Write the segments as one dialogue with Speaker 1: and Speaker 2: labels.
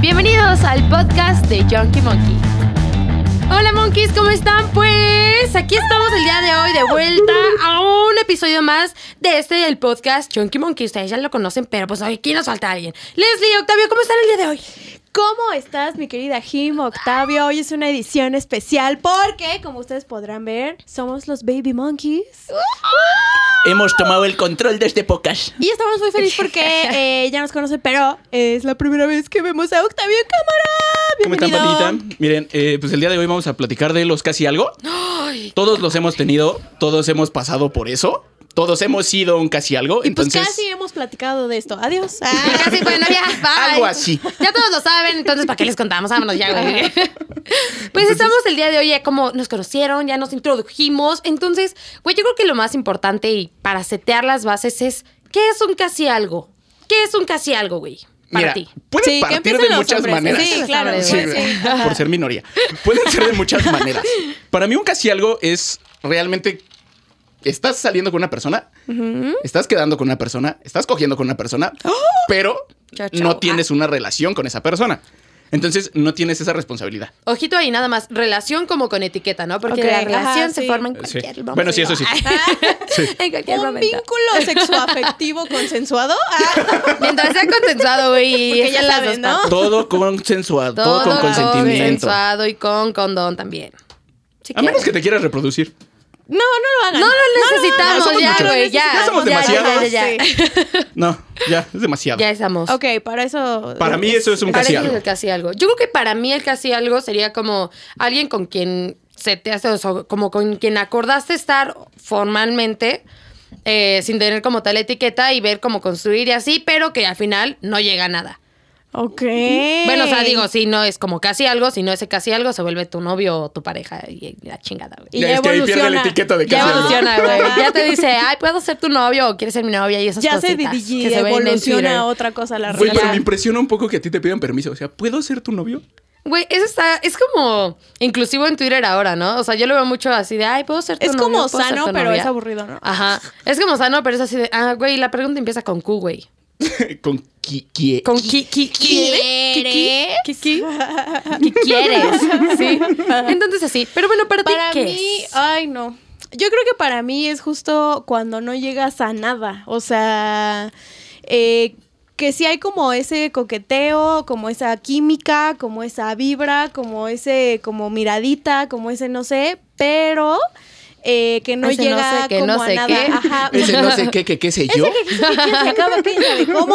Speaker 1: Bienvenidos al podcast de Junkie Monkey. Hola monkeys, ¿cómo están? Pues aquí estamos el día de hoy de vuelta a un episodio más de este el podcast Junkie Monkey. Ustedes ya lo conocen, pero pues hoy aquí nos falta alguien. Leslie, Octavio, ¿cómo están el día de hoy?
Speaker 2: ¿Cómo estás, mi querida Jim, Octavio? Hoy es una edición especial porque, como ustedes podrán ver, somos los Baby Monkeys.
Speaker 3: Hemos tomado el control de este podcast.
Speaker 2: Y estamos muy felices porque eh, ya nos conocen, pero es la primera vez que vemos a Octavio en cámara.
Speaker 3: ¿Cómo están,
Speaker 2: Bienvenido.
Speaker 3: patita? Miren, eh, pues el día de hoy vamos a platicar de los casi algo. Todos los hemos tenido, todos hemos pasado por eso, todos hemos sido un casi algo.
Speaker 2: Y pues
Speaker 3: Entonces,
Speaker 2: casi hemos platicado de esto. Adiós.
Speaker 1: Ya Ah, Casi, bueno, ya, bye.
Speaker 3: Algo así.
Speaker 1: Ya todos lo saben, entonces, ¿para qué les contamos? Vámonos ya, güey. Pues estamos el día de hoy, ya como nos conocieron, ya nos introdujimos. Entonces, güey, yo creo que lo más importante y para setear las bases es, ¿qué es un casi algo? ¿Qué es un casi algo, güey? Para
Speaker 3: mira,
Speaker 1: ti.
Speaker 3: pueden
Speaker 2: Sí, que
Speaker 3: partir de
Speaker 2: empiecen los
Speaker 3: muchas
Speaker 2: hombres.
Speaker 3: maneras.
Speaker 2: Sí, claro.
Speaker 1: Sí,
Speaker 2: pues,
Speaker 3: Sí,
Speaker 2: sí.
Speaker 3: por ser minoría. Pueden ser de muchas maneras. Para mí un casi algo es realmente estás saliendo con una persona, estás quedando con una persona, estás cogiendo con una persona, pero
Speaker 1: ¡Oh! Chao, Ah. chao.
Speaker 3: no tienes una relación con esa persona. Entonces no tienes esa responsabilidad.
Speaker 1: Ojito ahí, nada más. Relación como con etiqueta, ¿no? Porque
Speaker 2: Ok,
Speaker 1: la relación
Speaker 2: ajá,
Speaker 1: se
Speaker 2: sí.
Speaker 1: forma en
Speaker 3: Sí.
Speaker 1: cualquier momento.
Speaker 3: Bueno, sí, eso sí. Sí.
Speaker 1: en cualquier
Speaker 2: ¿Un
Speaker 1: momento.
Speaker 2: vínculo sexoafectivo consensuado? Ah,
Speaker 1: Mientras sea consensuado, güey.
Speaker 2: Porque ya
Speaker 1: esas las
Speaker 2: saben,
Speaker 1: dos
Speaker 2: ¿no?
Speaker 3: Todo consensuado, todo,
Speaker 1: Todo,
Speaker 3: con consentimiento.
Speaker 1: consensuado y con condón también. Si
Speaker 3: A menos
Speaker 1: quieres.
Speaker 3: que te quieras reproducir.
Speaker 2: No, no lo hagan. Ah,
Speaker 1: No lo necesitamos,
Speaker 3: somos
Speaker 1: ya,
Speaker 3: muchos.
Speaker 1: güey, ya.
Speaker 3: Ya somos
Speaker 1: ya,
Speaker 3: demasiados.
Speaker 1: Ya, ya, ya.
Speaker 3: No, ya, es demasiado.
Speaker 1: Ya estamos.
Speaker 2: Ok, para eso.
Speaker 3: Para mí eso es un
Speaker 1: Para
Speaker 3: casi
Speaker 1: eso es
Speaker 3: algo.
Speaker 1: el casi algo. Yo creo que para mí el casi algo sería como alguien con quien se te hace, o sea, como con quien acordaste estar formalmente, eh, sin tener como tal etiqueta y ver cómo construir y así, pero que al final no llega a nada.
Speaker 2: Ok.
Speaker 1: Bueno, o sea, digo, si no es como casi algo, si no ese casi algo, se vuelve tu novio o tu pareja y la chingada, güey.
Speaker 2: Y
Speaker 3: Ya
Speaker 2: ya
Speaker 3: es que ahí pierde la
Speaker 2: evoluciona.
Speaker 3: etiqueta de
Speaker 2: Ya
Speaker 1: Ya
Speaker 3: casi algo.
Speaker 1: evoluciona, güey. Ya te dice, ay, puedo ser tu novio o quieres ser mi novia y esas
Speaker 2: Ya se
Speaker 1: cositas
Speaker 2: digi-
Speaker 1: que se ven en Twitter.
Speaker 2: evoluciona a otra cosa la
Speaker 3: Güey, pero me
Speaker 2: relación.
Speaker 3: impresiona un poco que a ti te pidan permiso. O sea, ¿puedo ser tu novio?
Speaker 1: Güey, eso está, es como inclusivo en Twitter ahora, ¿no? O sea, yo lo veo mucho así de, ay, puedo ser tu
Speaker 2: Es
Speaker 1: novio,
Speaker 2: como
Speaker 1: ¿Puedo ser Ah,
Speaker 2: sano,
Speaker 1: tu
Speaker 2: pero
Speaker 1: novia?"
Speaker 2: es aburrido, ¿no?
Speaker 1: Ajá. Es como sano, pero es así de, ah, güey, la pregunta empieza con Q, güey.
Speaker 3: Con qui- qui-
Speaker 1: Con ¿eh? qui, qui,
Speaker 2: ¿Quieres?
Speaker 1: qui- qui- qui- quieres? Sí. Entonces así. Pero bueno, para ti,
Speaker 2: Para
Speaker 1: ¿qué
Speaker 2: mí, ah,
Speaker 1: es?
Speaker 2: ay no. Yo creo que para mí es justo cuando no llegas a nada. O sea, eh, que si hay como ese coqueteo, como esa química, como esa vibra, como ese, como miradita, como ese no sé, pero eh, que no
Speaker 1: Ese no
Speaker 2: llega
Speaker 1: sé qué,
Speaker 2: como
Speaker 1: no
Speaker 2: a
Speaker 1: sé
Speaker 2: nada.
Speaker 1: qué.
Speaker 2: Ajá.
Speaker 3: Ese no sé qué, que qué sé
Speaker 2: Ese
Speaker 3: yo.
Speaker 2: que quién se acaba, quién sabe cómo.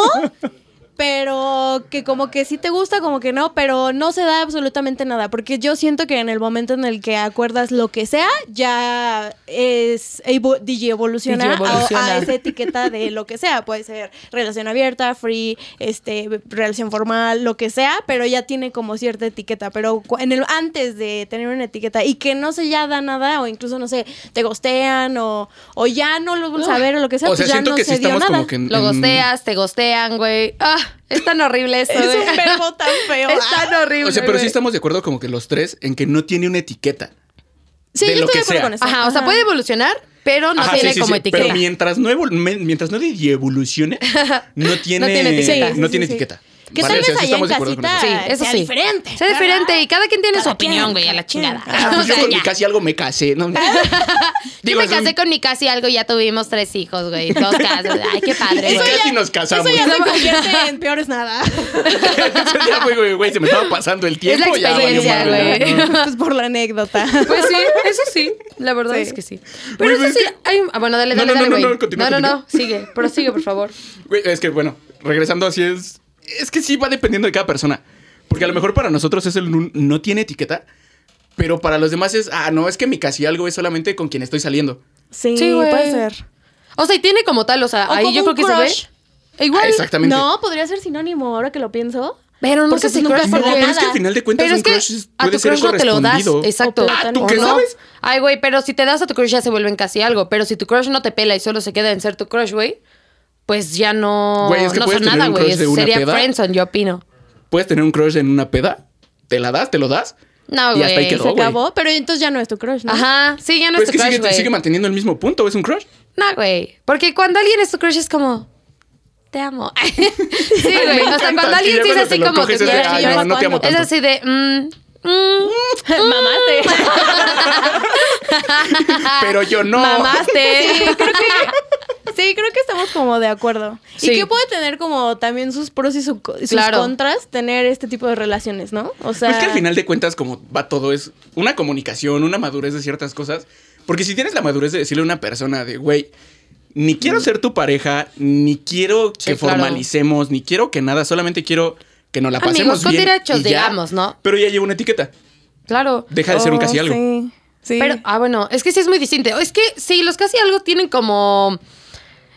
Speaker 2: Pero que como que sí te gusta, como que no, pero no se da absolutamente nada. Porque yo siento que en el momento en el que acuerdas lo que sea, ya es evo- digi evoluciona, a-
Speaker 1: Digievoluciona.
Speaker 2: A, esa etiqueta de lo que sea. Puede ser relación abierta, free, este, relación formal, lo que sea, pero ya tiene como cierta etiqueta. Pero cu- en el, antes de tener una etiqueta y que no se ya da nada, o incluso no sé, te gostean, o, o ya no lo vuelves a ver, o lo que sea,
Speaker 3: O sea,
Speaker 2: pues ya
Speaker 3: siento
Speaker 2: no
Speaker 3: que
Speaker 2: se
Speaker 3: sí
Speaker 2: dio
Speaker 3: estamos
Speaker 2: nada.
Speaker 3: como que en-
Speaker 1: Lo
Speaker 3: en-
Speaker 1: gosteas, te gostean, güey. Ah, es tan horrible eso,
Speaker 2: Es
Speaker 1: güey.
Speaker 2: un verbo tan feo. Ah.
Speaker 1: Es tan horrible,
Speaker 3: O sea, pero sí
Speaker 1: güey.
Speaker 3: estamos de acuerdo como que los tres en que no tiene una etiqueta.
Speaker 2: Sí,
Speaker 3: de
Speaker 2: yo
Speaker 3: lo
Speaker 2: estoy de
Speaker 3: que
Speaker 2: acuerdo
Speaker 3: sea.
Speaker 2: con eso.
Speaker 1: Ajá, o sea, puede evolucionar, pero no
Speaker 3: Ajá,
Speaker 1: tiene
Speaker 3: sí, sí,
Speaker 1: como
Speaker 3: sí,
Speaker 1: etiqueta.
Speaker 3: Pero mientras no, evol- me- mientras no digi- evolucione, no tiene,
Speaker 1: tiene etiqueta. Sí,
Speaker 3: no
Speaker 2: sí,
Speaker 3: tiene
Speaker 2: sí.
Speaker 3: etiqueta.
Speaker 2: Que tal
Speaker 3: Vale, o sea,
Speaker 2: vez
Speaker 3: sí
Speaker 2: allá en
Speaker 3: estamos de acuerdo con
Speaker 2: casita
Speaker 3: eso.
Speaker 1: Sí, eso
Speaker 2: sea
Speaker 1: sí.
Speaker 2: diferente.
Speaker 1: Sea
Speaker 2: ¿verdad?
Speaker 1: diferente y cada quien tiene su
Speaker 2: Cada
Speaker 1: opinión,
Speaker 2: quien,
Speaker 1: güey, a
Speaker 2: cada
Speaker 1: la
Speaker 2: quien.
Speaker 1: chingada.
Speaker 3: Ah,
Speaker 1: O
Speaker 3: pues yo
Speaker 1: sea,
Speaker 3: con
Speaker 1: ya.
Speaker 3: mi casi algo me casé. ¿no?
Speaker 1: Yo
Speaker 3: Digo,
Speaker 1: me
Speaker 3: es un-
Speaker 1: casé con mi casi algo y ya tuvimos tres hijos, güey. Dos casos. Ay, qué padre,
Speaker 3: Eso
Speaker 1: güey.
Speaker 3: casi nos casamos.
Speaker 2: Eso ya se convierte en peor es nada.
Speaker 3: Eso ya fue, güey, güey, se me estaba pasando el
Speaker 1: Es
Speaker 3: tiempo.
Speaker 1: la
Speaker 3: ya valió
Speaker 1: experiencia,
Speaker 3: madre,
Speaker 1: güey.
Speaker 3: ¿no?
Speaker 2: pues por la anécdota.
Speaker 1: Pues sí, eso sí. La verdad
Speaker 2: Sí.
Speaker 1: es que sí. Pero
Speaker 3: Güey,
Speaker 1: eso sí.
Speaker 3: güey, es
Speaker 1: hay un- ah, bueno, dale,
Speaker 3: No,
Speaker 1: dale,
Speaker 3: no,
Speaker 1: dale,
Speaker 3: no,
Speaker 1: güey.
Speaker 3: no, no, continúa,
Speaker 1: no, no,
Speaker 3: continúa.
Speaker 1: sigue. Prosigue, por favor.
Speaker 3: Güey, es que bueno, regresando así es. Es que sí va dependiendo de cada persona. Porque a lo mejor para nosotros es el nu- no tiene etiqueta, pero para los demás es, ah, no, es que mi casi algo es solamente con quien estoy saliendo.
Speaker 2: Sí,
Speaker 1: Sí, güey.
Speaker 2: puede ser.
Speaker 1: O sea, y tiene como tal, o sea,
Speaker 2: O
Speaker 1: ahí
Speaker 2: como
Speaker 1: yo creo
Speaker 2: un
Speaker 1: que se
Speaker 2: crush.
Speaker 1: ve. Igual.
Speaker 3: Ah, exactamente.
Speaker 2: No, podría ser sinónimo ahora que lo pienso.
Speaker 1: Pero no sé
Speaker 2: Porque
Speaker 1: si
Speaker 2: pues nunca
Speaker 1: crush
Speaker 2: fue
Speaker 3: No,
Speaker 1: porque-
Speaker 2: de
Speaker 3: pero es que al
Speaker 2: nada.
Speaker 3: final de cuentas
Speaker 1: Pero
Speaker 3: un
Speaker 1: es que
Speaker 3: crush es-
Speaker 1: a
Speaker 3: puede
Speaker 1: tu
Speaker 3: ser
Speaker 1: crush no te lo das,
Speaker 3: correspondido.
Speaker 1: exacto.
Speaker 2: Ah,
Speaker 3: ¿tú
Speaker 1: ¿O
Speaker 3: qué
Speaker 1: no?
Speaker 3: sabes?
Speaker 1: Ay, güey, pero si te das a tu crush ya se vuelven casi algo. Pero si tu crush no te pela y solo se queda en ser tu crush, güey, pues ya no,
Speaker 3: Güey, es que
Speaker 1: no
Speaker 3: puedes
Speaker 1: son
Speaker 3: tener
Speaker 1: nada,
Speaker 3: un
Speaker 1: güey.
Speaker 3: crush de una
Speaker 1: Sería
Speaker 3: peda.
Speaker 1: friendzone, yo opino.
Speaker 3: Puedes tener un crush en una peda, te la das, te lo das.
Speaker 1: No,
Speaker 3: Y hasta ahí
Speaker 1: güey.
Speaker 3: quedó,
Speaker 2: Se
Speaker 3: güey.
Speaker 2: acabó, pero entonces ya no es tu crush, ¿no?
Speaker 1: Ajá, sí, ya no es
Speaker 3: Pero es
Speaker 1: tu
Speaker 3: que
Speaker 1: crush,
Speaker 3: sigue,
Speaker 1: güey.
Speaker 3: sigue manteniendo el mismo punto, es un crush.
Speaker 1: No, güey. Porque cuando alguien es tu crush es como... te amo. sí, güey. O sea,
Speaker 3: encanta,
Speaker 1: cuando
Speaker 3: es que ya
Speaker 1: alguien dice
Speaker 3: cuando te
Speaker 1: así
Speaker 3: lo
Speaker 1: como
Speaker 3: coges
Speaker 1: que
Speaker 3: es de,
Speaker 1: quiere,
Speaker 3: "Ay,
Speaker 1: yo
Speaker 3: mamá, no te amo
Speaker 1: es
Speaker 3: tanto".
Speaker 1: así de. mm, mm,
Speaker 2: Mamaste.
Speaker 1: ah,
Speaker 3: Pero yo no.
Speaker 2: Sí, creo que, sí, creo que estamos como de acuerdo.
Speaker 1: Sí.
Speaker 2: Y que puede tener como también sus pros y su- sus
Speaker 1: Claro.
Speaker 2: contras tener este tipo de relaciones, ¿no? O sea,
Speaker 3: Pues que al final de cuentas, como va todo, es una comunicación, una madurez de ciertas cosas. Porque si tienes la madurez de decirle a una persona de, güey, ni quiero ser tu pareja, ni quiero que
Speaker 1: Mm. Sí, claro.
Speaker 3: formalicemos, ni quiero que nada, solamente quiero que nos la
Speaker 1: Amigos
Speaker 3: pasemos
Speaker 1: con
Speaker 3: bien.
Speaker 1: derechos,
Speaker 3: y ya.
Speaker 1: digamos, ¿no?
Speaker 3: Pero ya lleva una etiqueta.
Speaker 1: claro.
Speaker 3: Deja de ser un
Speaker 2: oh,
Speaker 3: casi algo.
Speaker 2: Sí. sí.
Speaker 1: Pero, ah, bueno, es que sí es muy distinto. Es que sí, los casi algo tienen como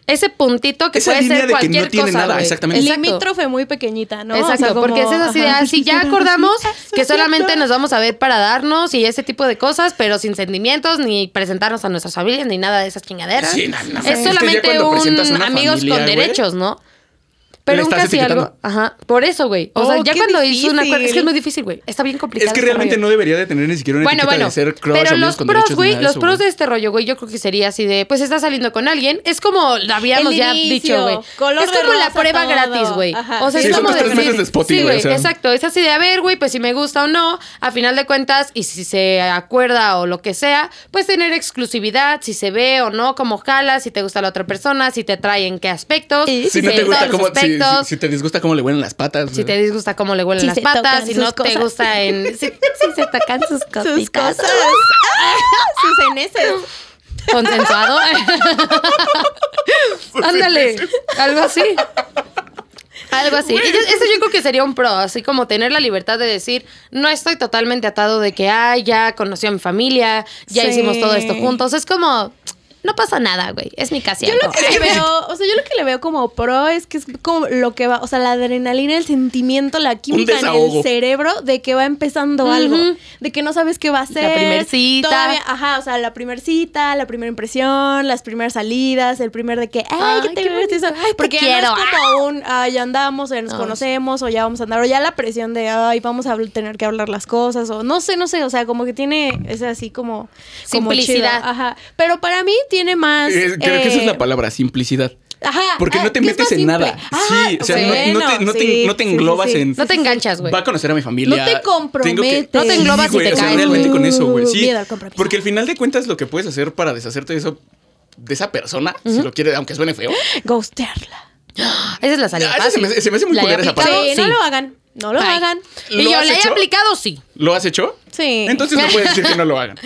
Speaker 1: ese puntito que
Speaker 3: Esa
Speaker 1: puede
Speaker 3: línea
Speaker 1: ser
Speaker 3: de que no
Speaker 1: cualquier
Speaker 3: tiene
Speaker 1: cosa,
Speaker 3: nada,
Speaker 1: güey.
Speaker 3: exactamente.
Speaker 1: Exacto.
Speaker 2: Limítrofe muy pequeñita, ¿no? O sea,
Speaker 1: Exacto,
Speaker 2: como-
Speaker 1: porque ese es así de,
Speaker 2: ajá.
Speaker 1: ah, sí, ya acordamos que solamente nos vamos a ver para darnos y ese tipo de cosas, pero sin sentimientos, ni presentarnos a nuestras familias, ni nada de esas chingaderas.
Speaker 3: Sí, no, no,
Speaker 1: es
Speaker 3: es que ya
Speaker 1: solamente
Speaker 3: cuando presentas
Speaker 1: un
Speaker 3: una
Speaker 1: amigos
Speaker 3: familia,
Speaker 1: con
Speaker 3: güey,
Speaker 1: derechos, ¿no? Pero
Speaker 3: le
Speaker 1: un
Speaker 3: estás
Speaker 1: casi
Speaker 3: etiquetando.
Speaker 1: algo. Ajá. Por eso, güey. O sea,
Speaker 2: Oh,
Speaker 1: ya
Speaker 2: qué
Speaker 1: cuando hizo una.
Speaker 2: difícil.
Speaker 1: Es que es muy difícil, güey. Está bien complicado.
Speaker 3: Es que
Speaker 1: este
Speaker 3: realmente
Speaker 1: rollo.
Speaker 3: no debería de tener ni siquiera una
Speaker 1: Bueno,
Speaker 3: etiqueta
Speaker 1: bueno,
Speaker 3: de ser crush,
Speaker 1: pero
Speaker 3: amigos
Speaker 1: los
Speaker 3: con
Speaker 1: pros,
Speaker 3: derechos, ni
Speaker 1: güey,
Speaker 3: nada de
Speaker 1: los
Speaker 3: eso,
Speaker 1: pros de
Speaker 3: güey.
Speaker 1: este rollo, güey, yo creo que sería así de, pues estás saliendo con alguien, es como lo habíamos
Speaker 2: El
Speaker 1: ya
Speaker 2: inicio,
Speaker 1: dicho, güey.
Speaker 2: color
Speaker 1: Es
Speaker 2: de
Speaker 1: como la
Speaker 2: rosa
Speaker 1: prueba
Speaker 2: todo.
Speaker 1: gratis, güey.
Speaker 2: Ajá.
Speaker 1: O sea,
Speaker 2: Sí,
Speaker 1: es
Speaker 2: son
Speaker 1: como
Speaker 2: los tres
Speaker 1: decir-
Speaker 3: meses de Spotify,
Speaker 1: sí,
Speaker 3: güey,
Speaker 1: güey,
Speaker 3: o sea.
Speaker 1: exacto, es así de, a ver, güey, pues si me gusta o no, a final de cuentas y si se acuerda o lo que sea, pues tener exclusividad, si se ve o no, cómo jala, si te gusta la otra persona, si te trae en qué aspectos,
Speaker 2: Y
Speaker 3: Si no
Speaker 1: en
Speaker 3: te gusta
Speaker 1: todos los
Speaker 3: cómo, si- si,
Speaker 1: aspectos.
Speaker 3: si te disgusta cómo le huelen las patas.
Speaker 1: Si
Speaker 3: güey.
Speaker 1: te disgusta cómo le huelen
Speaker 2: Si
Speaker 1: las
Speaker 2: se
Speaker 1: patas,
Speaker 2: tocan
Speaker 1: si no
Speaker 2: sus
Speaker 1: te
Speaker 2: cosas.
Speaker 1: gusta en... Si, si se tocan sus cositas.
Speaker 2: Sus cosas. Sus eneses.
Speaker 1: consensuado. Ándale, algo así. Algo así. Y yo- eso yo creo que sería un pro, así como tener la libertad de decir, no estoy totalmente atado de que, ay, ya conocí a mi familia, ya
Speaker 2: Sí.
Speaker 1: hicimos todo esto juntos. Es como, no pasa nada, güey, es mi casi
Speaker 2: Yo lo
Speaker 1: algo.
Speaker 2: que le veo, o sea, yo lo que le veo como pro es que es como lo que va, o sea, la adrenalina, el sentimiento, la química en
Speaker 3: desahogo.
Speaker 2: el cerebro de que va empezando
Speaker 1: Ujú.
Speaker 2: algo, de que no sabes qué va a ser.
Speaker 1: primer cita.
Speaker 2: Todavía- ajá, o sea, la primer cita, la primera impresión, las primeras salidas, el primer de que, ay,
Speaker 1: Ay,
Speaker 2: que te
Speaker 1: qué
Speaker 2: divertiste.
Speaker 1: bonito. Ay, te
Speaker 2: Porque ya
Speaker 1: quiero. Ah.
Speaker 2: no es como un, ay, ya andamos, ya nos
Speaker 1: No,
Speaker 2: conocemos, o ya vamos a andar, o ya la presión de, ay, vamos a habl- tener que hablar las cosas, o no sé, no sé, o sea, como que tiene, es así como... como
Speaker 1: Simplicidad.
Speaker 2: chido, ajá. Pero para mí tiene más...
Speaker 3: Eh, creo que esa es
Speaker 2: eh,
Speaker 3: la palabra, simplicidad.
Speaker 2: Ajá.
Speaker 3: Porque no
Speaker 2: ah,
Speaker 3: te
Speaker 2: que es
Speaker 3: metes
Speaker 2: más
Speaker 3: en
Speaker 2: simple.
Speaker 3: nada.
Speaker 2: Ah,
Speaker 3: sí, o sea, no- no, te,
Speaker 2: bueno,
Speaker 3: no te-
Speaker 2: sí,
Speaker 3: no te
Speaker 2: sí,
Speaker 3: englobas
Speaker 2: sí, sí.
Speaker 3: en.
Speaker 1: No te enganchas, güey.
Speaker 3: Va a conocer a mi familia.
Speaker 2: No te
Speaker 3: Tengo que-
Speaker 2: comprometes.
Speaker 1: No te englobas y
Speaker 3: güey,
Speaker 1: te
Speaker 3: o sea,
Speaker 1: caes,
Speaker 3: realmente
Speaker 1: güey.
Speaker 3: con eso, güey. Sí.
Speaker 2: Miedo al compromiso.
Speaker 3: Porque al final de cuentas, lo que puedes hacer para deshacerte de eso. De esa persona, si lo quieres, aunque suene feo.
Speaker 2: Ghostearla.
Speaker 1: Esa es la salida.
Speaker 3: Ah, esa se me-
Speaker 1: fácil.
Speaker 3: se me hace muy
Speaker 1: ¿La he
Speaker 3: culera esa
Speaker 1: aplicado?
Speaker 3: parte.
Speaker 2: Sí, no lo hagan. No lo
Speaker 1: Bye.
Speaker 2: hagan.
Speaker 1: Y
Speaker 3: ¿Lo
Speaker 1: yo
Speaker 3: has
Speaker 1: le he
Speaker 3: hecho?
Speaker 1: aplicado, sí.
Speaker 3: ¿Lo has hecho?
Speaker 2: Sí.
Speaker 3: Entonces no puedes decir que no lo hagan.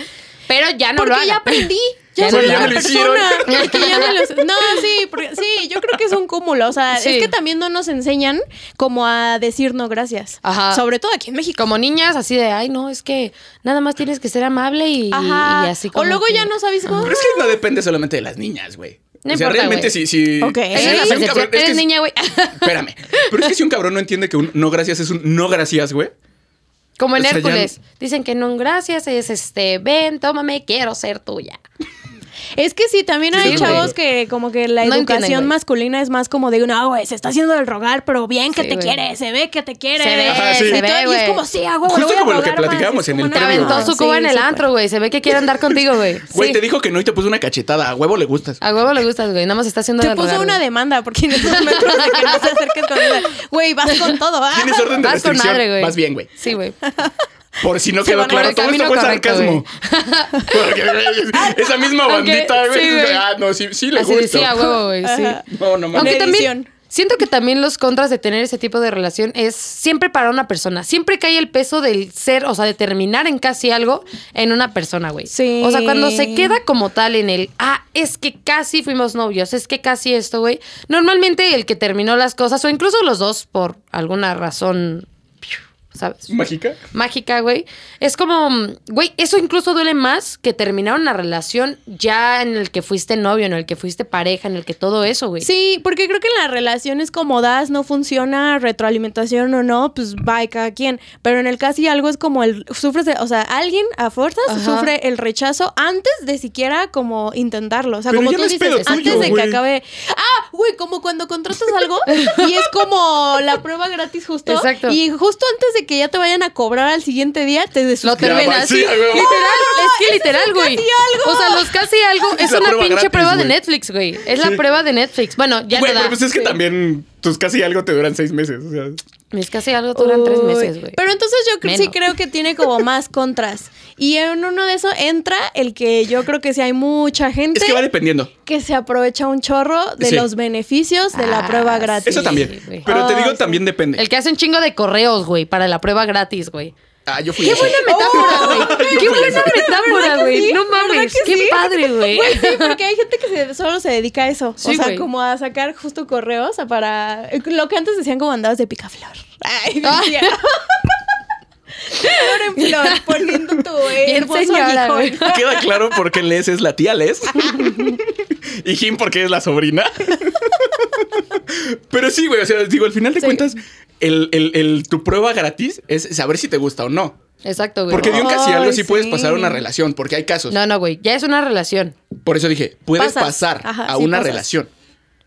Speaker 1: Pero ya no
Speaker 2: porque
Speaker 1: lo hagan.
Speaker 2: ya aprendí.
Speaker 1: Ya
Speaker 2: Ya
Speaker 1: no
Speaker 2: soy
Speaker 1: lo
Speaker 2: una
Speaker 1: hagan.
Speaker 2: persona. Porque ya me los- No, sí, porque- sí, yo creo que es un cúmulo. O sea,
Speaker 1: Sí.
Speaker 2: es que también no nos enseñan como a decir no gracias.
Speaker 1: Ajá.
Speaker 2: Sobre todo aquí en México.
Speaker 1: Como niñas, así de, ay, no, es que nada más tienes que ser amable y,
Speaker 2: Ajá.
Speaker 1: y así como.
Speaker 2: o luego
Speaker 1: que-
Speaker 2: ya no sabes cómo.
Speaker 3: Pero es que no depende solamente de las niñas, güey.
Speaker 1: No
Speaker 3: o sea,
Speaker 1: importa,
Speaker 3: realmente
Speaker 1: güey.
Speaker 3: si, si,
Speaker 2: Ok.
Speaker 3: si-
Speaker 2: Esa
Speaker 1: Esa
Speaker 2: es
Speaker 1: es la
Speaker 2: la
Speaker 3: si un cabrón-
Speaker 1: percepción.
Speaker 3: es que
Speaker 1: Eres
Speaker 3: si-
Speaker 1: niña, güey.
Speaker 3: Espérame. Pero es que si un cabrón no entiende que un no gracias es un no gracias, güey.
Speaker 1: Como en
Speaker 3: O sea, ya-
Speaker 1: Hércules. Dicen que no, gracias, es este, ven, tómame, quiero ser tuya.
Speaker 2: Es que sí, también
Speaker 3: Sí,
Speaker 2: hay
Speaker 3: güey.
Speaker 2: chavos que como que la
Speaker 1: No entienden,
Speaker 2: educación
Speaker 1: güey.
Speaker 2: masculina es más como de, no, güey, se está haciendo el rogar, pero bien que
Speaker 1: Sí,
Speaker 2: te
Speaker 1: güey.
Speaker 2: quiere, se ve que te quiere.
Speaker 1: Se ve,
Speaker 3: Ajá, sí.
Speaker 1: se
Speaker 2: Y,
Speaker 1: ve,
Speaker 2: todo- y
Speaker 1: güey.
Speaker 2: es como, sí, a huevo,
Speaker 3: Justo
Speaker 2: le voy a
Speaker 3: como lo que
Speaker 2: rogar más".
Speaker 3: platicábamos
Speaker 2: Es
Speaker 3: en
Speaker 2: como,
Speaker 3: el
Speaker 2: "No,
Speaker 3: previo,
Speaker 1: Aventó
Speaker 3: güey.
Speaker 1: su cuba en el
Speaker 2: sí,
Speaker 1: antro, güey. Se ve que quiere andar contigo, güey.
Speaker 3: Güey,
Speaker 1: Sí.
Speaker 3: te dijo que no y te puso una cachetada. A huevo le gustas.
Speaker 1: A huevo le gustas, güey. Nada más está haciendo
Speaker 2: Te
Speaker 1: del
Speaker 2: puso
Speaker 1: rogar,
Speaker 2: una
Speaker 1: güey.
Speaker 2: demanda porque en estos metros de que no se acerques con él. Güey, vas con todo, ¿ah?
Speaker 3: Tienes orden de
Speaker 1: Vas con
Speaker 3: restricción.
Speaker 1: madre, güey.
Speaker 3: Vas bien, güey.
Speaker 1: Sí, güey.
Speaker 3: Por si no
Speaker 1: Se
Speaker 3: quedó
Speaker 1: van por
Speaker 3: claro,
Speaker 1: el
Speaker 3: todo esto
Speaker 1: camino
Speaker 3: fue
Speaker 1: correcto,
Speaker 3: sarcasmo. Porque esa misma
Speaker 1: Aunque-
Speaker 3: bandita, güey.
Speaker 1: sí, güey.
Speaker 3: ah, no, sí, sí le
Speaker 1: Así
Speaker 3: gusta.
Speaker 1: decía, a huevo, güey. Sí.
Speaker 2: Ajá.
Speaker 3: No, no
Speaker 1: Aunque
Speaker 3: mames.
Speaker 2: Una
Speaker 1: también
Speaker 2: edición.
Speaker 1: siento que también los contras de tener ese tipo de relación es siempre para una persona. Siempre cae el peso del ser, o sea, de terminar en casi algo en una persona, güey.
Speaker 2: Sí.
Speaker 1: O sea, cuando se queda como tal en el, ah, es que casi fuimos novios, es que casi esto, güey. Normalmente el que terminó las cosas, o incluso los dos por alguna razón, ¿sabes?
Speaker 3: ¿Mágica?
Speaker 1: mágica, güey. Es como, mm, güey, eso incluso duele más que terminar una relación ya en el que fuiste novio, en el que fuiste pareja, en el que todo eso, güey.
Speaker 2: Sí, porque creo que en las relaciones como das no funciona, retroalimentación o no, pues va cada quien. Pero en el casi algo es como el sufres, de- o sea, alguien a fuerzas
Speaker 1: Ajá.
Speaker 2: sufre el rechazo antes de siquiera como intentarlo, o sea,
Speaker 3: Pero
Speaker 2: como
Speaker 3: ya
Speaker 2: tú
Speaker 3: no es
Speaker 2: dices,
Speaker 3: pedo
Speaker 2: antes
Speaker 3: tuyo,
Speaker 2: de que
Speaker 3: güey.
Speaker 2: acabe. Ah, güey, como cuando contratas algo y es como la prueba gratis justo
Speaker 1: Exacto.
Speaker 2: y justo antes de de que ya te vayan a cobrar al siguiente día, te
Speaker 1: Lo
Speaker 3: te-
Speaker 2: desuscribes.
Speaker 1: terminas.
Speaker 3: sí,
Speaker 1: sí,
Speaker 3: a
Speaker 1: literal,
Speaker 3: huevo.
Speaker 1: es que literal,
Speaker 2: el
Speaker 1: güey.
Speaker 2: casi algo.
Speaker 1: O sea, los casi algo es,
Speaker 3: Es la
Speaker 1: una
Speaker 3: prueba
Speaker 1: pinche
Speaker 3: gratis,
Speaker 1: prueba de
Speaker 3: güey.
Speaker 1: Netflix, güey. Es la
Speaker 3: Sí.
Speaker 1: prueba de Netflix. Bueno, ya
Speaker 3: Güey,
Speaker 1: no da.
Speaker 3: pero pues es que también tus casi algo te duran seis meses. O sea,
Speaker 1: Mis casi algo duran tres
Speaker 2: Uy,
Speaker 1: meses, güey.
Speaker 2: Pero entonces yo cre- sí
Speaker 1: Menos.
Speaker 2: creo que tiene como más contras. Y en uno de esos entra el que yo creo que sí hay mucha gente
Speaker 3: es que va dependiendo.
Speaker 2: que se aprovecha un chorro de
Speaker 3: Sí.
Speaker 2: los beneficios de la
Speaker 1: Ah,
Speaker 2: prueba
Speaker 1: sí.
Speaker 2: gratis.
Speaker 3: Eso también.
Speaker 1: güey.
Speaker 3: Pero te
Speaker 2: Ah,
Speaker 3: digo,
Speaker 2: sí.
Speaker 3: también depende.
Speaker 1: El que hace un chingo de correos, güey, para la prueba gratis, güey.
Speaker 3: Ah, yo fui.
Speaker 1: Qué
Speaker 3: ese.
Speaker 1: buena metáfora, güey.
Speaker 3: Yo
Speaker 1: Qué
Speaker 3: fui
Speaker 1: buena
Speaker 3: ese.
Speaker 1: metáfora,
Speaker 2: Oh, ¿Verdad que
Speaker 1: güey.
Speaker 2: sí?
Speaker 1: No
Speaker 2: ¿Verdad
Speaker 1: mames,
Speaker 2: que
Speaker 1: qué
Speaker 2: sí?
Speaker 1: padre, güey.
Speaker 2: Güey, sí, porque hay gente que se- solo se dedica a eso.
Speaker 1: Sí,
Speaker 2: o sea,
Speaker 1: güey.
Speaker 2: como a sacar justo correos a para. eh, Lo que antes decían como andabas de picaflor. Ay,
Speaker 1: Ah.
Speaker 2: decía. Flor en flor, poniendo tu eh,
Speaker 1: Bien
Speaker 2: hermoso
Speaker 1: señora,
Speaker 2: aguijón.
Speaker 1: güey.
Speaker 3: Queda claro por qué Les es la tía Les. y Jim porque es la sobrina. Pero sí, güey. O sea, digo, al final de
Speaker 2: Sí.
Speaker 3: cuentas, el, el- el- tu prueba gratis es saber si te gusta o no.
Speaker 1: Exacto, güey.
Speaker 3: Porque de un casi algo
Speaker 2: Ay,
Speaker 3: sí puedes
Speaker 2: sí.
Speaker 3: pasar a una relación, porque hay casos.
Speaker 1: No, no, güey. Ya es una relación.
Speaker 3: Por eso dije, puedes
Speaker 2: Pasas.
Speaker 3: pasar
Speaker 2: Ajá,
Speaker 3: a
Speaker 2: sí,
Speaker 3: una
Speaker 2: pasas.
Speaker 3: relación.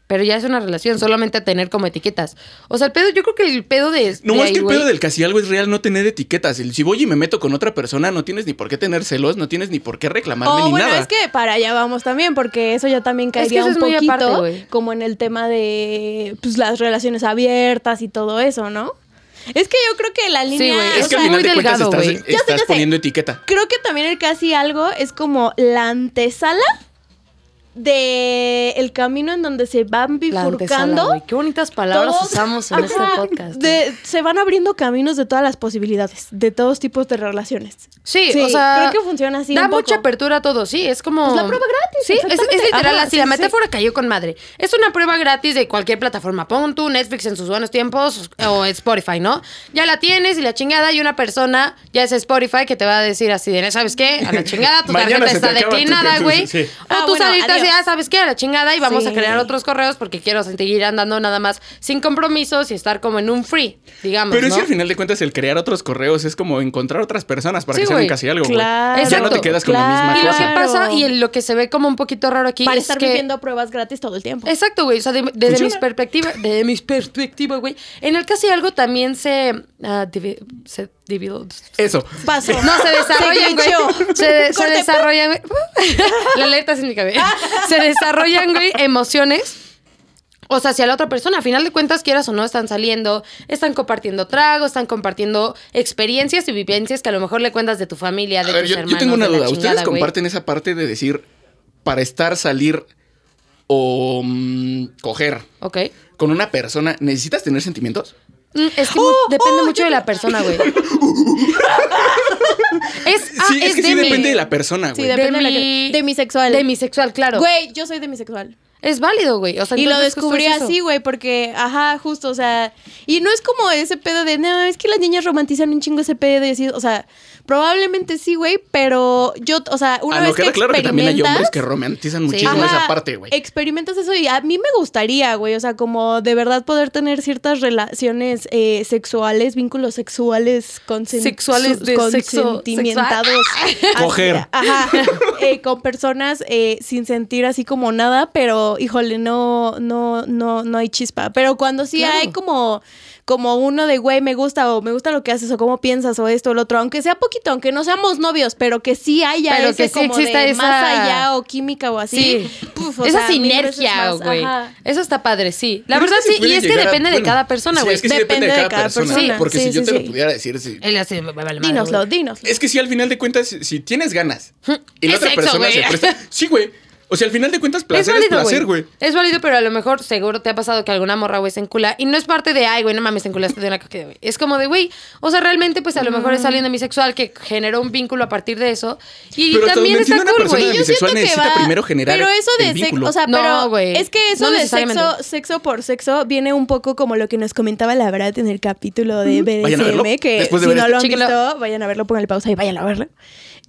Speaker 1: Pero ya es una relación, solamente tener como etiquetas. O sea, el pedo, yo creo que el pedo de.
Speaker 3: No,
Speaker 1: de
Speaker 3: es
Speaker 1: ahí,
Speaker 3: que el
Speaker 1: güey,
Speaker 3: pedo del casi algo es real no tener etiquetas. El- Si voy y me meto con otra persona, no tienes ni por qué tener celos, no tienes ni por qué reclamarme
Speaker 2: O
Speaker 3: ni
Speaker 2: Oh, bueno,
Speaker 3: nada.
Speaker 2: es que para allá vamos también, porque eso ya también
Speaker 1: que
Speaker 2: caería
Speaker 1: eso es
Speaker 2: un
Speaker 1: muy
Speaker 2: poquito
Speaker 1: aparte, güey.
Speaker 2: como en el tema de pues, las relaciones abiertas y todo eso, ¿no? Es que yo creo que la línea...
Speaker 1: güey,
Speaker 3: Es
Speaker 1: o
Speaker 3: que
Speaker 1: sea,
Speaker 3: al final
Speaker 1: muy
Speaker 3: de cuentas
Speaker 1: delgado,
Speaker 3: estás,
Speaker 1: güey.
Speaker 2: Ya sé,
Speaker 3: estás
Speaker 2: ya sé.
Speaker 3: poniendo etiqueta.
Speaker 2: Creo que también el casi algo es como la antesala de el camino en donde se van
Speaker 1: la antesala,
Speaker 2: bifurcando.
Speaker 1: güey. Qué bonitas palabras
Speaker 2: todos-
Speaker 1: usamos en este
Speaker 2: Ajá,
Speaker 1: podcast. güey.
Speaker 2: de- se van abriendo caminos de todas las posibilidades, de todos tipos de relaciones.
Speaker 1: Sí,
Speaker 2: Sí,
Speaker 1: o sea.
Speaker 2: creo que funciona así
Speaker 1: Da
Speaker 2: un poco.
Speaker 1: mucha apertura a todo, sí. Es como.
Speaker 2: Pues la prueba gratis,
Speaker 1: Sí, es,
Speaker 2: exactamente.
Speaker 1: es literal
Speaker 2: Ajá,
Speaker 1: así.
Speaker 2: sí,
Speaker 1: la
Speaker 2: sí.
Speaker 1: metáfora cayó con madre. Es una prueba gratis de cualquier plataforma. Pon tu Netflix en sus buenos tiempos o Spotify, ¿no? Ya la tienes y la chingada. Y una persona, ya es Spotify, que te va a decir así de, ¿sabes qué? A la chingada, tu
Speaker 3: Mañana
Speaker 1: tarjeta
Speaker 3: se te
Speaker 1: está
Speaker 3: acaba tu-
Speaker 1: declinada,
Speaker 3: tu-
Speaker 1: güey.
Speaker 3: sí.
Speaker 1: O
Speaker 2: Ah,
Speaker 1: tú
Speaker 2: bueno,
Speaker 1: saliste así,
Speaker 2: adiós.
Speaker 1: ah, ¿sabes qué? A la chingada y vamos a
Speaker 2: Sí.
Speaker 1: crear otros correos porque quiero seguir andando nada más sin compromisos y estar como en un free, digamos.
Speaker 3: Pero
Speaker 1: ¿no?
Speaker 3: es que al final de cuentas el crear otros correos es como encontrar otras personas para
Speaker 1: Sí,
Speaker 3: que sean
Speaker 1: güey.
Speaker 3: casi algo, güey.
Speaker 2: Claro.
Speaker 3: Ya no
Speaker 1: Exacto.
Speaker 3: te quedas con la
Speaker 2: Claro.
Speaker 1: Y
Speaker 3: misma
Speaker 1: lo que
Speaker 3: cosa.
Speaker 1: pasa y el- lo que se ve como un poquito raro aquí
Speaker 2: Para
Speaker 1: es
Speaker 2: estar
Speaker 1: que...
Speaker 2: viviendo pruebas gratis todo el tiempo.
Speaker 1: Exacto, güey. O sea, de- desde
Speaker 3: Funciona.
Speaker 1: mis perspectivas, desde mis perspectivas, güey. En el casi algo también se... ah, divi- se divide-
Speaker 3: Eso.
Speaker 2: Paso.
Speaker 1: no, se desarrollan, güey.
Speaker 2: glitchó.
Speaker 1: Se, de- se
Speaker 2: Corte,
Speaker 1: desarrollan, güey. La alerta sísmica, güey. Se desarrollan, güey, emociones. O sea, hacia la otra persona. A final de cuentas, quieras o no, están saliendo, están compartiendo tragos, están compartiendo experiencias y vivencias que a lo mejor le cuentas de tu familia, de
Speaker 3: A ver,
Speaker 1: tus
Speaker 3: yo, yo
Speaker 1: hermanos.
Speaker 3: tengo una
Speaker 1: de la
Speaker 3: duda. ¿Ustedes
Speaker 1: chingada, güey.
Speaker 3: comparten esa parte de decir para estar, salir o mm, coger
Speaker 1: Ok.
Speaker 3: con una persona, necesitas tener sentimientos?
Speaker 1: Mm, Es que mu- depende mucho de la persona, güey. es, ah,
Speaker 3: sí, es, que
Speaker 1: de
Speaker 3: sí
Speaker 1: mi-
Speaker 3: depende de la persona,
Speaker 2: Sí,
Speaker 3: güey.
Speaker 2: de- Depende la
Speaker 1: mi-
Speaker 2: que- de mi sexual.
Speaker 1: De mi sexual, claro.
Speaker 2: Güey, yo soy demisexual.
Speaker 1: Es válido, güey. O sea,
Speaker 2: Y lo
Speaker 1: entonces justo
Speaker 2: descubrí
Speaker 1: es eso.
Speaker 2: así, güey, porque, ajá, justo, o sea, y no es como ese pedo de, no, es que las niñas romantizan un chingo ese pedo de decir, o sea, probablemente sí, güey, pero yo, o sea, una
Speaker 3: Ah, no,
Speaker 2: vez que
Speaker 3: queda claro que también hay hombres
Speaker 2: experimentas...
Speaker 3: que romantizan
Speaker 1: Sí. Eh,
Speaker 3: muchísimo
Speaker 2: Ajá,
Speaker 3: esa parte, güey.
Speaker 2: Experimentas eso y a mí me gustaría, güey, o sea, como de verdad poder tener ciertas relaciones eh, sexuales, vínculos sexuales, consen-
Speaker 1: Sexuales
Speaker 2: su-
Speaker 1: de sexo
Speaker 2: consentimientados. así,
Speaker 3: Coger.
Speaker 2: Ajá, eh, con personas eh, sin sentir así como nada, pero híjole, no, no, no, no hay chispa. Pero cuando sí
Speaker 1: Claro.
Speaker 2: hay como, como uno de, güey, me gusta o me gusta lo que haces o cómo piensas o esto o lo otro, aunque sea poquito, aunque no seamos novios, pero que sí haya
Speaker 1: Pero
Speaker 2: ese
Speaker 1: que sí
Speaker 2: como
Speaker 1: exista
Speaker 2: de más
Speaker 1: esa-
Speaker 2: allá o química o así.
Speaker 1: Sí.
Speaker 2: Puf, o
Speaker 1: Esa
Speaker 2: sea, mil veces
Speaker 1: sinergia,
Speaker 2: más,
Speaker 1: güey.
Speaker 2: ajá.
Speaker 1: Eso está padre, sí. La
Speaker 3: Pero
Speaker 1: verdad
Speaker 3: es que
Speaker 1: sí. Y
Speaker 3: puede
Speaker 1: es que
Speaker 3: llegar a-
Speaker 1: depende de
Speaker 3: bueno,
Speaker 1: cada persona,
Speaker 3: sí,
Speaker 1: güey.
Speaker 3: es que sí depende de cada persona.
Speaker 2: persona.
Speaker 3: Porque
Speaker 2: Sí,
Speaker 3: si yo
Speaker 2: sí,
Speaker 3: te
Speaker 2: sí.
Speaker 3: lo pudiera decir, sí.
Speaker 1: Él así, me vale madre,
Speaker 2: Dínoslo,
Speaker 1: güey.
Speaker 2: dínoslo.
Speaker 3: Es que sí, al final de cuentas, si tienes ganas y la
Speaker 1: Es
Speaker 3: otra
Speaker 1: sexo,
Speaker 3: persona
Speaker 1: güey.
Speaker 3: se presta. Sí, güey. O sea, al final de cuentas, placer es,
Speaker 1: válido,
Speaker 3: placer, güey.
Speaker 1: Es válido, pero a lo mejor seguro te ha pasado que alguna morra, güey, se encula. Y no es parte de, ay, güey, no mames, te enculaste de una coqueta, güey. Es como de, güey, o sea, realmente, pues a lo mejor es alguien bisexual que generó un vínculo a partir de eso. Y
Speaker 3: Pero hasta
Speaker 1: también
Speaker 3: donde
Speaker 1: está
Speaker 3: entiendo una
Speaker 1: cool,
Speaker 3: persona
Speaker 1: güey.
Speaker 3: de- bisexual necesita primero generar
Speaker 2: Pero eso de
Speaker 3: el
Speaker 2: sexo,
Speaker 3: vínculo.
Speaker 2: o sea,
Speaker 1: No,
Speaker 2: pero
Speaker 1: güey,
Speaker 2: es que eso
Speaker 1: no
Speaker 2: de
Speaker 1: necesariamente.
Speaker 2: sexo, sexo por sexo viene un poco como lo que nos comentaba la verdad en el capítulo de
Speaker 3: Vayan a verlo,
Speaker 2: BDSM, que
Speaker 3: después de
Speaker 2: si
Speaker 3: ver
Speaker 2: no
Speaker 3: esto.
Speaker 2: lo han
Speaker 1: Chéquenlo.
Speaker 2: visto, vayan a verlo, pongan pausa y vayan a verlo.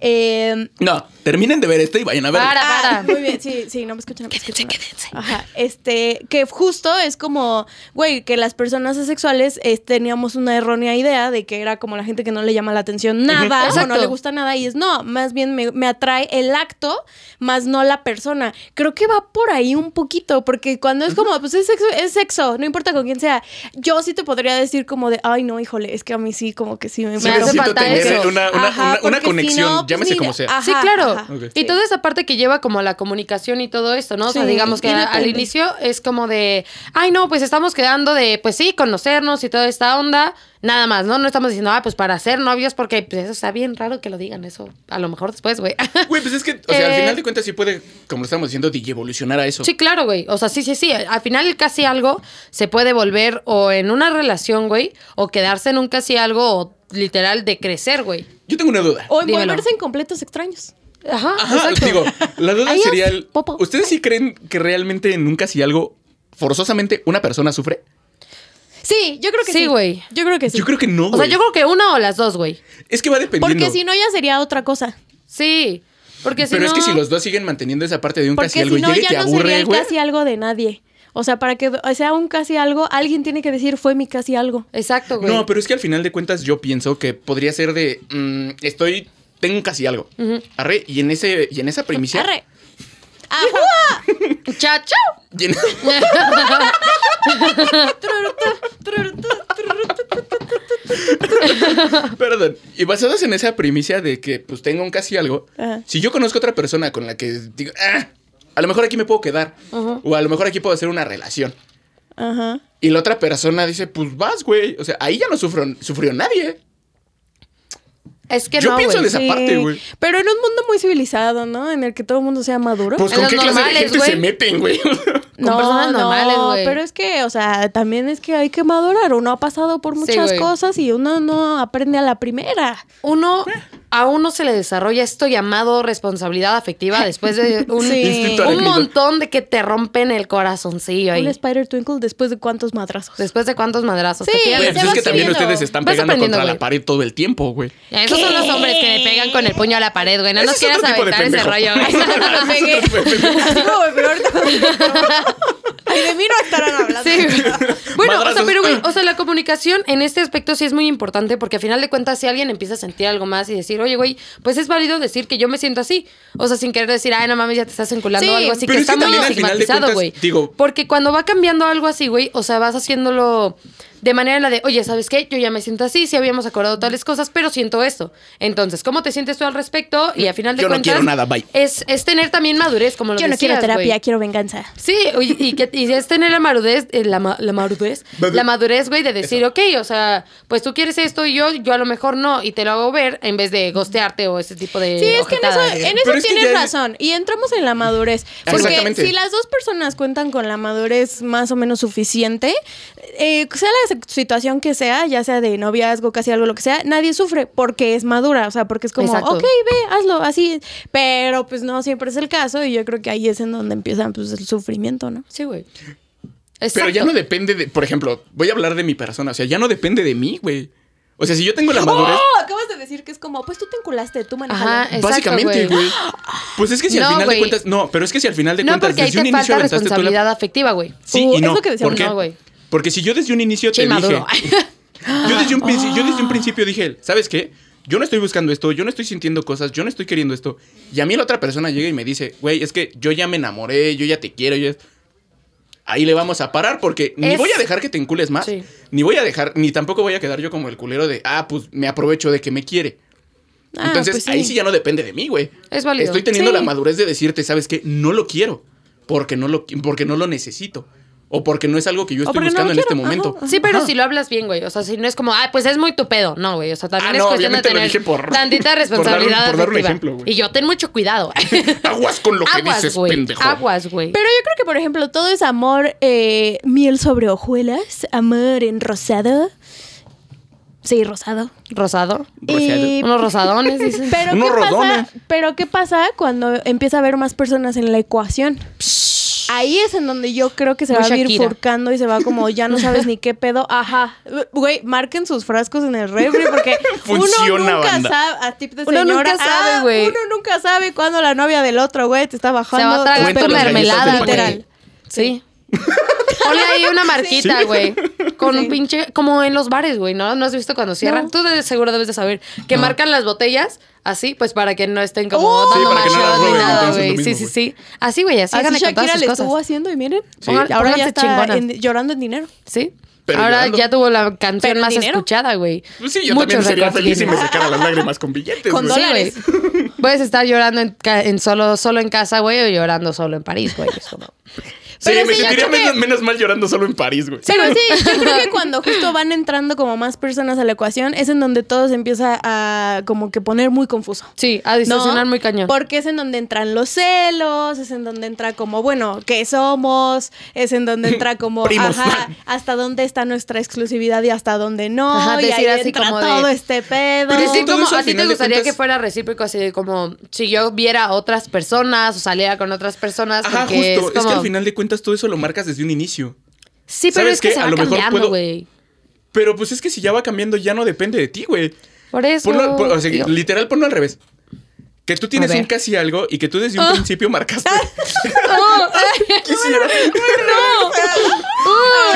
Speaker 2: Eh,
Speaker 3: No, terminen de ver este y vayan a ver.
Speaker 1: Para,
Speaker 2: ah,
Speaker 1: para.
Speaker 2: muy bien. sí, sí, sí, no me escuchan. no me escuchan. Ajá, este, que justo es como, güey, que las personas asexuales eh, teníamos una errónea idea de que era como la gente que no le llama la atención nada o no
Speaker 1: Exacto.
Speaker 2: le gusta nada y es, no, más bien me, me atrae el acto, más no la persona. Creo que va por ahí un poquito, porque cuando es como, pues es sexo, es sexo, no importa con quién sea, yo sí te podría decir como de, ay, no, híjole, es que a mí sí, como que sí me,
Speaker 1: me hace
Speaker 3: necesito
Speaker 1: falta
Speaker 3: tener
Speaker 1: eso.
Speaker 3: una, una-
Speaker 2: Ajá,
Speaker 3: una- una
Speaker 2: porque si
Speaker 3: conexión,
Speaker 2: no, pues
Speaker 3: llámese
Speaker 2: ni-
Speaker 3: como sea.
Speaker 2: ajá.
Speaker 1: sí, claro.
Speaker 3: ajá. Ok.
Speaker 1: Y
Speaker 2: Sí.
Speaker 1: toda esa parte que lleva como a la comunicación y todo esto, ¿no? O sea,
Speaker 2: Sí,
Speaker 1: digamos que
Speaker 2: y
Speaker 1: a-
Speaker 2: depende.
Speaker 1: al inicio es como de, ay, no, pues estamos quedando de, pues sí, conocernos y toda esta onda, nada más, ¿no? No estamos diciendo, ah, pues para ser novios, porque pues, eso está bien raro que lo digan, eso a lo mejor después, güey.
Speaker 3: Güey, pues es que, o sea, al
Speaker 1: Eh,
Speaker 3: final de cuentas sí puede, como lo estamos diciendo, evolucionar a eso.
Speaker 1: Sí, claro, güey. O sea, sí, sí, sí. Al final casi algo se puede volver o en una relación, güey, o quedarse en un casi algo o literal de crecer, güey.
Speaker 3: Yo tengo una duda.
Speaker 2: O
Speaker 1: Dímelo.
Speaker 2: envolverse en completos extraños.
Speaker 1: Ajá,
Speaker 3: Ajá,
Speaker 1: Oh, exacto.
Speaker 3: digo, la duda
Speaker 1: Ahí es,
Speaker 3: sería el-
Speaker 1: popo.
Speaker 3: ¿Ustedes sí creen que realmente nunca si algo forzosamente una persona sufre?
Speaker 2: Sí, yo creo que
Speaker 1: Sí,
Speaker 2: sí.
Speaker 1: güey.
Speaker 2: Yo creo que sí.
Speaker 3: Yo creo que no,
Speaker 1: O sea,
Speaker 3: güey.
Speaker 1: yo creo que una o las dos, güey.
Speaker 3: Es que va dependiendo.
Speaker 2: Porque si no, ya sería otra cosa.
Speaker 1: Sí. Porque si
Speaker 3: Pero
Speaker 1: no...
Speaker 3: es que si los dos siguen manteniendo esa parte de un
Speaker 2: Porque
Speaker 3: casi
Speaker 2: si
Speaker 3: algo y
Speaker 2: no,
Speaker 3: llega y
Speaker 2: ya
Speaker 3: te
Speaker 2: no sería
Speaker 3: aburre,
Speaker 2: el
Speaker 3: güey.
Speaker 2: casi algo de nadie. O sea, para que sea un casi algo, alguien tiene que decir fue mi casi algo.
Speaker 1: Exacto, güey.
Speaker 3: No, pero es que al final de cuentas yo pienso que podría ser de mm, estoy tengo un casi algo. Arre, y en ese y en esa premisa
Speaker 2: Arre. Ajá.
Speaker 1: Chacho.
Speaker 3: y en- Perdón. Y basadas en esa primicia de que pues tengo un casi algo,
Speaker 2: Ajá.
Speaker 3: si yo conozco a otra persona con la que digo, "Ah, a lo mejor aquí me puedo quedar o a lo mejor aquí puedo hacer una relación.
Speaker 2: Ajá.
Speaker 3: Y la otra persona dice, "Pues vas, güey." O sea, ahí ya no sufrió sufrió nadie.
Speaker 1: es que
Speaker 3: Yo
Speaker 1: no,
Speaker 3: pienso
Speaker 1: güey.
Speaker 3: en esa parte, güey.
Speaker 2: Pero en un mundo muy civilizado, ¿no? En el que todo el mundo sea maduro.
Speaker 3: Pues
Speaker 1: En
Speaker 3: con
Speaker 1: los
Speaker 3: qué clase de
Speaker 1: normales,
Speaker 3: gente
Speaker 1: güey.
Speaker 3: se meten, güey.
Speaker 1: con personas normales, güey.
Speaker 2: pero es que, o sea, también es que hay que madurar. Uno ha pasado por
Speaker 1: Sí,
Speaker 2: muchas
Speaker 1: güey.
Speaker 2: cosas y uno no aprende a la primera.
Speaker 3: Eh.
Speaker 1: Uno, a uno se le desarrolla esto llamado responsabilidad afectiva después de un,
Speaker 2: Sí.
Speaker 3: Instinto
Speaker 1: un
Speaker 3: arácnido.
Speaker 1: montón de que te rompen el corazoncillo
Speaker 2: Un
Speaker 1: ahí.
Speaker 2: Spider Twinkle después de cuántos madrazos.
Speaker 1: Después de cuántos madrazos
Speaker 2: Sí,
Speaker 1: te tiran.
Speaker 3: Güey, pues
Speaker 2: se
Speaker 3: es
Speaker 2: va
Speaker 3: que también
Speaker 2: subiendo.
Speaker 3: ustedes se están
Speaker 1: Vas
Speaker 3: pegando
Speaker 1: aprendiendo,
Speaker 3: contra la
Speaker 1: güey.
Speaker 3: pared todo el tiempo, güey.
Speaker 1: Esos son los hombres que le pegan con el puño a la pared, güey. No nos
Speaker 3: Ese es
Speaker 1: quieras
Speaker 3: otro tipo de
Speaker 1: aventar ese rollo.
Speaker 3: pendejo.
Speaker 1: güey.
Speaker 2: pegué. Así como me pegó ahorita. Ay, de mí no estarán hablando.
Speaker 1: Sí. güey. Bueno, o sea,
Speaker 3: Madrazos.
Speaker 1: pero, güey, o sea, la comunicación en este aspecto sí es muy importante porque a final de cuentas, si alguien empieza a sentir algo más y decir, oye, güey, pues es válido decir que yo me siento así. O sea, sin querer decir, ay, no mames, ya te estás enculando
Speaker 2: Sí,
Speaker 1: o algo así,
Speaker 3: pero
Speaker 1: que
Speaker 3: es que
Speaker 1: está muy
Speaker 3: también al final de
Speaker 1: estigmatizado,
Speaker 3: cuentas,
Speaker 1: güey.
Speaker 3: digo-
Speaker 1: Porque cuando va cambiando algo así, güey, o sea, vas haciéndolo de manera en la de, oye, ¿sabes qué? Yo ya me siento así, sí habíamos acordado tales cosas, pero siento esto. Entonces, ¿cómo te sientes tú al respecto? Y al final de
Speaker 3: Yo no
Speaker 1: cuentas.
Speaker 3: quiero nada, bye.
Speaker 1: Es, es tener también madurez, como lo
Speaker 2: Yo no quiero
Speaker 1: decías,
Speaker 2: terapia,
Speaker 1: güey.
Speaker 2: quiero venganza.
Speaker 1: Sí, y, y que, y es tener la madurez, eh, la, ma- la madurez,
Speaker 3: Madu-
Speaker 1: la madurez, güey, de decir, ok, o sea, pues tú quieres esto y yo, yo a lo mejor no, y te lo hago ver en vez de gostearte o ese tipo de
Speaker 2: Sí, eh. es que en eso,
Speaker 1: ojetadas.
Speaker 2: en
Speaker 3: Pero
Speaker 2: eso
Speaker 3: es que
Speaker 2: tienes
Speaker 3: ya-
Speaker 2: razón. Y entramos en la madurez. Porque
Speaker 3: Exactamente.
Speaker 2: si las dos personas cuentan con la madurez más o menos suficiente, eh, sea la se- situación que sea, ya sea de noviazgo, casi algo, lo que sea, nadie sufre porque es madura. O sea, porque es como,
Speaker 1: Exacto.
Speaker 2: ok, ve, hazlo, así. Pero pues no siempre es el caso. Y yo creo que ahí es en donde empiezan pues, el sufrimiento, ¿no?
Speaker 1: Sí, güey.
Speaker 3: Pero ya
Speaker 1: Exacto.
Speaker 3: no depende de, por ejemplo, voy a hablar de mi persona, o sea, ya no depende de mí, güey. O sea, si yo tengo la madurez,
Speaker 2: ¡Oh! Acabas de decir que es como, pues tú te enculaste, tú Ah,
Speaker 1: Ajá,
Speaker 2: manejaste.
Speaker 1: exacto,
Speaker 3: básicamente, güey. Pues es que si
Speaker 1: No,
Speaker 3: al final
Speaker 1: güey.
Speaker 3: de cuentas, no, pero es que si al final de
Speaker 1: No,
Speaker 3: cuentas
Speaker 1: porque ahí
Speaker 3: desde un
Speaker 1: te
Speaker 3: inicio
Speaker 1: falta
Speaker 3: aventaste tú
Speaker 1: responsabilidad
Speaker 3: la
Speaker 1: afectiva, güey.
Speaker 3: Sí,
Speaker 2: Uh,
Speaker 3: y no,
Speaker 2: es lo que decíamos,
Speaker 3: ¿por qué?
Speaker 1: no, güey.
Speaker 3: Porque si yo desde un inicio
Speaker 1: Che,
Speaker 3: te dije,
Speaker 1: maduro.
Speaker 3: yo desde, un princi- yo
Speaker 2: Ah.
Speaker 3: desde un principio dije, ¿sabes qué? Yo no estoy buscando esto, yo no estoy sintiendo cosas, yo no estoy queriendo esto. Y a mí la otra persona llega y me dice, güey, es que yo ya me enamoré, yo ya te quiero, yo... Ahí le vamos a parar porque ni
Speaker 1: Es-
Speaker 3: voy a dejar que te encules más,
Speaker 1: Sí.
Speaker 3: ni voy a dejar, ni tampoco voy a quedar yo como el culero de, ah, pues me aprovecho de que me quiere.
Speaker 2: Ah,
Speaker 3: Entonces
Speaker 2: pues
Speaker 3: ahí sí ya no depende de mí, güey.
Speaker 1: Es válido.
Speaker 3: Estoy teniendo
Speaker 2: Sí.
Speaker 3: la madurez de decirte, ¿sabes qué? No lo quiero porque no lo, qui- porque no lo necesito o porque no es algo que yo
Speaker 2: O
Speaker 3: estoy
Speaker 2: porque no
Speaker 3: buscando
Speaker 2: lo
Speaker 3: en este
Speaker 2: quiero, ajá,
Speaker 3: momento.
Speaker 2: ajá.
Speaker 1: Sí, pero
Speaker 3: Ajá.
Speaker 1: si lo hablas bien, güey. O sea, si no es como, ah, pues es muy tu pedo. No, güey. O sea, también
Speaker 3: Ah,
Speaker 1: es
Speaker 3: no,
Speaker 1: cuestión de
Speaker 3: obviamente lo
Speaker 1: tener
Speaker 3: dije por-
Speaker 1: tantita
Speaker 3: por dar un-
Speaker 1: responsabilidad
Speaker 3: por dar un
Speaker 1: afectiva.
Speaker 3: ejemplo, güey.
Speaker 1: y yo ten mucho cuidado.
Speaker 3: Aguas con lo que
Speaker 1: Aguas,
Speaker 3: dices,
Speaker 1: güey.
Speaker 3: pendejo.
Speaker 1: Aguas, güey.
Speaker 2: Pero yo creo que, por ejemplo, todo es amor, eh, miel sobre hojuelas, amor en rosado. Sí, rosado.
Speaker 1: Rosado.
Speaker 3: Rosado.
Speaker 2: Y-
Speaker 1: Unos rosadones, dicen.
Speaker 2: Pero
Speaker 3: Unos
Speaker 2: ¿qué, pasa,
Speaker 3: rodones.
Speaker 2: pero ¿qué pasa cuando empieza a haber más personas en la ecuación? Ahí es en donde yo creo que se
Speaker 1: Muy
Speaker 2: va a ir
Speaker 1: Shakira.
Speaker 2: furcando y se va como, ya no sabes ni qué pedo. Ajá. Güey, marquen sus frascos en el refri porque
Speaker 3: Funciona,
Speaker 2: uno nunca
Speaker 3: banda.
Speaker 2: sabe, a tip de
Speaker 1: Uno
Speaker 2: señora,
Speaker 1: nunca sabe,
Speaker 2: ah,
Speaker 1: güey.
Speaker 2: Uno nunca sabe cuándo la novia del otro, güey, te está bajando.
Speaker 1: Se va a tragar
Speaker 3: Cuenta
Speaker 1: tu
Speaker 3: las
Speaker 1: mermelada,
Speaker 3: galletas del
Speaker 1: güey. Sí. Ponle ahí una marquita, güey. Con un
Speaker 2: Sí.
Speaker 1: pinche. Como en los bares, güey, ¿no? ¿No has visto cuando cierran? Tú de seguro debes de saber. Que marcan las botellas así, pues para que no estén como
Speaker 2: Oh.
Speaker 1: dando
Speaker 2: Sí, para
Speaker 1: más
Speaker 2: que no las
Speaker 1: shots ni
Speaker 2: roben,
Speaker 1: nada,
Speaker 3: entonces, lo
Speaker 1: güey.
Speaker 3: mismo,
Speaker 1: Sí, sí,
Speaker 3: güey.
Speaker 1: sí. Así, güey, así,
Speaker 2: Así
Speaker 1: háganle con todas
Speaker 2: Shakira
Speaker 1: sus
Speaker 2: le
Speaker 1: cosas.
Speaker 2: estuvo haciendo y miren,
Speaker 3: Sí.
Speaker 2: pongan- ahora ya
Speaker 1: Pónganse
Speaker 2: está
Speaker 1: chingonas.
Speaker 2: en- llorando en dinero.
Speaker 1: Sí.
Speaker 3: Pero
Speaker 1: Ahora
Speaker 3: llorando.
Speaker 1: ya tuvo la canción
Speaker 2: Pero
Speaker 1: más
Speaker 2: dinero.
Speaker 1: escuchada, güey.
Speaker 3: Pues sí, yo
Speaker 1: Muchos
Speaker 3: también sería
Speaker 1: récords
Speaker 3: feliz si me
Speaker 1: Guinness.
Speaker 3: sacara las lágrimas con billetes,
Speaker 2: Con
Speaker 3: güey.
Speaker 2: dólares.
Speaker 1: Sí, güey. Puedes estar llorando en, ca- en solo, solo en casa, güey, o llorando solo en París, güey. Es como-
Speaker 3: Sí,
Speaker 2: Pero
Speaker 3: me
Speaker 2: sí, yo
Speaker 3: sentiría
Speaker 2: creo que-
Speaker 3: menos, menos mal llorando solo en París, güey.
Speaker 2: Pero sí, yo creo que cuando justo van entrando como más personas a la ecuación, es en donde todo se empieza a como que poner muy confuso.
Speaker 1: Sí, a
Speaker 2: ¿no?
Speaker 1: distorsionar muy cañón.
Speaker 2: Porque es en donde entran los celos, es en donde entra como, bueno, ¿qué somos? Es en donde entra como,
Speaker 3: Primos.
Speaker 2: ajá, hasta dónde está nuestra exclusividad y hasta dónde no.
Speaker 1: Ajá,
Speaker 2: y ahí
Speaker 1: decir así
Speaker 2: entra
Speaker 1: como de-
Speaker 2: todo este pedo.
Speaker 3: Pero
Speaker 1: Decir
Speaker 3: todo
Speaker 1: como,
Speaker 3: eso al
Speaker 1: a ti te
Speaker 3: final de
Speaker 1: gustaría
Speaker 3: cuentas-
Speaker 1: que fuera recíproco, así de como si yo viera a otras personas o saliera con otras personas.
Speaker 3: Ajá, justo.
Speaker 1: porque
Speaker 3: Es,
Speaker 1: Es, como,
Speaker 3: que al final de cuentas todo eso lo marcas desde un inicio.
Speaker 1: Sí, pero
Speaker 3: ¿sabes
Speaker 1: es que
Speaker 3: qué?
Speaker 1: se
Speaker 3: A
Speaker 1: va
Speaker 3: lo mejor
Speaker 1: cambiando,
Speaker 3: puedo-
Speaker 1: güey.
Speaker 3: Pero pues es que si ya va cambiando, ya no depende de ti, güey.
Speaker 1: Por eso.
Speaker 3: Ponlo- pon- o sea,
Speaker 1: digo,
Speaker 3: literal, ponlo al revés. Que tú tienes
Speaker 1: ver.
Speaker 3: un casi algo y que tú desde un principio marcaste. Quisiera. que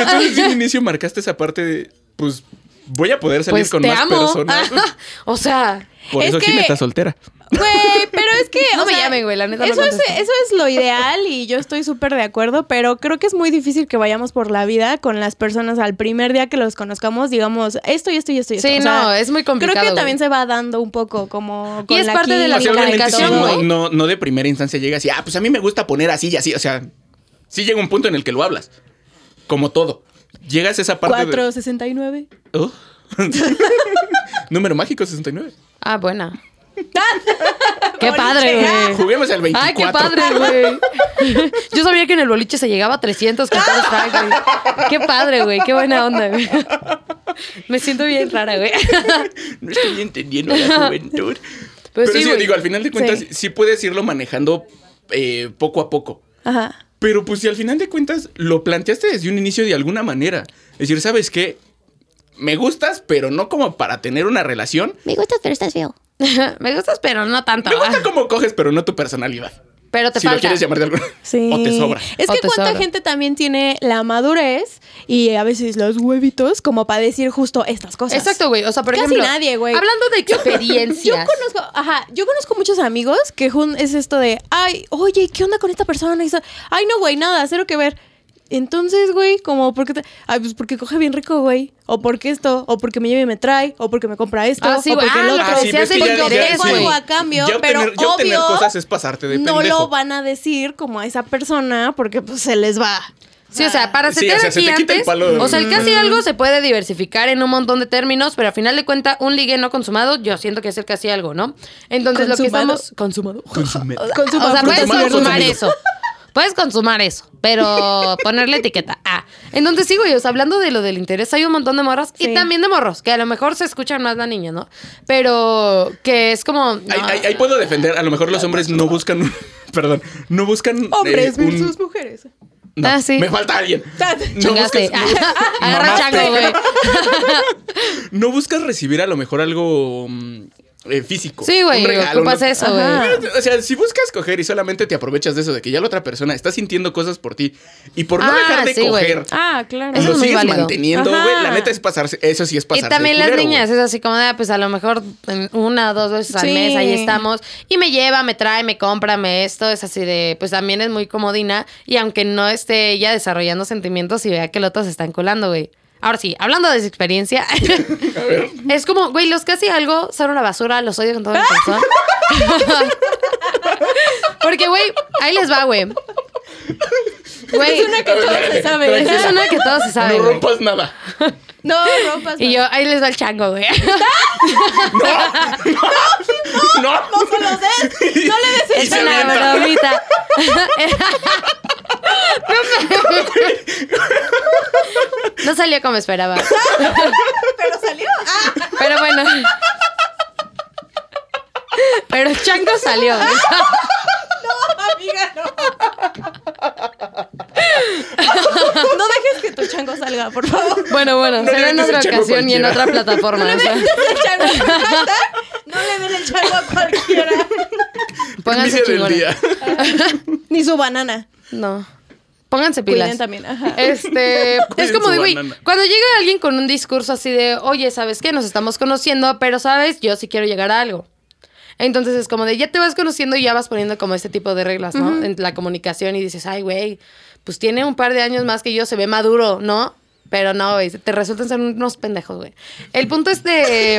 Speaker 3: tú desde un inicio marcaste esa parte de, pues, voy a poder salir
Speaker 1: pues
Speaker 3: con
Speaker 1: te
Speaker 3: más
Speaker 1: amo.
Speaker 3: personas.
Speaker 1: o sea,
Speaker 3: Por
Speaker 2: Es
Speaker 3: eso
Speaker 2: que-
Speaker 3: Jimmy está soltera.
Speaker 2: Güey, pero es que.
Speaker 1: No
Speaker 2: o
Speaker 1: me
Speaker 2: sea,
Speaker 1: llamen, güey, la neta no
Speaker 2: Eso, es,
Speaker 1: contesto.
Speaker 2: eso es lo ideal y yo estoy súper de acuerdo, pero creo que es muy difícil que vayamos por la vida con las personas al primer día que los conozcamos, digamos, esto y esto y esto y esto.
Speaker 1: Sí,
Speaker 2: O sea,
Speaker 1: no, es muy complicado,
Speaker 2: Creo que
Speaker 1: güey.
Speaker 2: también se va dando un poco como.
Speaker 1: es parte de la
Speaker 3: O sea,
Speaker 2: química y
Speaker 3: obviamente sí,
Speaker 1: comunicación,
Speaker 2: todo.
Speaker 3: no,
Speaker 1: güey.
Speaker 3: no, no de primera instancia llegas y, ah, pues a mí me gusta poner así y así. O sea, sí llega un punto en el que lo hablas. Como todo. Llegas a esa parte de...
Speaker 2: 469.
Speaker 3: Oh. Número mágico 69.
Speaker 1: ah, buena. qué padre, güey.
Speaker 3: Juguemos al 24.
Speaker 1: Ay, qué padre, güey. Yo sabía que en el boliche se llegaba a 300 con todos frank, güey. Qué padre, güey. Qué buena onda, güey. Me siento bien rara, güey.
Speaker 3: No estoy entendiendo la juventud. Pero
Speaker 1: Pues
Speaker 3: sí,
Speaker 1: sí, güey.
Speaker 3: digo, al final de cuentas, sí,
Speaker 2: Sí.
Speaker 3: puedes irlo manejando eh, poco a poco.
Speaker 2: Ajá.
Speaker 3: Pero pues si al final de cuentas lo planteaste desde un inicio de alguna manera. Es decir, ¿sabes qué? Me gustas, pero no como para tener una relación.
Speaker 4: Me gustas, pero estás feo.
Speaker 1: Me gustas, pero no tanto. ah.
Speaker 3: Me gusta cómo coges, pero no tu personalidad.
Speaker 1: Pero te
Speaker 3: si lo
Speaker 1: falta.
Speaker 3: quieres llamar de alguna.
Speaker 2: Sí.
Speaker 3: O te sobra.
Speaker 2: Es
Speaker 1: O
Speaker 2: que
Speaker 1: te
Speaker 2: cuánta
Speaker 1: sobra.
Speaker 2: gente también tiene la madurez y a veces los huevitos como para decir justo estas cosas.
Speaker 1: Exacto, güey. O sea, por
Speaker 2: Casi
Speaker 1: ejemplo.
Speaker 2: nadie, güey.
Speaker 1: Hablando de experiencias.
Speaker 2: Yo conozco, ajá, yo conozco muchos amigos que jun- es esto de, ay, oye, ¿qué onda con esta persona? Y eso, Ay, no, güey, nada, cero que ver. Entonces, güey, como, ¿por qué te- Ay, pues porque coge bien rico, güey. O porque esto, o porque me lleva y me trae, o porque me compra esto,
Speaker 1: Ah, sí,
Speaker 2: o
Speaker 1: güey.
Speaker 2: porque el
Speaker 1: Ah,
Speaker 2: otro.
Speaker 1: lo que decías
Speaker 3: ves que
Speaker 1: del
Speaker 3: ya- ya-
Speaker 1: interés,
Speaker 3: sí.
Speaker 1: güey.
Speaker 2: a cambio,
Speaker 3: Ya
Speaker 2: pero
Speaker 3: obtener- ya obtener
Speaker 2: obvio,
Speaker 3: cosas es pasarte de
Speaker 2: no
Speaker 3: pendejo.
Speaker 2: lo van a decir como a esa persona porque pues se les va.
Speaker 1: Sí, o sea, para
Speaker 3: Sí,
Speaker 1: setear
Speaker 3: o sea, se
Speaker 1: aquí
Speaker 3: te quita el
Speaker 1: antes,
Speaker 3: palo.
Speaker 1: o sea, el casi algo se puede diversificar en un montón de términos, pero a final de cuenta un ligue no consumado, yo siento que es el casi algo, ¿no? Entonces lo que
Speaker 2: Consumado.
Speaker 1: estamos consumado.
Speaker 3: Consume-
Speaker 2: Consuma
Speaker 1: o sea, puedes
Speaker 2: frutas y
Speaker 1: consumar
Speaker 2: verduras.
Speaker 3: consumido.
Speaker 1: eso. Puedes consumar eso, pero ponerle etiqueta. Ah, entonces sí, güey, o sea, hablando de lo del interés, hay un montón de morras y
Speaker 2: Sí.
Speaker 1: también de morros, que a lo mejor se escuchan más la niña, ¿no? Pero que es como... no,
Speaker 3: Ahí, ahí- ahí puedo defender. A lo mejor los hombres no buscan. un- Perdón. No buscan. eh,
Speaker 2: Hombres
Speaker 3: un-
Speaker 2: versus mujeres.
Speaker 3: no,
Speaker 1: Ah, sí.
Speaker 3: Me falta alguien. No
Speaker 1: Chingaste.
Speaker 3: buscas-
Speaker 1: Agarra
Speaker 3: Mamaste.
Speaker 1: chango, güey.
Speaker 3: no buscas recibir a lo mejor algo mm, eh, físico.
Speaker 1: Sí, güey,
Speaker 3: Un regalo,
Speaker 1: ocupas
Speaker 3: ¿no? Ah,
Speaker 1: eso,
Speaker 2: Ajá.
Speaker 1: güey.
Speaker 3: O sea, si buscas coger y solamente te aprovechas de eso, de que ya la otra persona está sintiendo cosas por ti y por no
Speaker 1: Ah,
Speaker 3: dejar de
Speaker 1: sí, güey.
Speaker 3: coger,
Speaker 2: Ah, claro.
Speaker 1: Eso
Speaker 3: lo
Speaker 1: es muy
Speaker 3: sigues
Speaker 1: válido.
Speaker 3: manteniendo,
Speaker 2: Ajá.
Speaker 3: güey. La neta es pasarse. Eso sí es
Speaker 1: Y
Speaker 3: pasarse. de
Speaker 1: también las
Speaker 3: culero,
Speaker 1: niñas,
Speaker 3: güey.
Speaker 1: es así como, de, pues a lo mejor en una o dos veces al
Speaker 2: Sí.
Speaker 1: mes ahí estamos. Y me lleva, me trae, me compra, me esto. Es así de, pues también es muy comodina. Y aunque no esté ella desarrollando sentimientos y vea que el otro se está enculando, güey. Ahora sí, hablando de su experiencia, es como, güey, los casi algo son una basura, los odio con todo mi corazón. Porque, güey, ahí les va, güey. Güey,
Speaker 2: que todos se saben.
Speaker 1: esa es una que todos se saben.
Speaker 3: No
Speaker 1: güey.
Speaker 3: rompas nada.
Speaker 2: No rompas.
Speaker 1: Y yo, ahí les va el chango, güey.
Speaker 3: No.
Speaker 2: No se los des. No le des
Speaker 1: Es
Speaker 3: se
Speaker 1: una
Speaker 3: avienta.
Speaker 1: bromita. no salió como esperaba.
Speaker 2: Pero salió. Ah,
Speaker 1: Pero bueno. Pero el chango salió.
Speaker 2: no, amiga, no. No dejes que tu chango salga, por favor.
Speaker 1: Bueno, bueno,
Speaker 3: No le
Speaker 1: será en
Speaker 3: metes
Speaker 1: otra
Speaker 3: el chango a
Speaker 1: ocasión y en
Speaker 3: cualquiera.
Speaker 1: otra plataforma. o sea,
Speaker 2: El chango a cualquiera. No le den el chango a cualquiera.
Speaker 1: pónganse
Speaker 3: Envidia del
Speaker 1: chingones.
Speaker 3: día.
Speaker 2: Ni su banana.
Speaker 1: No. Pónganse
Speaker 2: Cuiden
Speaker 1: pilas.
Speaker 2: también. Ajá.
Speaker 1: Este, es
Speaker 3: Cuiden
Speaker 1: como
Speaker 3: su
Speaker 1: de, güey,
Speaker 3: banana.
Speaker 1: cuando llega alguien con un discurso así de, oye, ¿sabes qué? Nos estamos conociendo, pero, ¿sabes? Yo sí quiero llegar a algo. Entonces es como de, ya te vas conociendo y ya vas poniendo como este tipo de reglas, ¿no? En la comunicación y dices, ay, güey, pues tiene un par de años más que yo, se ve maduro, ¿no? Pero no, güey, te resultan ser unos pendejos, güey. El punto es de...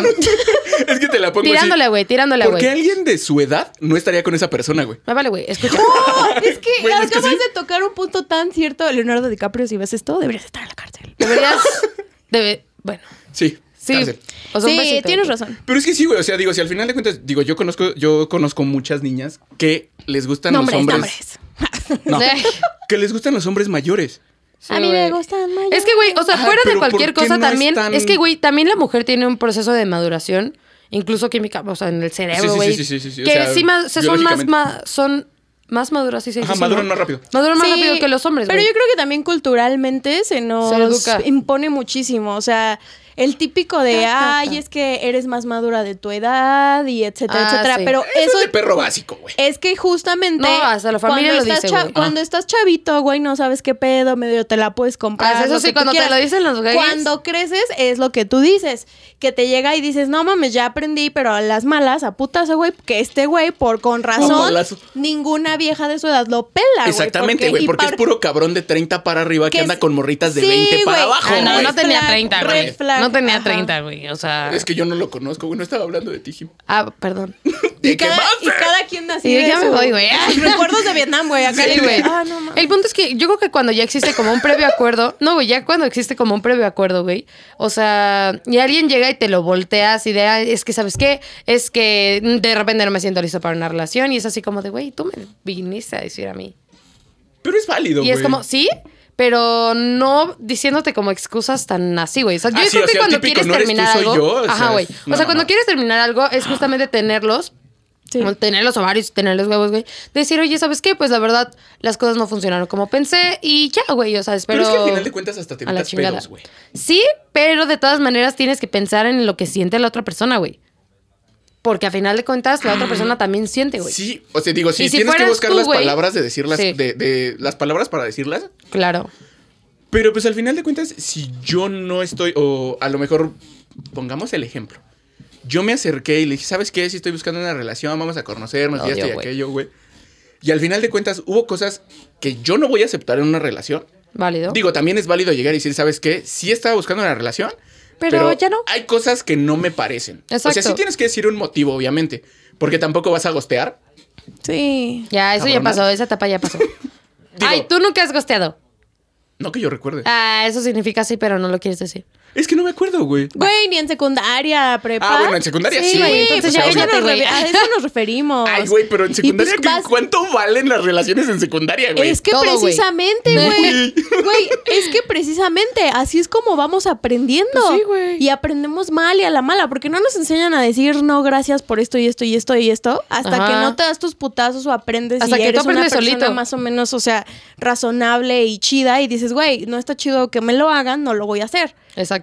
Speaker 3: Es que te la pongo así.
Speaker 1: tirándole, güey, tirándole,
Speaker 3: pues, ¿Por qué
Speaker 1: güey.
Speaker 3: alguien de su edad no estaría con esa persona, güey?
Speaker 1: Me vale, güey, escucha.
Speaker 2: Oh, es que
Speaker 3: Güey, es
Speaker 2: acabas
Speaker 3: que sí.
Speaker 2: de tocar un punto tan cierto. Leonardo DiCaprio, si ves esto, deberías estar en la cárcel.
Speaker 1: Deberías... Debe... Bueno,
Speaker 3: Sí.
Speaker 1: sí.
Speaker 3: cárcel.
Speaker 1: O sea, un
Speaker 2: sí,
Speaker 1: besito,
Speaker 2: tienes
Speaker 1: güey.
Speaker 2: razón.
Speaker 3: Pero es que sí, güey. O sea, digo, si al final de cuentas, digo, yo conozco, yo conozco muchas niñas que les gustan los hombres. No,
Speaker 1: Sí.
Speaker 3: que les gustan los hombres mayores.
Speaker 1: Sí,
Speaker 2: a mí
Speaker 1: güey.
Speaker 2: me gustan mayores.
Speaker 1: Es que, güey, o sea,
Speaker 3: Ajá,
Speaker 1: fuera de
Speaker 3: pero
Speaker 1: cualquier
Speaker 3: ¿por qué
Speaker 1: cosa
Speaker 3: no es
Speaker 1: también.
Speaker 3: tan-
Speaker 1: Es que, güey, también la mujer tiene un proceso de maduración, incluso química, o sea, en el
Speaker 3: Sí, sí,
Speaker 1: cerebro,
Speaker 3: sí,
Speaker 1: güey.
Speaker 3: sí, sí, sí, sí, o
Speaker 1: Que
Speaker 3: sea,
Speaker 1: sí más- se son más,
Speaker 3: biológicamente.
Speaker 1: ma- son más maduras, sí, sí.
Speaker 3: Ajá,
Speaker 1: sí,
Speaker 3: maduran
Speaker 1: ¿no?
Speaker 3: más rápido.
Speaker 1: Maduran más
Speaker 2: Sí,
Speaker 1: rápido que los hombres,
Speaker 2: Pero
Speaker 1: güey.
Speaker 2: yo creo que también culturalmente se nos
Speaker 1: educa.
Speaker 2: impone muchísimo. O sea, el típico de, ay, es que eres más madura de tu edad y etcétera,
Speaker 1: Ah,
Speaker 2: etcétera.
Speaker 1: sí.
Speaker 2: Pero
Speaker 3: Eso
Speaker 2: eso
Speaker 3: es de perro básico, güey.
Speaker 2: es que justamente.
Speaker 1: No, hasta la familia
Speaker 2: cuando
Speaker 1: lo
Speaker 2: estás
Speaker 1: dice,
Speaker 2: cha-
Speaker 1: güey. Ah.
Speaker 2: Cuando estás chavito, güey, no sabes qué pedo, medio te la puedes comprar.
Speaker 1: Ah, eso
Speaker 2: lo
Speaker 1: sí,
Speaker 2: que tú
Speaker 1: cuando te
Speaker 2: quieras.
Speaker 1: lo dicen los güeyes.
Speaker 2: Cuando creces, es lo que tú dices. Que te llega y dices, no mames, ya aprendí, pero a las malas, a putazo, güey, que este güey, por con razón,
Speaker 3: palazo.
Speaker 2: ninguna vieja de su edad lo pela, Ah, güey.
Speaker 3: Exactamente, güey.
Speaker 2: y
Speaker 3: Porque, es
Speaker 2: par-
Speaker 3: puro cabrón de 30 para arriba que
Speaker 2: que
Speaker 3: anda
Speaker 2: es-
Speaker 3: con morritas de
Speaker 2: Sí,
Speaker 3: 20 para
Speaker 2: güey.
Speaker 3: abajo,
Speaker 1: Ah, no,
Speaker 3: güey.
Speaker 1: no tenía
Speaker 2: Red
Speaker 1: 30,
Speaker 2: flag,
Speaker 1: güey.
Speaker 2: red flag,
Speaker 1: No tenía
Speaker 2: ajá.
Speaker 1: 30, güey. O sea.
Speaker 3: Es que yo no lo conozco, güey. No estaba hablando de ti, Jim.
Speaker 1: Ah, perdón.
Speaker 3: ¿De
Speaker 2: Y
Speaker 3: qué
Speaker 2: cada,
Speaker 3: más?
Speaker 2: y cada quien así.
Speaker 1: Y yo
Speaker 2: de
Speaker 1: ya me
Speaker 2: su-
Speaker 1: voy, güey.
Speaker 2: sus Recuerdos de Vietnam, güey. Acá
Speaker 1: Sí,
Speaker 2: de-
Speaker 1: güey.
Speaker 2: Ah, no mames.
Speaker 1: El punto es que yo creo que cuando ya existe como un previo acuerdo, no, güey, ya cuando existe como un previo acuerdo, güey, o sea, y alguien llega y te lo volteas y de, "Ah, es que, ¿sabes qué? Es que de repente no me siento listo para una relación y es así como de, güey, tú me viniste a decir a mí.
Speaker 3: Pero es válido,
Speaker 1: Y
Speaker 3: güey.
Speaker 1: es como, sí, pero no diciéndote como excusas tan así, güey. O sea, yo
Speaker 3: Ah, sí,
Speaker 1: creo
Speaker 3: o
Speaker 1: que
Speaker 3: sea,
Speaker 1: cuando
Speaker 3: típico,
Speaker 1: quieres
Speaker 3: no eres tú,
Speaker 1: terminar
Speaker 3: soy
Speaker 1: algo.
Speaker 3: yo, o sea,
Speaker 1: ajá, güey.
Speaker 3: es-
Speaker 1: O
Speaker 3: no,
Speaker 1: sea,
Speaker 3: no,
Speaker 1: cuando
Speaker 3: no.
Speaker 1: quieres terminar algo es justamente tenerlos.
Speaker 2: Sí.
Speaker 1: como Tener los ovarios, tener los huevos, güey. Decir, oye, ¿sabes qué? Pues la verdad, las cosas no funcionaron como pensé y ya, güey. O sea, espero.
Speaker 3: Pero es que al final de cuentas hasta te
Speaker 1: a la
Speaker 3: metas
Speaker 1: chingada.
Speaker 3: pedos, güey.
Speaker 1: Sí, pero de todas maneras tienes que pensar en lo que siente la otra persona, güey. Porque a final de cuentas, la otra persona también siente, güey.
Speaker 3: Sí, o sea, digo,
Speaker 1: Y
Speaker 3: si,
Speaker 1: si
Speaker 3: tienes que
Speaker 1: fueras
Speaker 3: buscar
Speaker 1: tú,
Speaker 3: las
Speaker 1: güey.
Speaker 3: palabras de decirlas,
Speaker 1: Sí.
Speaker 3: de, de las palabras para decirlas.
Speaker 1: Claro.
Speaker 3: Pero pues al final de cuentas, si yo no estoy, o a lo mejor, pongamos el ejemplo. Yo me acerqué y le dije, ¿sabes qué? Si estoy buscando una relación, vamos a conocernos,
Speaker 1: Lo
Speaker 3: y
Speaker 1: odio,
Speaker 3: esto y
Speaker 1: güey.
Speaker 3: aquello, güey. Y al final de cuentas, hubo cosas que yo no voy a aceptar en una relación.
Speaker 1: Válido.
Speaker 3: Digo, también es válido llegar y decir, ¿sabes qué? Sí estaba buscando una relación,
Speaker 1: Pero ya no.
Speaker 3: Hay cosas que no me parecen. O sea,
Speaker 1: Exacto.
Speaker 3: sí tienes que decir un motivo, obviamente. Porque tampoco vas a gostear.
Speaker 2: Sí.
Speaker 1: Ya, eso ya
Speaker 3: Cabrona.
Speaker 1: pasó, esa etapa ya pasó.
Speaker 3: Digo-
Speaker 1: Ay, tú nunca has gosteado.
Speaker 3: No que yo recuerde.
Speaker 1: Ah, eso significa sí, pero no lo quieres decir.
Speaker 3: Es que no me acuerdo, güey.
Speaker 2: Güey, ni en secundaria, prepa.
Speaker 3: Ah, bueno, en secundaria sí,
Speaker 1: Sí,
Speaker 3: güey.
Speaker 1: güey, entonces
Speaker 2: Entonces ya,
Speaker 1: ya
Speaker 2: a, eso
Speaker 1: cállate,
Speaker 2: nos
Speaker 1: güey.
Speaker 2: re- a eso nos referimos.
Speaker 3: Ay, güey, pero en
Speaker 2: Y
Speaker 3: secundaria,
Speaker 2: pues vas-
Speaker 3: ¿cu- ¿cuánto valen las relaciones en secundaria, güey?
Speaker 2: Es que
Speaker 1: Todo, güey.
Speaker 2: precisamente,
Speaker 1: No,
Speaker 2: güey. Güey, es que precisamente así es como vamos aprendiendo.
Speaker 1: Pues sí, güey.
Speaker 2: Y aprendemos mal y a la mala, porque no nos enseñan a decir no, gracias por esto y esto y esto y esto, hasta
Speaker 1: Ajá.
Speaker 2: que no te das tus putazos o aprendes
Speaker 1: Hasta
Speaker 2: y
Speaker 1: que tú
Speaker 2: eres una
Speaker 1: aprendes
Speaker 2: persona
Speaker 1: solito.
Speaker 2: más o menos, o sea, razonable y chida y dices, güey, no está chido que me lo hagan, no lo voy a hacer.
Speaker 1: Exacto.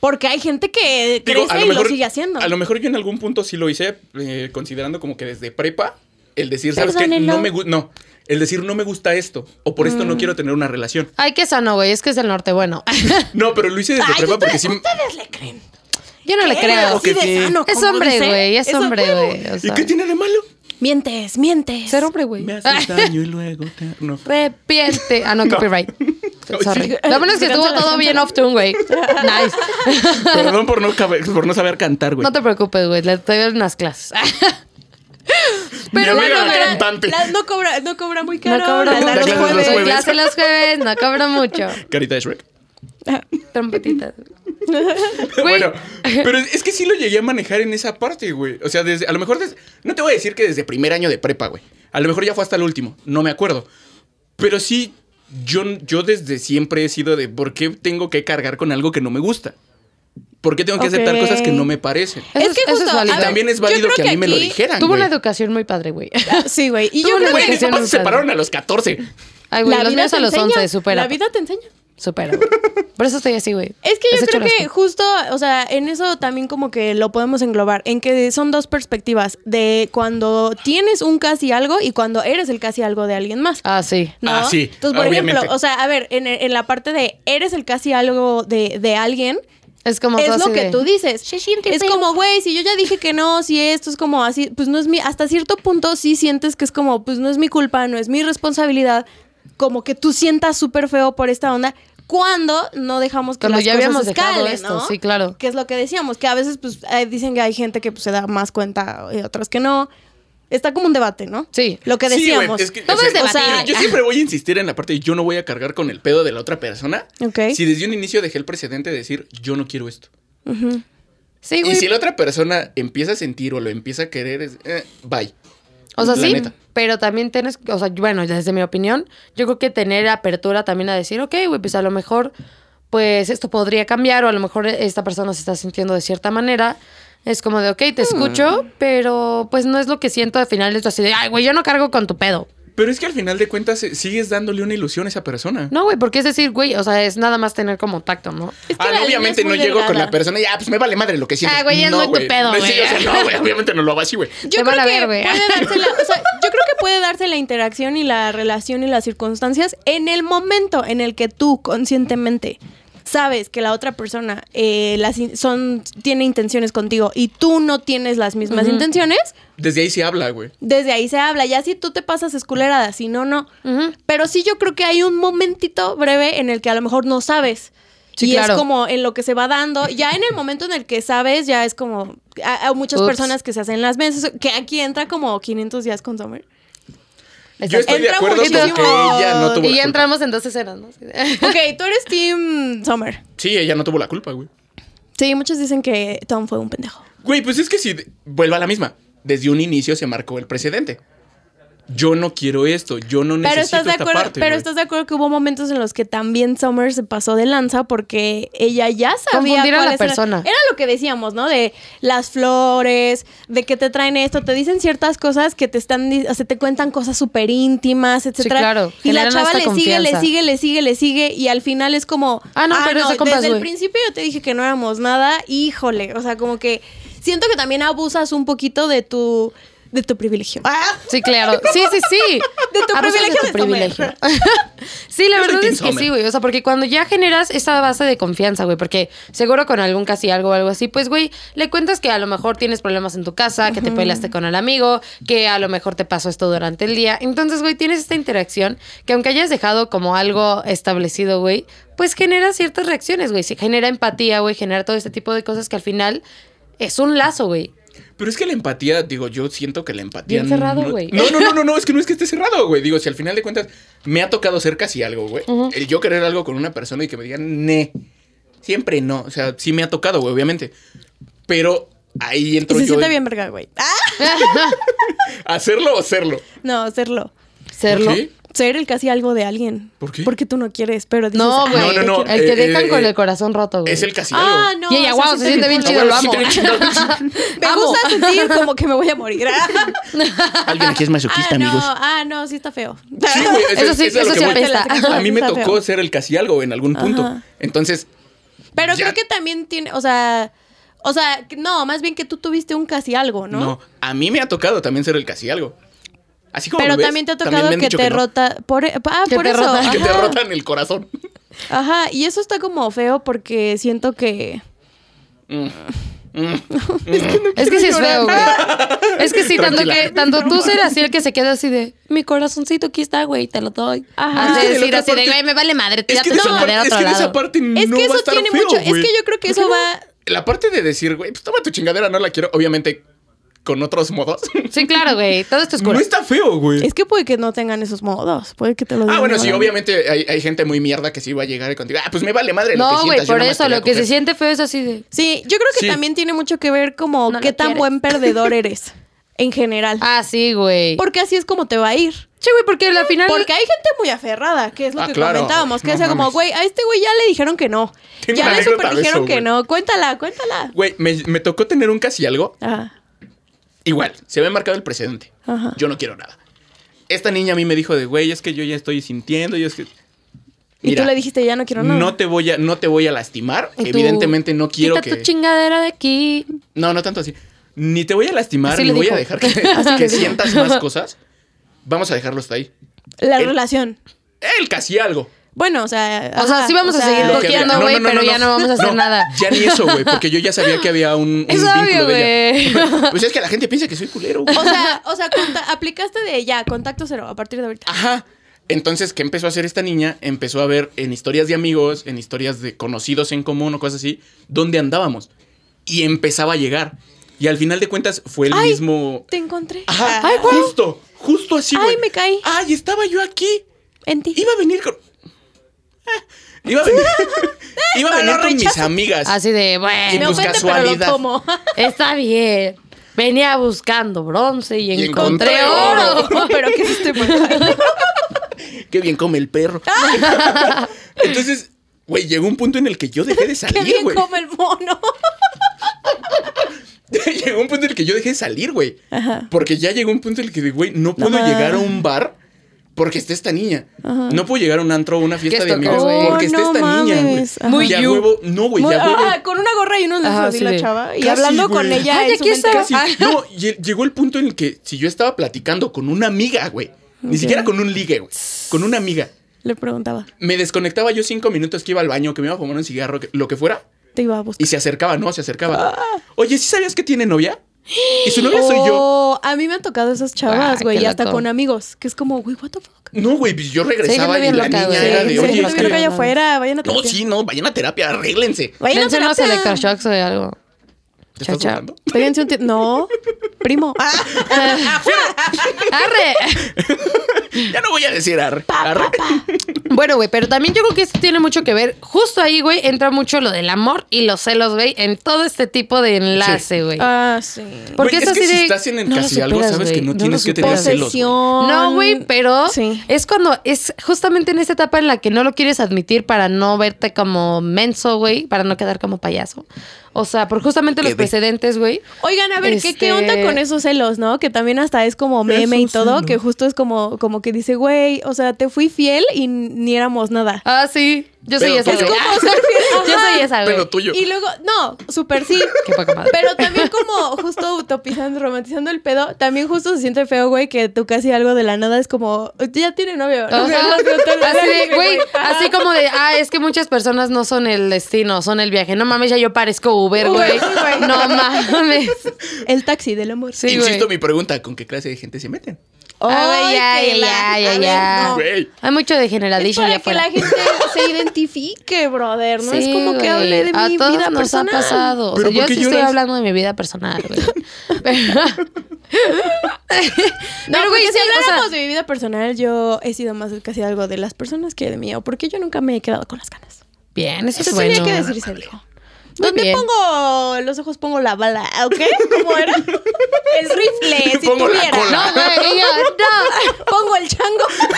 Speaker 2: Porque hay gente que
Speaker 3: Digo,
Speaker 2: crece y lo sigue haciendo.
Speaker 3: a lo mejor yo en algún punto sí lo hice, eh, considerando como que desde prepa, el decir, ¿sabes qué?
Speaker 2: Perdónenlo.
Speaker 3: No me gusta, no, el decir no me gusta esto, o por esto no
Speaker 2: Mm.
Speaker 3: quiero tener una relación.
Speaker 1: Ay, qué sano, güey, es que es del norte, bueno.
Speaker 3: No, pero lo hice desde
Speaker 2: Ay,
Speaker 3: prepa porque
Speaker 2: ustedes,
Speaker 3: sí...
Speaker 2: ustedes le creen.
Speaker 1: Yo no le
Speaker 2: ¿Qué?
Speaker 1: creo.
Speaker 3: Claro que
Speaker 2: Así de
Speaker 3: sí.
Speaker 2: sano,
Speaker 1: Es
Speaker 2: como
Speaker 1: hombre,
Speaker 2: dice.
Speaker 1: güey, es
Speaker 2: Eso,
Speaker 1: hombre,
Speaker 2: huevo.
Speaker 1: güey. o
Speaker 3: ¿Y
Speaker 1: sea,
Speaker 3: qué tiene de malo?
Speaker 2: Mientes, mientes.
Speaker 1: Ser hombre, güey.
Speaker 3: Me haces daño y luego te... No.
Speaker 1: Arrepiente. Ah, no,
Speaker 3: No.
Speaker 1: copyright.
Speaker 3: No,
Speaker 1: Sorry.
Speaker 3: sí.
Speaker 1: Lo bueno es que estuvo
Speaker 2: Cancela,
Speaker 1: todo bien
Speaker 2: cancela.
Speaker 1: off tune, güey. Nice.
Speaker 3: Perdón por no, cabe- por no saber cantar, güey.
Speaker 1: No te preocupes, güey, le doy unas clases. Pero
Speaker 3: Mi amiga
Speaker 1: bueno,
Speaker 3: la
Speaker 1: mira,
Speaker 3: cantante.
Speaker 2: La- no, cobra, no cobra muy
Speaker 1: No
Speaker 2: caro.
Speaker 1: cobro
Speaker 2: la- la-
Speaker 1: mucho.
Speaker 2: los
Speaker 3: mucho. Claro,
Speaker 2: jueves.
Speaker 3: los
Speaker 1: Doy
Speaker 3: jueves.
Speaker 1: clase los jueves, no cobro mucho.
Speaker 3: Carita de Shrek.
Speaker 1: Trompetitas. Güey.
Speaker 3: Bueno, pero es que sí lo llegué a manejar en esa parte, güey. O sea, desde, a lo mejor, des- no te voy a decir que desde primer año de prepa, güey. A lo mejor ya fue hasta el último, no me acuerdo. Pero sí, yo, yo desde siempre he sido de por qué tengo que cargar con algo que no me gusta. ¿Por qué tengo que aceptar
Speaker 2: Ok.
Speaker 3: cosas que no me parecen?
Speaker 1: Eso
Speaker 2: Es que
Speaker 1: eso
Speaker 2: justo,
Speaker 1: válido.
Speaker 2: a ver,
Speaker 3: También es
Speaker 2: yo
Speaker 3: válido
Speaker 2: creo
Speaker 3: que a
Speaker 2: que
Speaker 3: mí me lo
Speaker 2: aquí
Speaker 3: dijeran.
Speaker 1: Tuvo
Speaker 3: güey.
Speaker 1: una educación muy padre, güey.
Speaker 2: Sí, güey. Y
Speaker 1: Tuvo
Speaker 2: yo
Speaker 1: una
Speaker 2: creo
Speaker 3: Güey,
Speaker 2: que
Speaker 3: mis
Speaker 1: educación
Speaker 3: papás
Speaker 1: muy
Speaker 3: se
Speaker 1: padre.
Speaker 3: separaron a los 14.
Speaker 1: Ay, güey,
Speaker 2: La
Speaker 1: los
Speaker 2: vida
Speaker 1: míos
Speaker 2: te
Speaker 1: a los
Speaker 2: enseña,
Speaker 1: 11, supera.
Speaker 2: La vida te enseña.
Speaker 1: Supera, güey. Por eso estoy así, güey.
Speaker 2: Es que yo
Speaker 1: Ese
Speaker 2: creo que
Speaker 1: churrasco.
Speaker 2: justo, o sea, en eso también como que lo podemos englobar, en que son dos perspectivas, de cuando tienes un casi algo y cuando eres el casi algo de alguien más.
Speaker 1: Ah, sí.
Speaker 2: ¿no?
Speaker 3: Ah, sí,
Speaker 2: Entonces, por
Speaker 3: obviamente.
Speaker 2: ejemplo, o sea, a ver, en, en la parte de eres el casi algo de, de alguien,
Speaker 1: Es como
Speaker 2: es
Speaker 1: todo
Speaker 2: lo
Speaker 1: así
Speaker 2: que
Speaker 1: de-
Speaker 2: tú dices. Es como, güey, si yo ya dije que no, si esto es como así, pues no es mi, hasta cierto punto sí sientes que es como, pues no es mi culpa, no es mi responsabilidad, como que tú sientas súper feo por esta onda. Cuando no dejamos que
Speaker 1: Cuando
Speaker 2: las
Speaker 1: ya
Speaker 2: cosas
Speaker 1: habíamos dejado
Speaker 2: escalen,
Speaker 1: esto,
Speaker 2: ¿no?
Speaker 1: sí, claro.
Speaker 2: Que es lo que decíamos, que a veces pues eh, dicen que hay gente que pues, se da más cuenta y otras que no. Está como un debate, ¿no?
Speaker 1: Sí.
Speaker 2: Lo que
Speaker 3: Sí, güey,
Speaker 2: decíamos.
Speaker 3: es que,
Speaker 1: Todo
Speaker 3: o sea,
Speaker 1: es debatible.
Speaker 3: yo, yo siempre voy a insistir en la parte de yo no voy a cargar con el pedo de la otra persona.
Speaker 2: Ok.
Speaker 3: Si desde un inicio dejé el precedente de decir yo no quiero esto.
Speaker 1: Sí,
Speaker 3: Y
Speaker 1: güey.
Speaker 3: si la otra persona empieza a sentir o lo empieza a querer, es, eh, bye.
Speaker 1: O sea,
Speaker 3: La
Speaker 1: sí,
Speaker 3: neta.
Speaker 1: pero también tienes, o sea, bueno, desde mi opinión, yo creo que tener apertura también a decir, ok, güey, pues a lo mejor, pues esto podría cambiar o a lo mejor esta persona se está sintiendo de cierta manera. Es como de, ok,
Speaker 2: Hmm.
Speaker 1: te escucho, pero pues no es lo que siento al final. Es así de, ay, güey, yo no cargo con tu pedo.
Speaker 3: Pero es que al final de cuentas eh, sigues dándole una ilusión a esa persona.
Speaker 1: No, güey, porque es decir, güey, o sea, es nada más tener como tacto, ¿no?
Speaker 2: Es que
Speaker 3: ah,
Speaker 2: la
Speaker 3: no,
Speaker 2: línea
Speaker 3: obviamente
Speaker 2: es muy
Speaker 3: no llego con la
Speaker 2: delgada.
Speaker 3: persona y ah, pues me vale madre lo que siento.
Speaker 1: Ah, güey, es muy tu pedo,
Speaker 3: no, sí,
Speaker 1: güey.
Speaker 3: o sea, no, güey, obviamente no lo hago así, güey.
Speaker 1: Te
Speaker 2: Yo
Speaker 1: van
Speaker 2: creo,
Speaker 1: a
Speaker 2: que
Speaker 1: ver, güey.
Speaker 2: puede darse la, o sea, yo creo que puede darse la interacción y la relación y las circunstancias en el momento en el que tú conscientemente sabes que la otra persona eh, las in- son, tiene intenciones contigo y tú no tienes las mismas intenciones,
Speaker 3: Desde ahí se habla, güey.
Speaker 2: desde ahí se habla. Ya si tú te pasas esculerada, si no, no.
Speaker 1: Ujú.
Speaker 2: Pero sí yo creo que hay un momentito breve en el que a lo mejor no sabes.
Speaker 1: Sí,
Speaker 2: y
Speaker 1: claro.
Speaker 2: es como en lo que se va dando. Ya en el momento en el que sabes, ya es como... Hay muchas
Speaker 1: Ups.
Speaker 2: personas que se hacen las veces, que aquí entra como 500 días con Summer.
Speaker 3: Yo estoy de
Speaker 2: Entra
Speaker 3: acuerdo con que
Speaker 2: muchísimo.
Speaker 3: ella no tuvo
Speaker 1: Y
Speaker 3: la
Speaker 1: ya
Speaker 3: culpa.
Speaker 1: entramos en dos escenas, ¿no? Así de-
Speaker 2: Ok, tú eres Team Summer.
Speaker 3: Sí, ella no tuvo la culpa, güey.
Speaker 2: Sí, muchos dicen que Tom fue un pendejo.
Speaker 3: Güey, pues es que si vuelva a la misma. Desde un inicio se marcó el precedente. Yo no quiero esto, yo no
Speaker 2: Pero
Speaker 3: necesito
Speaker 2: estás de
Speaker 3: esta
Speaker 2: acuerdo,
Speaker 3: parte.
Speaker 2: pero
Speaker 3: güey.
Speaker 2: estás de acuerdo que hubo momentos en los que también Summer se pasó de lanza porque ella ya sabía
Speaker 1: Confundir a la
Speaker 2: cuáles eran-
Speaker 1: persona.
Speaker 2: Era lo que decíamos, ¿no? De las flores, de que te traen esto, te dicen ciertas cosas que te están, di- o sea, te cuentan cosas súper íntimas, etcétera.
Speaker 1: claro,
Speaker 2: Y la
Speaker 1: generan
Speaker 2: chava
Speaker 1: hasta
Speaker 2: le sigue, le
Speaker 1: confianza.
Speaker 2: sigue, le sigue, le sigue y al final es como,
Speaker 1: Ah, no, pero es de compas,
Speaker 2: desde el
Speaker 1: güey.
Speaker 2: principio yo te dije que no éramos nada, híjole, o sea, como que siento que también abusas un poquito de tu de tu privilegio.
Speaker 3: Ah,
Speaker 1: Sí, claro. Sí, sí, sí.
Speaker 2: De tu
Speaker 1: Abusas
Speaker 2: privilegio de
Speaker 1: sí, la
Speaker 3: Yo soy
Speaker 1: verdad
Speaker 3: Team
Speaker 1: es que
Speaker 3: Summer.
Speaker 1: sí, güey. O sea, porque cuando ya generas esa base de confianza, güey, porque seguro con algún casi algo o algo así, pues, güey, le cuentas que a lo mejor tienes problemas en tu casa, que te peleaste con el amigo, que a lo mejor te pasó esto durante el día. Entonces, güey, tienes esta interacción que aunque hayas dejado como algo establecido, güey, pues genera ciertas reacciones, güey. Sí, genera empatía, güey, genera todo este tipo de cosas que al final es un lazo, güey.
Speaker 3: Pero es que la empatía, digo, yo siento que la empatía.
Speaker 1: Bien cerrado,
Speaker 3: no-
Speaker 1: güey.
Speaker 3: No, no, no, no, no, es que no es que esté cerrado, güey. Digo, si al final de cuentas me ha tocado ser casi algo, güey. El yo querer algo con una persona y que me digan, ne. Siempre no. O sea, sí me ha tocado, güey, obviamente. Pero ahí
Speaker 2: Y
Speaker 3: entro
Speaker 2: se
Speaker 3: yo.
Speaker 2: siente
Speaker 3: en
Speaker 2: bien verga, güey. ¡Ah!
Speaker 3: ¿Hacerlo o serlo?
Speaker 2: No, hacerlo.
Speaker 1: Serlo.
Speaker 3: ¿Por qué?
Speaker 2: Ser el casi algo de alguien.
Speaker 3: ¿Por qué?
Speaker 2: Porque tú no quieres, pero dices,
Speaker 1: No,
Speaker 2: "Ah,
Speaker 1: güey.
Speaker 3: No, no, no,
Speaker 1: El que
Speaker 3: eh,
Speaker 1: dejan
Speaker 3: eh,
Speaker 1: con
Speaker 3: eh,
Speaker 1: el corazón roto, güey.
Speaker 3: Es el casi algo.
Speaker 2: Ah, no.
Speaker 1: y ella, wow, se siente bien
Speaker 2: culpa".
Speaker 1: chido,
Speaker 3: No,
Speaker 1: lo
Speaker 3: sí,
Speaker 1: amo.
Speaker 3: tiene chingado.
Speaker 2: Me
Speaker 1: Amo.
Speaker 2: gusta sentir como que me voy a morir. Ah,
Speaker 3: Alguien aquí es masoquista,
Speaker 2: no,
Speaker 3: amigos.
Speaker 2: ah, no, sí está feo.
Speaker 3: Sí, güey, es-
Speaker 1: Eso sí,
Speaker 3: es a lo
Speaker 1: eso
Speaker 3: que
Speaker 1: sí
Speaker 3: voy.
Speaker 1: apesta.
Speaker 3: A mí me
Speaker 2: Está feo.
Speaker 3: tocó ser el casi algo en algún punto.
Speaker 2: Ajá.
Speaker 3: Entonces,
Speaker 2: Pero
Speaker 3: Ya.
Speaker 2: creo que también tiene, o sea, o sea, que- no, más bien que tú tuviste un casi algo, ¿no?
Speaker 3: ¿no? a mí me ha tocado también ser el casi algo. Así como
Speaker 2: Pero
Speaker 3: lo ves,
Speaker 2: también te ha
Speaker 3: me
Speaker 2: tocado
Speaker 3: han
Speaker 2: que
Speaker 3: dicho
Speaker 2: te
Speaker 3: no.
Speaker 2: rota por ah,
Speaker 1: Que
Speaker 2: por
Speaker 1: te
Speaker 2: eso.
Speaker 1: rota.
Speaker 3: Que te
Speaker 2: ajá.
Speaker 3: rotan el corazón.
Speaker 2: Ajá, y eso está como feo porque siento que
Speaker 1: Es que sí es feo, güey. Es que sí, tanto,
Speaker 3: Tranquila.
Speaker 1: que, tanto tú ser así el que se queda así de mi corazoncito aquí está, güey, te lo doy.
Speaker 2: Ajá.
Speaker 1: Ajá.
Speaker 2: Es
Speaker 1: Ah, de
Speaker 3: que de la
Speaker 1: decir
Speaker 3: otra
Speaker 1: así de,
Speaker 3: parte-
Speaker 1: güey, me vale madre,
Speaker 3: Es
Speaker 1: tírate
Speaker 3: que, de
Speaker 1: la
Speaker 3: esa, parte,
Speaker 1: madera a
Speaker 3: es
Speaker 1: otro
Speaker 3: que de
Speaker 1: lado.
Speaker 3: esa parte no
Speaker 2: es que
Speaker 3: va a
Speaker 2: eso
Speaker 3: estar
Speaker 2: tiene
Speaker 3: feo,
Speaker 2: mucho, es
Speaker 3: güey.
Speaker 2: que yo creo que
Speaker 3: ¿Por qué
Speaker 2: eso
Speaker 3: no?
Speaker 2: va
Speaker 3: La parte de decir, güey, pues toma tu chingadera, no la quiero. Obviamente, con otros modos.
Speaker 1: Sí, claro, güey. Todo esto es
Speaker 3: no
Speaker 1: cura.
Speaker 3: está feo, güey.
Speaker 2: Es que puede que no tengan esos modos. Puede que te lo digan.
Speaker 3: Ah, bueno,
Speaker 2: de
Speaker 3: sí,
Speaker 2: verdad.
Speaker 3: obviamente hay, hay gente muy mierda que sí va a llegar y contigo. Ah, pues me vale madre lo que
Speaker 1: No, güey,
Speaker 3: sientas, yo
Speaker 1: por
Speaker 3: nada más
Speaker 1: eso
Speaker 3: quería
Speaker 1: lo que se
Speaker 3: coger".
Speaker 1: siente feo es así de.
Speaker 2: Sí, yo creo que
Speaker 3: Sí.
Speaker 2: también tiene mucho que ver como
Speaker 1: No lo
Speaker 2: qué tan
Speaker 1: quieres.
Speaker 2: buen perdedor eres en general.
Speaker 1: Ah, sí, Ah. güey.
Speaker 2: Porque así es como te va a ir.
Speaker 1: Che, güey, porque al final.
Speaker 2: Porque hay gente muy aferrada, que es lo
Speaker 3: Ah,
Speaker 2: que
Speaker 3: claro.
Speaker 2: comentábamos, que
Speaker 3: No
Speaker 2: es como,
Speaker 3: mames.
Speaker 2: güey, a este güey ya le dijeron que no.
Speaker 3: Tengo
Speaker 2: ya
Speaker 3: una
Speaker 2: le
Speaker 3: anécdota
Speaker 2: super
Speaker 3: de
Speaker 2: dijeron
Speaker 3: eso,
Speaker 2: que
Speaker 3: güey.
Speaker 2: no. Cuéntala, cuéntala.
Speaker 3: Güey, me, me tocó tener un casi algo.
Speaker 2: Ajá.
Speaker 3: Igual, se me ha marcado el precedente.
Speaker 2: Ajá.
Speaker 3: Yo no quiero nada. esta niña a mí me dijo de, güey, es que yo ya estoy sintiendo, yo es que...
Speaker 2: Y
Speaker 3: Mira,
Speaker 2: tú le dijiste, ya no quiero nada.
Speaker 3: No te voy a, no te voy a lastimar.
Speaker 1: Y tú,
Speaker 3: Evidentemente no quiero
Speaker 1: Quita
Speaker 3: que.
Speaker 1: tu chingadera de aquí.
Speaker 3: No, no tanto así. Ni te voy a lastimar,
Speaker 1: Así
Speaker 3: ni
Speaker 1: le
Speaker 3: voy
Speaker 1: dijo.
Speaker 3: a dejar que, que sientas más cosas. Vamos a dejarlo hasta ahí.
Speaker 2: La
Speaker 3: El-
Speaker 2: relación.
Speaker 3: Él casi algo.
Speaker 2: Bueno, o sea.
Speaker 1: O sea, sí vamos a seguir
Speaker 3: Lo que
Speaker 1: cogiendo,
Speaker 3: había-
Speaker 1: güey, pero Ah, ya no vamos a hacer nada.
Speaker 3: Ya ni eso, güey, porque yo ya sabía que había un, un
Speaker 1: Es
Speaker 3: vínculo
Speaker 1: obvio,
Speaker 3: de ella.
Speaker 1: güey.
Speaker 3: Pues es que la gente piensa que soy culero. güey.
Speaker 2: O sea, o sea conta- aplicaste de ya, contacto cero a partir de ahorita.
Speaker 3: Ajá. Entonces, ¿qué empezó a hacer esta niña? Empezó a ver en historias de amigos, en historias de conocidos en común o cosas así, dónde andábamos. Y empezaba a llegar. Y al final de cuentas fue el
Speaker 2: Ay,
Speaker 3: mismo.
Speaker 2: Te encontré.
Speaker 3: Ajá,
Speaker 2: Ay, guau.
Speaker 3: justo, justo así,
Speaker 2: Ay,
Speaker 3: güey.
Speaker 2: me caí.
Speaker 3: Ay, estaba yo aquí.
Speaker 2: En ti.
Speaker 3: Iba a venir con. Ah, Iba a venir, iba a
Speaker 2: No,
Speaker 3: venir
Speaker 2: lo
Speaker 3: con mis
Speaker 2: rechazo. Ah,
Speaker 3: amigas.
Speaker 1: Así de,
Speaker 2: Me
Speaker 3: Y
Speaker 1: bueno,
Speaker 2: ofende,
Speaker 3: pues,
Speaker 2: pero lo
Speaker 3: casualidad.
Speaker 2: como.
Speaker 1: está bien. Venía buscando bronce y,
Speaker 3: Y
Speaker 1: encontré,
Speaker 3: encontré
Speaker 1: oro.
Speaker 3: oro.
Speaker 2: pero ¿qué es este portal?
Speaker 3: Qué bien come el perro. Entonces, güey, llegó un punto en el que yo dejé de
Speaker 2: Qué
Speaker 3: salir,
Speaker 2: bien
Speaker 3: güey.
Speaker 2: come el mono.
Speaker 3: llegó un punto en el que yo dejé de salir, güey.
Speaker 2: Ajá.
Speaker 3: Porque ya llegó un punto en el que, güey, no puedo
Speaker 2: ma-
Speaker 3: llegar a un bar porque está esta niña. No puedo llegar a un antro o una fiesta de
Speaker 1: stalker,
Speaker 3: amigos
Speaker 1: güey.
Speaker 3: porque está
Speaker 2: Oh,
Speaker 3: esta
Speaker 2: no
Speaker 3: niña, güey.
Speaker 2: mames. Ajá.
Speaker 1: Muy
Speaker 3: Ya
Speaker 1: you.
Speaker 3: huevo, no, güey, ya huevo.
Speaker 2: Ah, con una gorra y unos
Speaker 1: Ajá,
Speaker 2: lejos
Speaker 1: sí,
Speaker 2: y la
Speaker 1: de-
Speaker 2: chava. Y
Speaker 3: Casi,
Speaker 2: hablando
Speaker 3: güey.
Speaker 2: con ella.
Speaker 1: Ay,
Speaker 2: en
Speaker 1: aquí
Speaker 2: su mente.
Speaker 1: estaba.
Speaker 3: Casi. No, lle- llegó el punto en el que si yo estaba platicando con una amiga, güey, ni siquiera con un ligue, güey, con una amiga,
Speaker 2: Le preguntaba,
Speaker 3: me desconectaba yo cinco minutos que iba al baño, que me iba a fumar un cigarro, que- lo que fuera,
Speaker 2: te iba a
Speaker 3: y
Speaker 2: buscar.
Speaker 3: se acercaba, no, se acercaba.
Speaker 2: Ah.
Speaker 3: Oye, ¿sí sabías que tiene novia? Y su novia soy yo.
Speaker 2: Oh, a mí me han tocado esas chavas,
Speaker 1: Ah,
Speaker 2: güey,
Speaker 1: qué
Speaker 2: y hasta
Speaker 1: loco.
Speaker 2: con amigos, que es como, güey, what the fuck.
Speaker 3: No, güey, pues yo regresaba
Speaker 1: Sí,
Speaker 3: y
Speaker 1: gente
Speaker 3: la
Speaker 1: bien loca,
Speaker 3: niña
Speaker 1: güey.
Speaker 3: era de,
Speaker 1: Sí,
Speaker 3: oye,
Speaker 1: gente
Speaker 3: es
Speaker 1: bien
Speaker 3: que-
Speaker 2: que allá
Speaker 1: loca.
Speaker 2: afuera, vayan a
Speaker 3: No,
Speaker 2: terapia.
Speaker 3: sí, no, vayan a terapia, arréglense.
Speaker 2: Vayan a
Speaker 1: Dense unos
Speaker 2: terapia.
Speaker 1: electroshocks o de algo.
Speaker 3: ¿Te
Speaker 1: Chao,
Speaker 3: estás
Speaker 1: chao.
Speaker 3: burlando?
Speaker 2: Péguense un ti- No, primo. Ah,
Speaker 1: ¡Arre!
Speaker 3: Ya no voy a decir arre. arre.
Speaker 1: Bueno, güey, pero también yo creo que esto tiene mucho que ver. Justo ahí, güey, entra mucho lo del amor y los celos, güey, en todo este tipo de enlace, güey.
Speaker 2: ah, sí.
Speaker 1: Porque
Speaker 3: Güey,
Speaker 1: es
Speaker 3: es que
Speaker 1: así
Speaker 3: si
Speaker 1: de-
Speaker 3: estás en el
Speaker 1: no lo
Speaker 3: casi algo,
Speaker 1: superas,
Speaker 3: sabes
Speaker 1: güey,
Speaker 3: que no,
Speaker 1: no lo
Speaker 3: tienes que tener
Speaker 1: superas.
Speaker 3: celos. güey.
Speaker 2: Posesión.
Speaker 1: No, güey, pero
Speaker 2: Sí.
Speaker 1: es cuando es justamente en esta etapa en la que no lo quieres admitir para no verte como menso, güey, para no quedar como payaso. O sea, por justamente los
Speaker 3: Quedé.
Speaker 1: precedentes, güey.
Speaker 2: Oigan, a ver, ¿qué, qué onda
Speaker 1: Este-
Speaker 2: con esos celos, no? Que también hasta es como meme y
Speaker 3: Esos
Speaker 2: todo,
Speaker 3: celos.
Speaker 2: que justo es como, como que dice, güey, o sea, te fui fiel y ni éramos nada.
Speaker 1: Ah, sí. Yo soy
Speaker 3: Pero
Speaker 1: esa,
Speaker 3: tú-
Speaker 1: güey.
Speaker 3: Es
Speaker 2: como ser fiel,
Speaker 1: Yo
Speaker 2: ajá.
Speaker 1: soy esa, güey.
Speaker 3: Pero tuyo.
Speaker 2: Y luego, no, súper sí.
Speaker 1: Qué poca madre.
Speaker 2: Pero también como justo utopizando, romantizando el pedo, también justo se siente feo, güey, que tú casi algo de la nada es como, ya tiene novio.
Speaker 1: O
Speaker 2: O sea,
Speaker 1: sea,
Speaker 2: no, no, no, no,
Speaker 1: así de,
Speaker 2: no,
Speaker 1: güey,
Speaker 2: ajá.
Speaker 1: así como de, ah, es que muchas personas no son el destino, son el viaje. No mames, ya yo parezco Uber, güey.
Speaker 2: Uber, sí, güey.
Speaker 1: No mames.
Speaker 2: El taxi del amor.
Speaker 1: Sí,
Speaker 3: Insisto
Speaker 1: güey.
Speaker 3: mi pregunta, ¿con qué clase de gente se meten?
Speaker 1: Ay,
Speaker 2: que
Speaker 1: ay,
Speaker 2: la-
Speaker 1: ay,
Speaker 2: a
Speaker 1: ay,
Speaker 2: ver,
Speaker 1: ay.
Speaker 2: no.
Speaker 3: Güey.
Speaker 1: Hay mucho de
Speaker 2: Es
Speaker 1: generalization
Speaker 2: para
Speaker 1: allá
Speaker 2: que la
Speaker 1: afuera.
Speaker 2: gente se identifique, brother. No es
Speaker 1: Sí,
Speaker 2: como que
Speaker 1: güey.
Speaker 2: hable de mi
Speaker 1: A todos
Speaker 2: vida
Speaker 1: nos
Speaker 2: personal.
Speaker 1: ha pasado. O
Speaker 3: ¿Pero
Speaker 1: sea, yo
Speaker 3: por qué
Speaker 1: sí estoy
Speaker 3: lloras?
Speaker 1: hablando de mi vida personal, güey. Pero,
Speaker 2: No,
Speaker 1: Pero, güey,
Speaker 2: porque
Speaker 1: sí,
Speaker 2: si
Speaker 1: o sea-
Speaker 2: habláramos de mi vida personal, yo he sido más casi algo de las personas que de mí, o porque yo nunca me he quedado con las ganas.
Speaker 1: Bien, eso
Speaker 2: Eso
Speaker 1: es bueno.
Speaker 2: tenía que decirse, dijo.
Speaker 1: Muy
Speaker 2: ¿Dónde
Speaker 1: bien.
Speaker 2: pongo los ojos? Pongo la bala, ¿ok? ¿Cómo era? El rifle, si
Speaker 3: Pongo la
Speaker 2: tuviera.
Speaker 3: cola.
Speaker 1: No, güey, ella, no.
Speaker 2: Pongo el chango.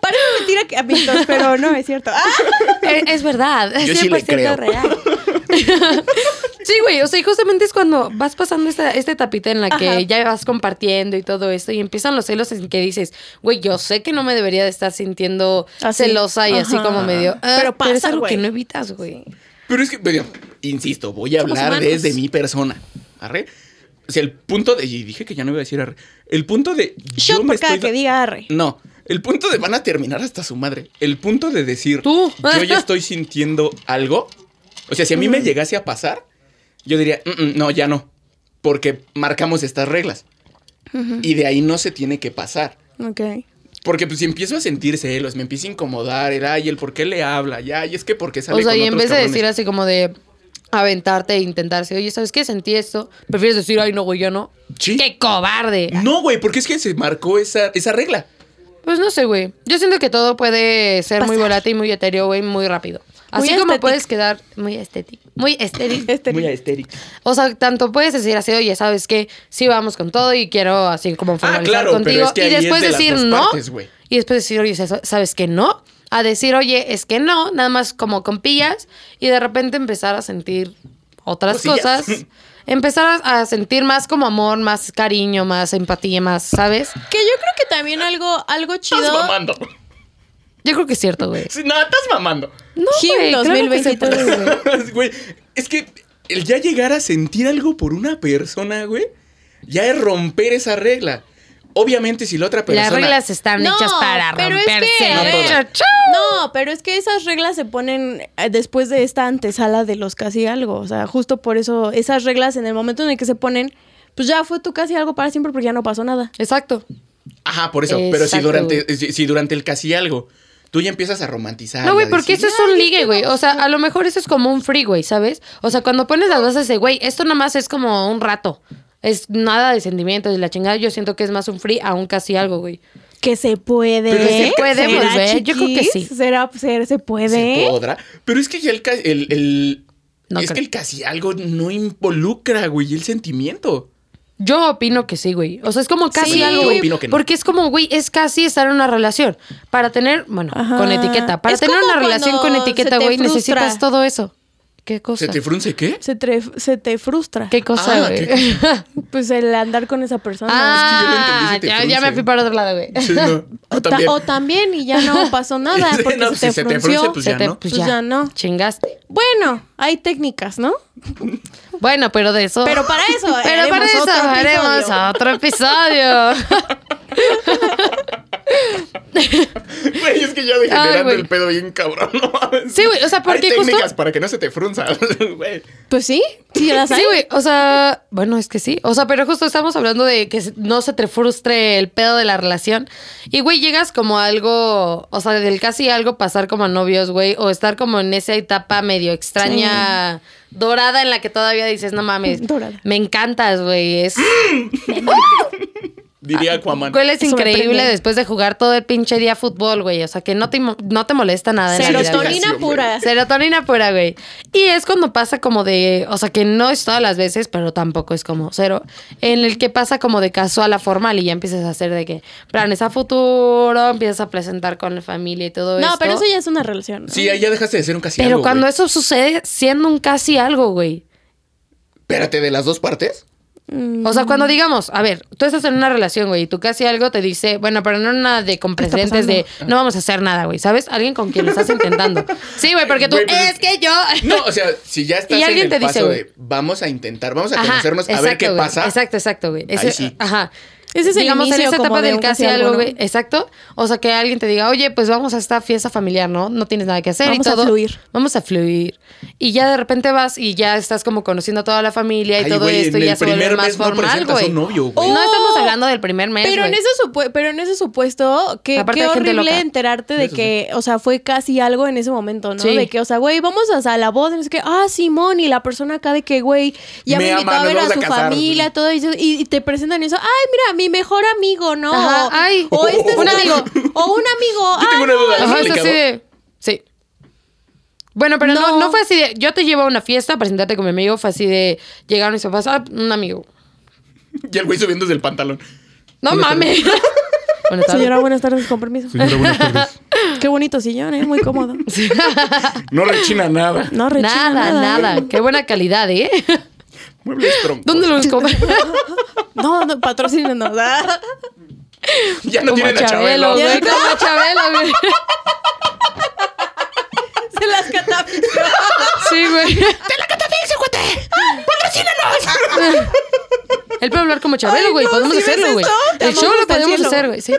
Speaker 2: Parece mentira, que- amiguitos, pero no es cierto. ¡Ah!
Speaker 1: Es, es verdad, es
Speaker 3: Yo
Speaker 1: 100%
Speaker 3: sí le creo.
Speaker 1: real. sí, güey, o sea, y justamente es cuando vas pasando esta, esta etapita en la que
Speaker 2: Ajá.
Speaker 1: ya vas compartiendo y todo esto y empiezan los celos en que dices, güey, yo sé que no me debería de estar sintiendo
Speaker 2: Así.
Speaker 1: celosa y así
Speaker 2: Ajá.
Speaker 1: como medio... ah,
Speaker 2: Pero pasa,
Speaker 1: es algo
Speaker 2: güey.
Speaker 1: que no evitas, güey.
Speaker 3: Pero es que, bueno, insisto, voy a
Speaker 2: Somos
Speaker 3: hablar
Speaker 2: humanos.
Speaker 3: desde mi persona. ¿Arre? O sea, el punto de... Y dije que ya no iba a decir arre. El punto de...
Speaker 2: Shot por cada que diga arre.
Speaker 3: No. El punto de van a terminar hasta su madre. El punto de decir...
Speaker 1: Tú.
Speaker 3: Yo ya estoy sintiendo algo. O sea, si a mí me llegase a pasar, yo diría, "Mm, mm, no, ya no. Porque marcamos estas reglas. Y de ahí no se tiene que pasar.
Speaker 2: Ok.
Speaker 3: Porque pues si empiezo a sentir celos, me empiezo a incomodar, el ay, el por qué le habla, ya, y es que por qué sale
Speaker 1: O sea,
Speaker 3: con
Speaker 1: y en
Speaker 3: otros
Speaker 1: vez de
Speaker 3: cabrones".
Speaker 1: decir así como de aventarte e intentarse, oye, ¿sabes qué? Sentí esto. Prefieres decir, ay, no, güey, yo no.
Speaker 3: Sí.
Speaker 1: ¡Qué cobarde!
Speaker 3: No, güey, porque es que se marcó esa, esa regla.
Speaker 1: Pues no sé, güey. Yo siento que todo puede ser muy
Speaker 2: Pasar.
Speaker 1: volátil, muy etéreo, güey, muy rápido. Así
Speaker 2: Muy
Speaker 1: como
Speaker 2: estético.
Speaker 1: puedes quedar muy estético. Muy estético.
Speaker 2: Este-
Speaker 3: Muy estérica.
Speaker 1: O sea, tanto puedes decir así, oye, ¿sabes qué? Sí, vamos con todo y quiero así como formalizar
Speaker 3: Ah, claro, pero
Speaker 1: contigo.
Speaker 3: es que
Speaker 1: y
Speaker 3: ahí es
Speaker 1: después
Speaker 3: de las
Speaker 1: decir
Speaker 3: dos
Speaker 1: no.
Speaker 3: partes, güey.
Speaker 1: y después decir, oye, ¿sabes- ¿sabes qué? No. A decir, oye, es que no. Nada más como compillas. Y de repente empezar a sentir otras
Speaker 3: Cosillas.
Speaker 1: cosas. empezar a, a sentir más como amor, más cariño, más empatía, más, ¿sabes?
Speaker 2: Que yo creo que también algo, algo
Speaker 3: Estás
Speaker 2: chido.
Speaker 3: mamando.
Speaker 1: Yo creo que es cierto, güey.
Speaker 3: Sí, No, estás mamando.
Speaker 1: No,
Speaker 2: Gil
Speaker 1: güey, claro que se puede,
Speaker 2: 2023.
Speaker 1: güey.
Speaker 3: Güey, es que el ya llegar a sentir algo por una persona, güey, ya es romper esa regla. Obviamente, si la otra persona.
Speaker 1: Las reglas están
Speaker 2: No,
Speaker 1: hechas para
Speaker 2: pero es que,
Speaker 1: romperse.
Speaker 2: a
Speaker 3: No ver,
Speaker 1: muchacho.
Speaker 2: No, pero es que esas reglas se ponen eh, después de esta antesala de los casi algo. O sea, justo por eso, esas reglas en el momento en el que se ponen, pues ya fue tu casi algo para siempre porque ya no pasó nada.
Speaker 1: Exacto.
Speaker 3: Ajá, por eso. Pero si
Speaker 1: Exacto,
Speaker 3: durante, si, si durante el casi algo tú ya empiezas a romantizar.
Speaker 1: No, güey,
Speaker 3: a
Speaker 1: porque
Speaker 3: decir,
Speaker 1: eso es un ligue, güey. O sea, a lo mejor eso es como un freeway, ¿sabes? O sea, cuando pones las bases de, güey, esto nada más es como un rato. Es nada de sentimientos de la chingada. Yo siento que es más un free a un casi algo, güey.
Speaker 2: Que se puede. ¿Eh?
Speaker 3: Pero se
Speaker 1: puede
Speaker 2: ¿Será,
Speaker 1: volver, yo creo que
Speaker 2: chiquis?
Speaker 1: sí.
Speaker 2: ¿Será, ser, se puede.
Speaker 3: "Ah, Se podrá. Pero es que ya el. ca- el, el-
Speaker 1: No
Speaker 3: es
Speaker 1: creo.
Speaker 3: que el casi algo no involucra, güey, el sentimiento.
Speaker 1: Yo opino que sí, güey. O sea, es como casi
Speaker 3: Sí,
Speaker 1: algo,
Speaker 3: yo
Speaker 1: güey.
Speaker 3: opino que no.
Speaker 1: Porque es como, güey, es casi estar en una relación. Para tener, bueno,
Speaker 2: Ajá.
Speaker 1: con etiqueta. Para
Speaker 2: Es
Speaker 1: tener
Speaker 2: como
Speaker 1: una
Speaker 2: cuando
Speaker 1: relación con
Speaker 2: se
Speaker 1: etiqueta,
Speaker 2: te
Speaker 1: güey,
Speaker 2: frustra.
Speaker 1: necesitas todo eso. ¿Qué cosa?
Speaker 3: ¿Se te frunce qué?
Speaker 2: Se, tre- se te frustra.
Speaker 1: ¿Qué cosa,
Speaker 3: Ah,
Speaker 1: güey?
Speaker 3: ¿qué
Speaker 2: Pues el andar con esa persona.
Speaker 1: Ah,
Speaker 3: Es que yo no entendí si te
Speaker 1: ya, ya me
Speaker 3: frunce. Pues
Speaker 1: fui para otro lado, güey.
Speaker 3: Sí, no,
Speaker 2: O,
Speaker 3: yo
Speaker 2: ta-
Speaker 3: también.
Speaker 2: o también y ya no pasó nada
Speaker 3: Sí,
Speaker 2: porque
Speaker 3: no,
Speaker 2: se,
Speaker 3: pues, si
Speaker 2: te
Speaker 3: se te
Speaker 2: frunció.
Speaker 3: frunce, pues,
Speaker 1: Se
Speaker 3: ya
Speaker 1: te-
Speaker 3: no.
Speaker 2: Pues ya no.
Speaker 1: Chingaste.
Speaker 2: Bueno, hay técnicas, ¿no?
Speaker 1: Bueno, pero de eso.
Speaker 2: Pero para eso
Speaker 1: Pero para
Speaker 2: haremos
Speaker 1: eso
Speaker 2: otro
Speaker 1: haremos
Speaker 2: episodio.
Speaker 1: otro episodio.
Speaker 3: Güey, es que ya degenerando
Speaker 1: güey.
Speaker 3: el pedo bien cabrón, no mames.
Speaker 1: Sí, güey, o sea, porque
Speaker 3: Hay técnicas
Speaker 1: justo-
Speaker 3: para que no se te frunza, güey.
Speaker 2: Pues sí, sí las hay.
Speaker 1: Sí, güey. O sea, bueno, es que sí. O sea, pero justo estamos hablando de que no se te frustre el pedo de la relación. Y, güey, llegas como a algo, o sea, del casi algo pasar como a novios, güey, o estar como en esa etapa medio extraña, dorada, en la que todavía dices, no mames,
Speaker 2: Dorada. Ah,
Speaker 1: me encantas, güey. Es,
Speaker 3: Diría Aquaman.
Speaker 1: Ah, güey, es increíble
Speaker 2: Sorprendente.
Speaker 1: después de jugar todo el pinche día fútbol, güey. O sea, que no te, mo- no te molesta nada. en la vida, güey.
Speaker 3: Sí,
Speaker 2: Serotonina
Speaker 3: güey.
Speaker 2: pura.
Speaker 1: Serotonina pura, güey. Y es cuando pasa como de, o sea, que no es todas las veces, pero tampoco es como cero, en el que pasa como de casual a formal y ya empiezas a hacer de que planes a futuro, empiezas a presentar con la familia y todo eso.
Speaker 2: No, pero eso ya es una relación. ¿no?
Speaker 3: Sí, ahí ya dejaste de ser un casi
Speaker 1: Pero
Speaker 3: algo,
Speaker 1: cuando
Speaker 3: güey.
Speaker 1: eso sucede siendo un casi algo, güey.
Speaker 3: Espérate, ¿de las dos partes?
Speaker 1: O sea,
Speaker 2: Mm.
Speaker 1: cuando digamos, a ver, tú estás en una relación, güey, y tú casi algo te dice, bueno, pero no nada de con
Speaker 2: está
Speaker 1: precedentes de no vamos a hacer nada, güey, ¿sabes? Alguien con quien lo estás intentando. Sí, güey, porque tú,
Speaker 3: Güey, pero-
Speaker 1: es que yo...
Speaker 3: No, o sea, si ya estás
Speaker 1: Y
Speaker 3: en
Speaker 1: alguien
Speaker 3: el
Speaker 1: te dice,
Speaker 3: paso
Speaker 1: güey.
Speaker 3: de vamos a intentar, vamos a
Speaker 1: Ajá,
Speaker 3: conocernos, a ver
Speaker 1: exacto,
Speaker 3: qué
Speaker 1: güey.
Speaker 3: pasa.
Speaker 1: Exacto, exacto, güey. Ese,
Speaker 3: Ahí sí.
Speaker 1: Ajá.
Speaker 2: Ese es el
Speaker 1: Digamos, en
Speaker 2: inicio
Speaker 1: esa
Speaker 2: como
Speaker 1: etapa
Speaker 2: de
Speaker 1: del
Speaker 2: un
Speaker 1: casi
Speaker 2: casi algo,
Speaker 1: algo,
Speaker 2: ¿no?
Speaker 1: güey. Exacto. O sea, que alguien te diga, oye, pues vamos a esta fiesta familiar, ¿no? No tienes nada que hacer
Speaker 2: Vamos
Speaker 1: y
Speaker 2: a
Speaker 1: todo.
Speaker 2: fluir.
Speaker 1: Vamos a fluir. Y ya de repente vas y ya estás como conociendo a toda la familia y
Speaker 3: Ay,
Speaker 1: todo
Speaker 3: güey,
Speaker 1: esto
Speaker 3: en
Speaker 1: y ya
Speaker 3: el
Speaker 1: se vuelve
Speaker 3: primer
Speaker 1: más
Speaker 3: mes no
Speaker 1: formal,
Speaker 3: presentas a
Speaker 1: güey.
Speaker 3: un novio, güey.
Speaker 1: No
Speaker 2: Oh,
Speaker 1: estamos hablando del primer mes,
Speaker 2: Pero en,
Speaker 1: güey.
Speaker 2: ese supu- pero en ese supuesto, que,
Speaker 1: Aparte
Speaker 2: qué
Speaker 1: hay gente
Speaker 2: horrible
Speaker 1: loca.
Speaker 2: enterarte de
Speaker 3: Eso sí.
Speaker 2: que, o sea, fue casi algo en ese momento, ¿no?
Speaker 1: Sí.
Speaker 2: De que, o sea, güey, vamos a, a la boda, no sé qué, ah, Simón, y la persona acá de que, güey, ya me,
Speaker 3: Me
Speaker 2: invitó
Speaker 3: ama,
Speaker 2: a
Speaker 3: nos
Speaker 2: ver a
Speaker 3: vamos
Speaker 2: su
Speaker 3: a casar.
Speaker 2: familia, todo eso, y, y te presentan eso, ay, mira, mi mejor amigo, ¿no?
Speaker 1: Ajá,
Speaker 2: o,
Speaker 1: ay.
Speaker 2: o este es
Speaker 1: Un
Speaker 2: mi-
Speaker 1: amigo.
Speaker 2: O un amigo,
Speaker 3: Oh. Yo tengo
Speaker 2: ah,
Speaker 3: una
Speaker 2: no,
Speaker 3: duda.
Speaker 1: Ajá, es
Speaker 3: ¿Aplicado?
Speaker 1: así de- Sí. Bueno, pero no.
Speaker 2: No.
Speaker 1: no fue así de. Yo te llevo a una fiesta, presentarte con mi amigo, fue así de. Llegaron mis papás, ah, un amigo.
Speaker 3: Y el güey subiéndose el pantalón.
Speaker 1: No
Speaker 3: Buenas
Speaker 1: mames. Buenas tardes.
Speaker 2: Señora, buenas tardes, con permiso.
Speaker 3: Señora, buenas tardes.
Speaker 2: Qué bonito sillón, ¿eh? Muy cómodo.
Speaker 1: Ah.
Speaker 3: No rechina nada.
Speaker 2: No, ¿eh? rechina
Speaker 1: nada, nada, Qué buena calidad, ¿eh?
Speaker 3: Muebles troncos.
Speaker 1: ¿Dónde los compras?
Speaker 2: No, no, patrocínenos. ah.
Speaker 3: Ya no tienen a Chabelo.
Speaker 1: güey,
Speaker 2: güey.
Speaker 1: Como a Chabelo, güey.
Speaker 2: Se las catapultas.
Speaker 1: Sí, güey. ¡Te la catafixe, cuate! ¡Patrocínanos! Él puede hablar como Chabelo,
Speaker 2: Ay,
Speaker 1: güey.
Speaker 2: no,
Speaker 1: podemos
Speaker 2: si ves
Speaker 1: hacerlo, güey.
Speaker 2: esto, te
Speaker 1: El show
Speaker 2: amamos
Speaker 1: lo
Speaker 2: hasta el
Speaker 1: podemos
Speaker 2: cielo.
Speaker 1: hacer, güey. Sí.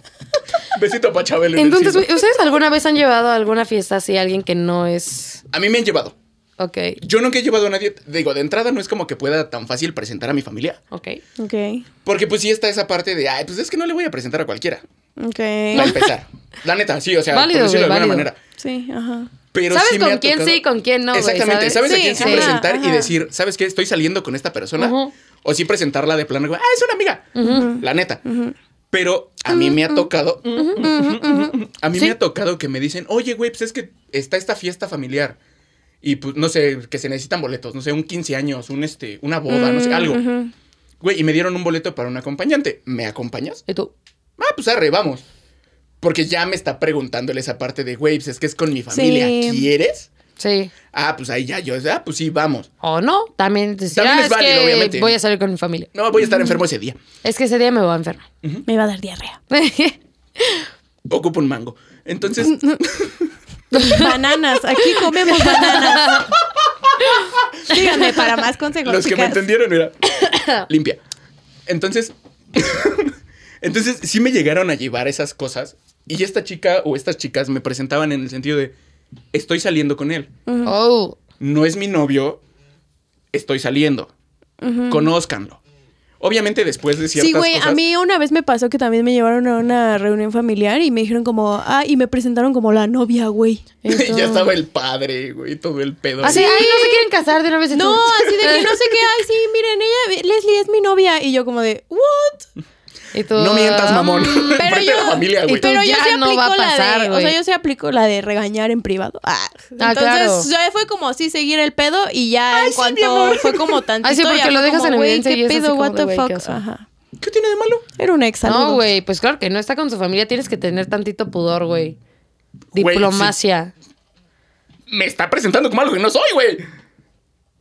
Speaker 3: Besito para Chabelo. en el
Speaker 1: Entonces,
Speaker 3: cielo.
Speaker 1: güey, ¿ustedes alguna vez han llevado a alguna fiesta así a alguien que no es.
Speaker 3: A mí me han llevado.
Speaker 1: Ok,
Speaker 3: Yo nunca he llevado a nadie. Digo, de entrada no es como que pueda tan fácil presentar a mi familia.
Speaker 1: ok.
Speaker 2: Ok,
Speaker 3: Porque pues sí está esa parte de, ay, pues es que no le voy a presentar a cualquiera.
Speaker 2: ok.
Speaker 3: Para empezar. La neta, sí, o sea,
Speaker 1: Válido,
Speaker 3: por decirlo de
Speaker 1: güey,
Speaker 3: alguna
Speaker 1: válido.
Speaker 3: manera.
Speaker 2: Sí, ajá.
Speaker 3: Pero
Speaker 1: ¿Sabes
Speaker 3: sí me
Speaker 1: con
Speaker 3: ha
Speaker 1: quién
Speaker 3: tocado-
Speaker 1: sí y con quién no, güey,
Speaker 3: Exactamente,
Speaker 1: sabes?
Speaker 3: ¿sabes,
Speaker 1: Sí,
Speaker 3: a quién sí,
Speaker 1: ajá,
Speaker 3: presentar y
Speaker 2: ajá.
Speaker 3: decir, ¿sabes qué? Estoy saliendo con esta persona?
Speaker 1: Ujú.
Speaker 3: O sí presentarla de plano, ah, es una amiga. La neta. Pero a mí me ha tocado.
Speaker 2: Mm,
Speaker 3: A mí
Speaker 1: Sí.
Speaker 3: me ha tocado que me dicen, oye, güey, pues es que está esta fiesta familiar. Y pues, no sé, que se necesitan boletos, no sé, un 15 años, un este, una boda,
Speaker 1: Mm,
Speaker 3: no sé, algo. Güey, y me dieron un boleto para un acompañante. ¿Me acompañas?
Speaker 1: ¿Y tú?
Speaker 3: Ah, pues arre, vamos. Porque ya me está preguntándole esa parte de, güey, pues es que es con mi familia.
Speaker 2: Sí.
Speaker 3: ¿Quieres?
Speaker 1: Sí.
Speaker 3: Ah, pues ahí ya yo, ah, pues sí, vamos.
Speaker 1: O no, también decir,
Speaker 3: También
Speaker 1: ah,
Speaker 3: es
Speaker 1: es,
Speaker 3: válido,
Speaker 1: que
Speaker 3: obviamente.
Speaker 1: voy a salir con mi familia.
Speaker 3: No, voy a estar enfermo ese día.
Speaker 1: Es que ese día me voy a enfermar.
Speaker 2: Me va a dar diarrea.
Speaker 3: Ocupo un mango. Entonces,
Speaker 2: Bananas, aquí comemos bananas. Síganme para más consejos.
Speaker 3: los que me
Speaker 2: chicas.
Speaker 3: entendieron, mira, limpia. Entonces, entonces sí me llegaron a llevar esas cosas y esta chica o estas chicas me presentaban en el sentido de, estoy saliendo con él.
Speaker 1: oh,
Speaker 3: no es mi novio, estoy saliendo. Conózcanlo. Obviamente después de ciertas
Speaker 2: Sí, güey,
Speaker 3: cosas.
Speaker 2: a mí una vez me pasó que también me llevaron a una reunión familiar y me dijeron como, ah, y me presentaron como la novia, güey.
Speaker 3: ya estaba el padre, güey, todo el pedo.
Speaker 2: Ah,
Speaker 1: Así, ay, no se quieren casar de una vez. y
Speaker 2: No,
Speaker 1: tú-
Speaker 2: así de que no sé qué, ay, sí, miren, ella, Leslie es mi novia. Y yo como de, what?
Speaker 1: Y tú,
Speaker 3: No mientas, mamón.
Speaker 1: mm,
Speaker 3: Pero Parte de la familia, güey.
Speaker 1: y tú,
Speaker 2: pero yo
Speaker 1: ya
Speaker 2: se
Speaker 1: no
Speaker 2: aplico
Speaker 1: va a
Speaker 2: la de,
Speaker 1: pasar,
Speaker 2: o sea,
Speaker 1: güey.
Speaker 2: yo se aplico la de regañar en privado. Ah,
Speaker 1: Ah,
Speaker 2: entonces
Speaker 1: claro.
Speaker 2: ya fue como así seguir el pedo y ya en
Speaker 3: sí, mi
Speaker 2: cuanto
Speaker 3: amor.
Speaker 2: fue como tantito
Speaker 1: Ay, sí, porque
Speaker 2: ya
Speaker 1: lo
Speaker 2: fue
Speaker 1: dejas
Speaker 2: como,
Speaker 1: en
Speaker 2: güey,
Speaker 1: evidencia y
Speaker 2: ¿qué
Speaker 1: es así
Speaker 2: pedo,
Speaker 1: como
Speaker 2: what
Speaker 1: de,
Speaker 2: the
Speaker 1: güey, qué
Speaker 2: fuck.
Speaker 1: oso.
Speaker 2: Ajá.
Speaker 3: ¿Qué tiene de malo?
Speaker 2: Era un ex
Speaker 1: No,
Speaker 2: saludo.
Speaker 1: güey, pues claro que no está con su familia, tienes que tener tantito pudor, güey.
Speaker 3: Güey, sí.
Speaker 1: Diplomacia.
Speaker 3: Me está presentando como algo que no soy, güey.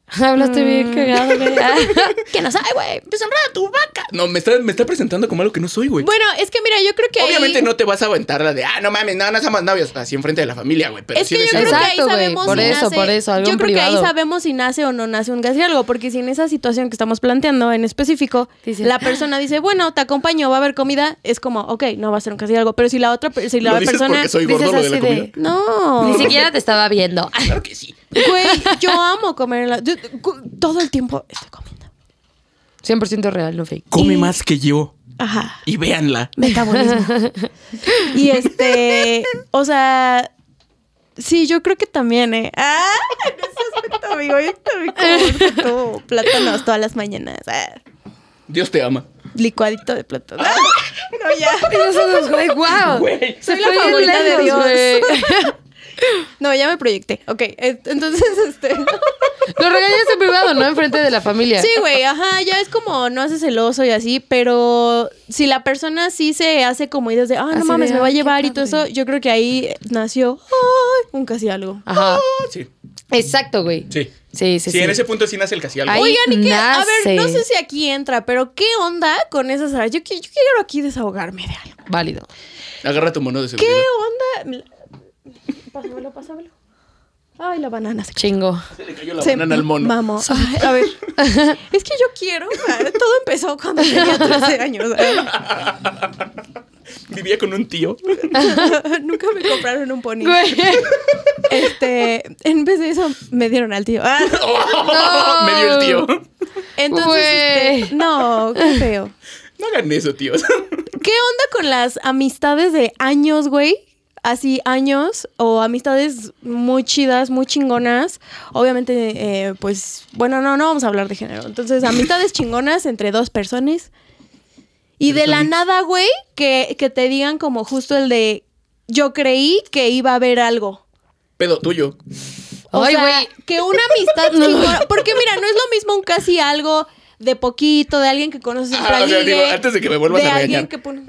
Speaker 1: Hablaste
Speaker 2: Mm.
Speaker 1: bien cagado, güey. Ah,
Speaker 2: Que no sabe, güey.
Speaker 3: Deshonrada Pues tu vaca. No, me está, me está presentando como algo que no soy, güey.
Speaker 2: Bueno, es que mira, yo creo que ahí-
Speaker 3: Obviamente no te vas a aventar la de, ah, no mames, no, no somos novios. Así enfrente de la familia, güey. Pero
Speaker 2: es
Speaker 3: sí
Speaker 2: que yo
Speaker 3: decirlo.
Speaker 2: creo que ahí
Speaker 1: Exacto, güey,
Speaker 2: sabemos
Speaker 1: por
Speaker 2: si
Speaker 1: eso,
Speaker 2: nace,
Speaker 1: por eso, algo
Speaker 2: yo
Speaker 1: en
Speaker 2: creo que ahí
Speaker 1: privado.
Speaker 2: sabemos si nace o no nace un gasrialgo, porque si en esa situación que estamos planteando en específico,
Speaker 1: Dice,
Speaker 2: la persona dice, bueno, te acompaño, va a haber comida, es como, ok, no va a ser un gasrialgo, pero si la otra, per- si la
Speaker 3: Lo
Speaker 2: otra
Speaker 3: dices
Speaker 2: persona,
Speaker 3: porque soy
Speaker 1: dices
Speaker 3: gordo lo de la
Speaker 1: así
Speaker 3: comida.
Speaker 1: de-
Speaker 2: no,
Speaker 1: Ni siquiera te estaba viendo.
Speaker 3: Claro que sí.
Speaker 2: güey, yo amo comer en la, yo- cu- todo el tiempo estoy comiendo,
Speaker 1: 100% real, no fake.
Speaker 3: Come
Speaker 2: Y-
Speaker 3: más que yo
Speaker 2: ajá,
Speaker 3: y véanla.
Speaker 2: metabolismo, y este, o sea, sí, yo creo que también, eh, ah, en ese aspecto, amigo, yo también como tú, plátanos todas las mañanas, ah.
Speaker 3: Dios te ama.
Speaker 2: licuadito de plátano. Ah, No, ya.
Speaker 1: Güey, wow.
Speaker 3: Güey.
Speaker 1: Se
Speaker 2: Soy la
Speaker 1: fue bien
Speaker 2: favorita de
Speaker 1: lejos,
Speaker 2: Dios.
Speaker 1: güey.
Speaker 2: No, ya me proyecté. Ok, eh, entonces, este...
Speaker 1: Lo regañas en privado, ¿no? Enfrente de la familia.
Speaker 2: Sí, güey, ajá, ya es como no haces el oso y así, pero si la persona sí se hace como ideas de, ah,
Speaker 1: Así
Speaker 2: no
Speaker 1: de,
Speaker 2: mames, me va a
Speaker 1: "Ay, qué
Speaker 2: llevar y todo
Speaker 1: padre".
Speaker 2: eso, yo creo que ahí nació ay, un casi algo.
Speaker 1: Ajá.
Speaker 2: Oh,
Speaker 3: Sí,
Speaker 1: Exacto, güey.
Speaker 3: sí.
Speaker 1: Sí, sí,
Speaker 3: Sí,
Speaker 1: sí.
Speaker 3: en ese punto sí nace el casi algo.
Speaker 1: Ahí
Speaker 2: Oigan, y que, a ver, no
Speaker 1: nace.
Speaker 2: sé si aquí entra, pero ¿qué onda con esas áreas? Yo, qui- yo quiero aquí desahogarme de algo.
Speaker 1: Válido.
Speaker 3: Agarra tu mono de
Speaker 2: ¿Qué
Speaker 3: seguridad.
Speaker 2: onda? Pásamelo, pásamelo. Ay, la banana se
Speaker 1: Chingo.
Speaker 3: Se le cayó la
Speaker 2: Se
Speaker 3: banana al mono.
Speaker 2: mamó. Ay, a ver. es que yo quiero. Todo empezó cuando tenía 13 años.
Speaker 3: Vivía con un tío.
Speaker 2: Nunca me compraron un pony.
Speaker 1: Güey.
Speaker 2: Este, en vez de eso, me dieron al tío. Ah,
Speaker 1: No.
Speaker 3: Me dio el tío.
Speaker 2: Entonces,
Speaker 1: Güey.
Speaker 2: este, no, qué feo.
Speaker 3: No hagan eso, tíos.
Speaker 2: ¿Qué onda con las amistades de años, güey? Así, años o amistades muy chidas, muy chingonas. Obviamente, eh, pues, bueno, no, no vamos a hablar de género. Entonces, amistades chingonas entre dos personas. Y de la nada, güey, que, que te digan como justo el de, yo creí que iba a haber algo.
Speaker 3: Pedo tuyo.
Speaker 2: O
Speaker 1: Ay,
Speaker 2: sea,
Speaker 1: güey.
Speaker 2: que una amistad chingona. Porque mira, no es lo mismo un casi algo de poquito, de alguien que conoces en
Speaker 3: Ah, o sea, digo, antes de que me vuelvas
Speaker 2: de
Speaker 3: a
Speaker 2: alguien
Speaker 3: regañar.
Speaker 2: que pone-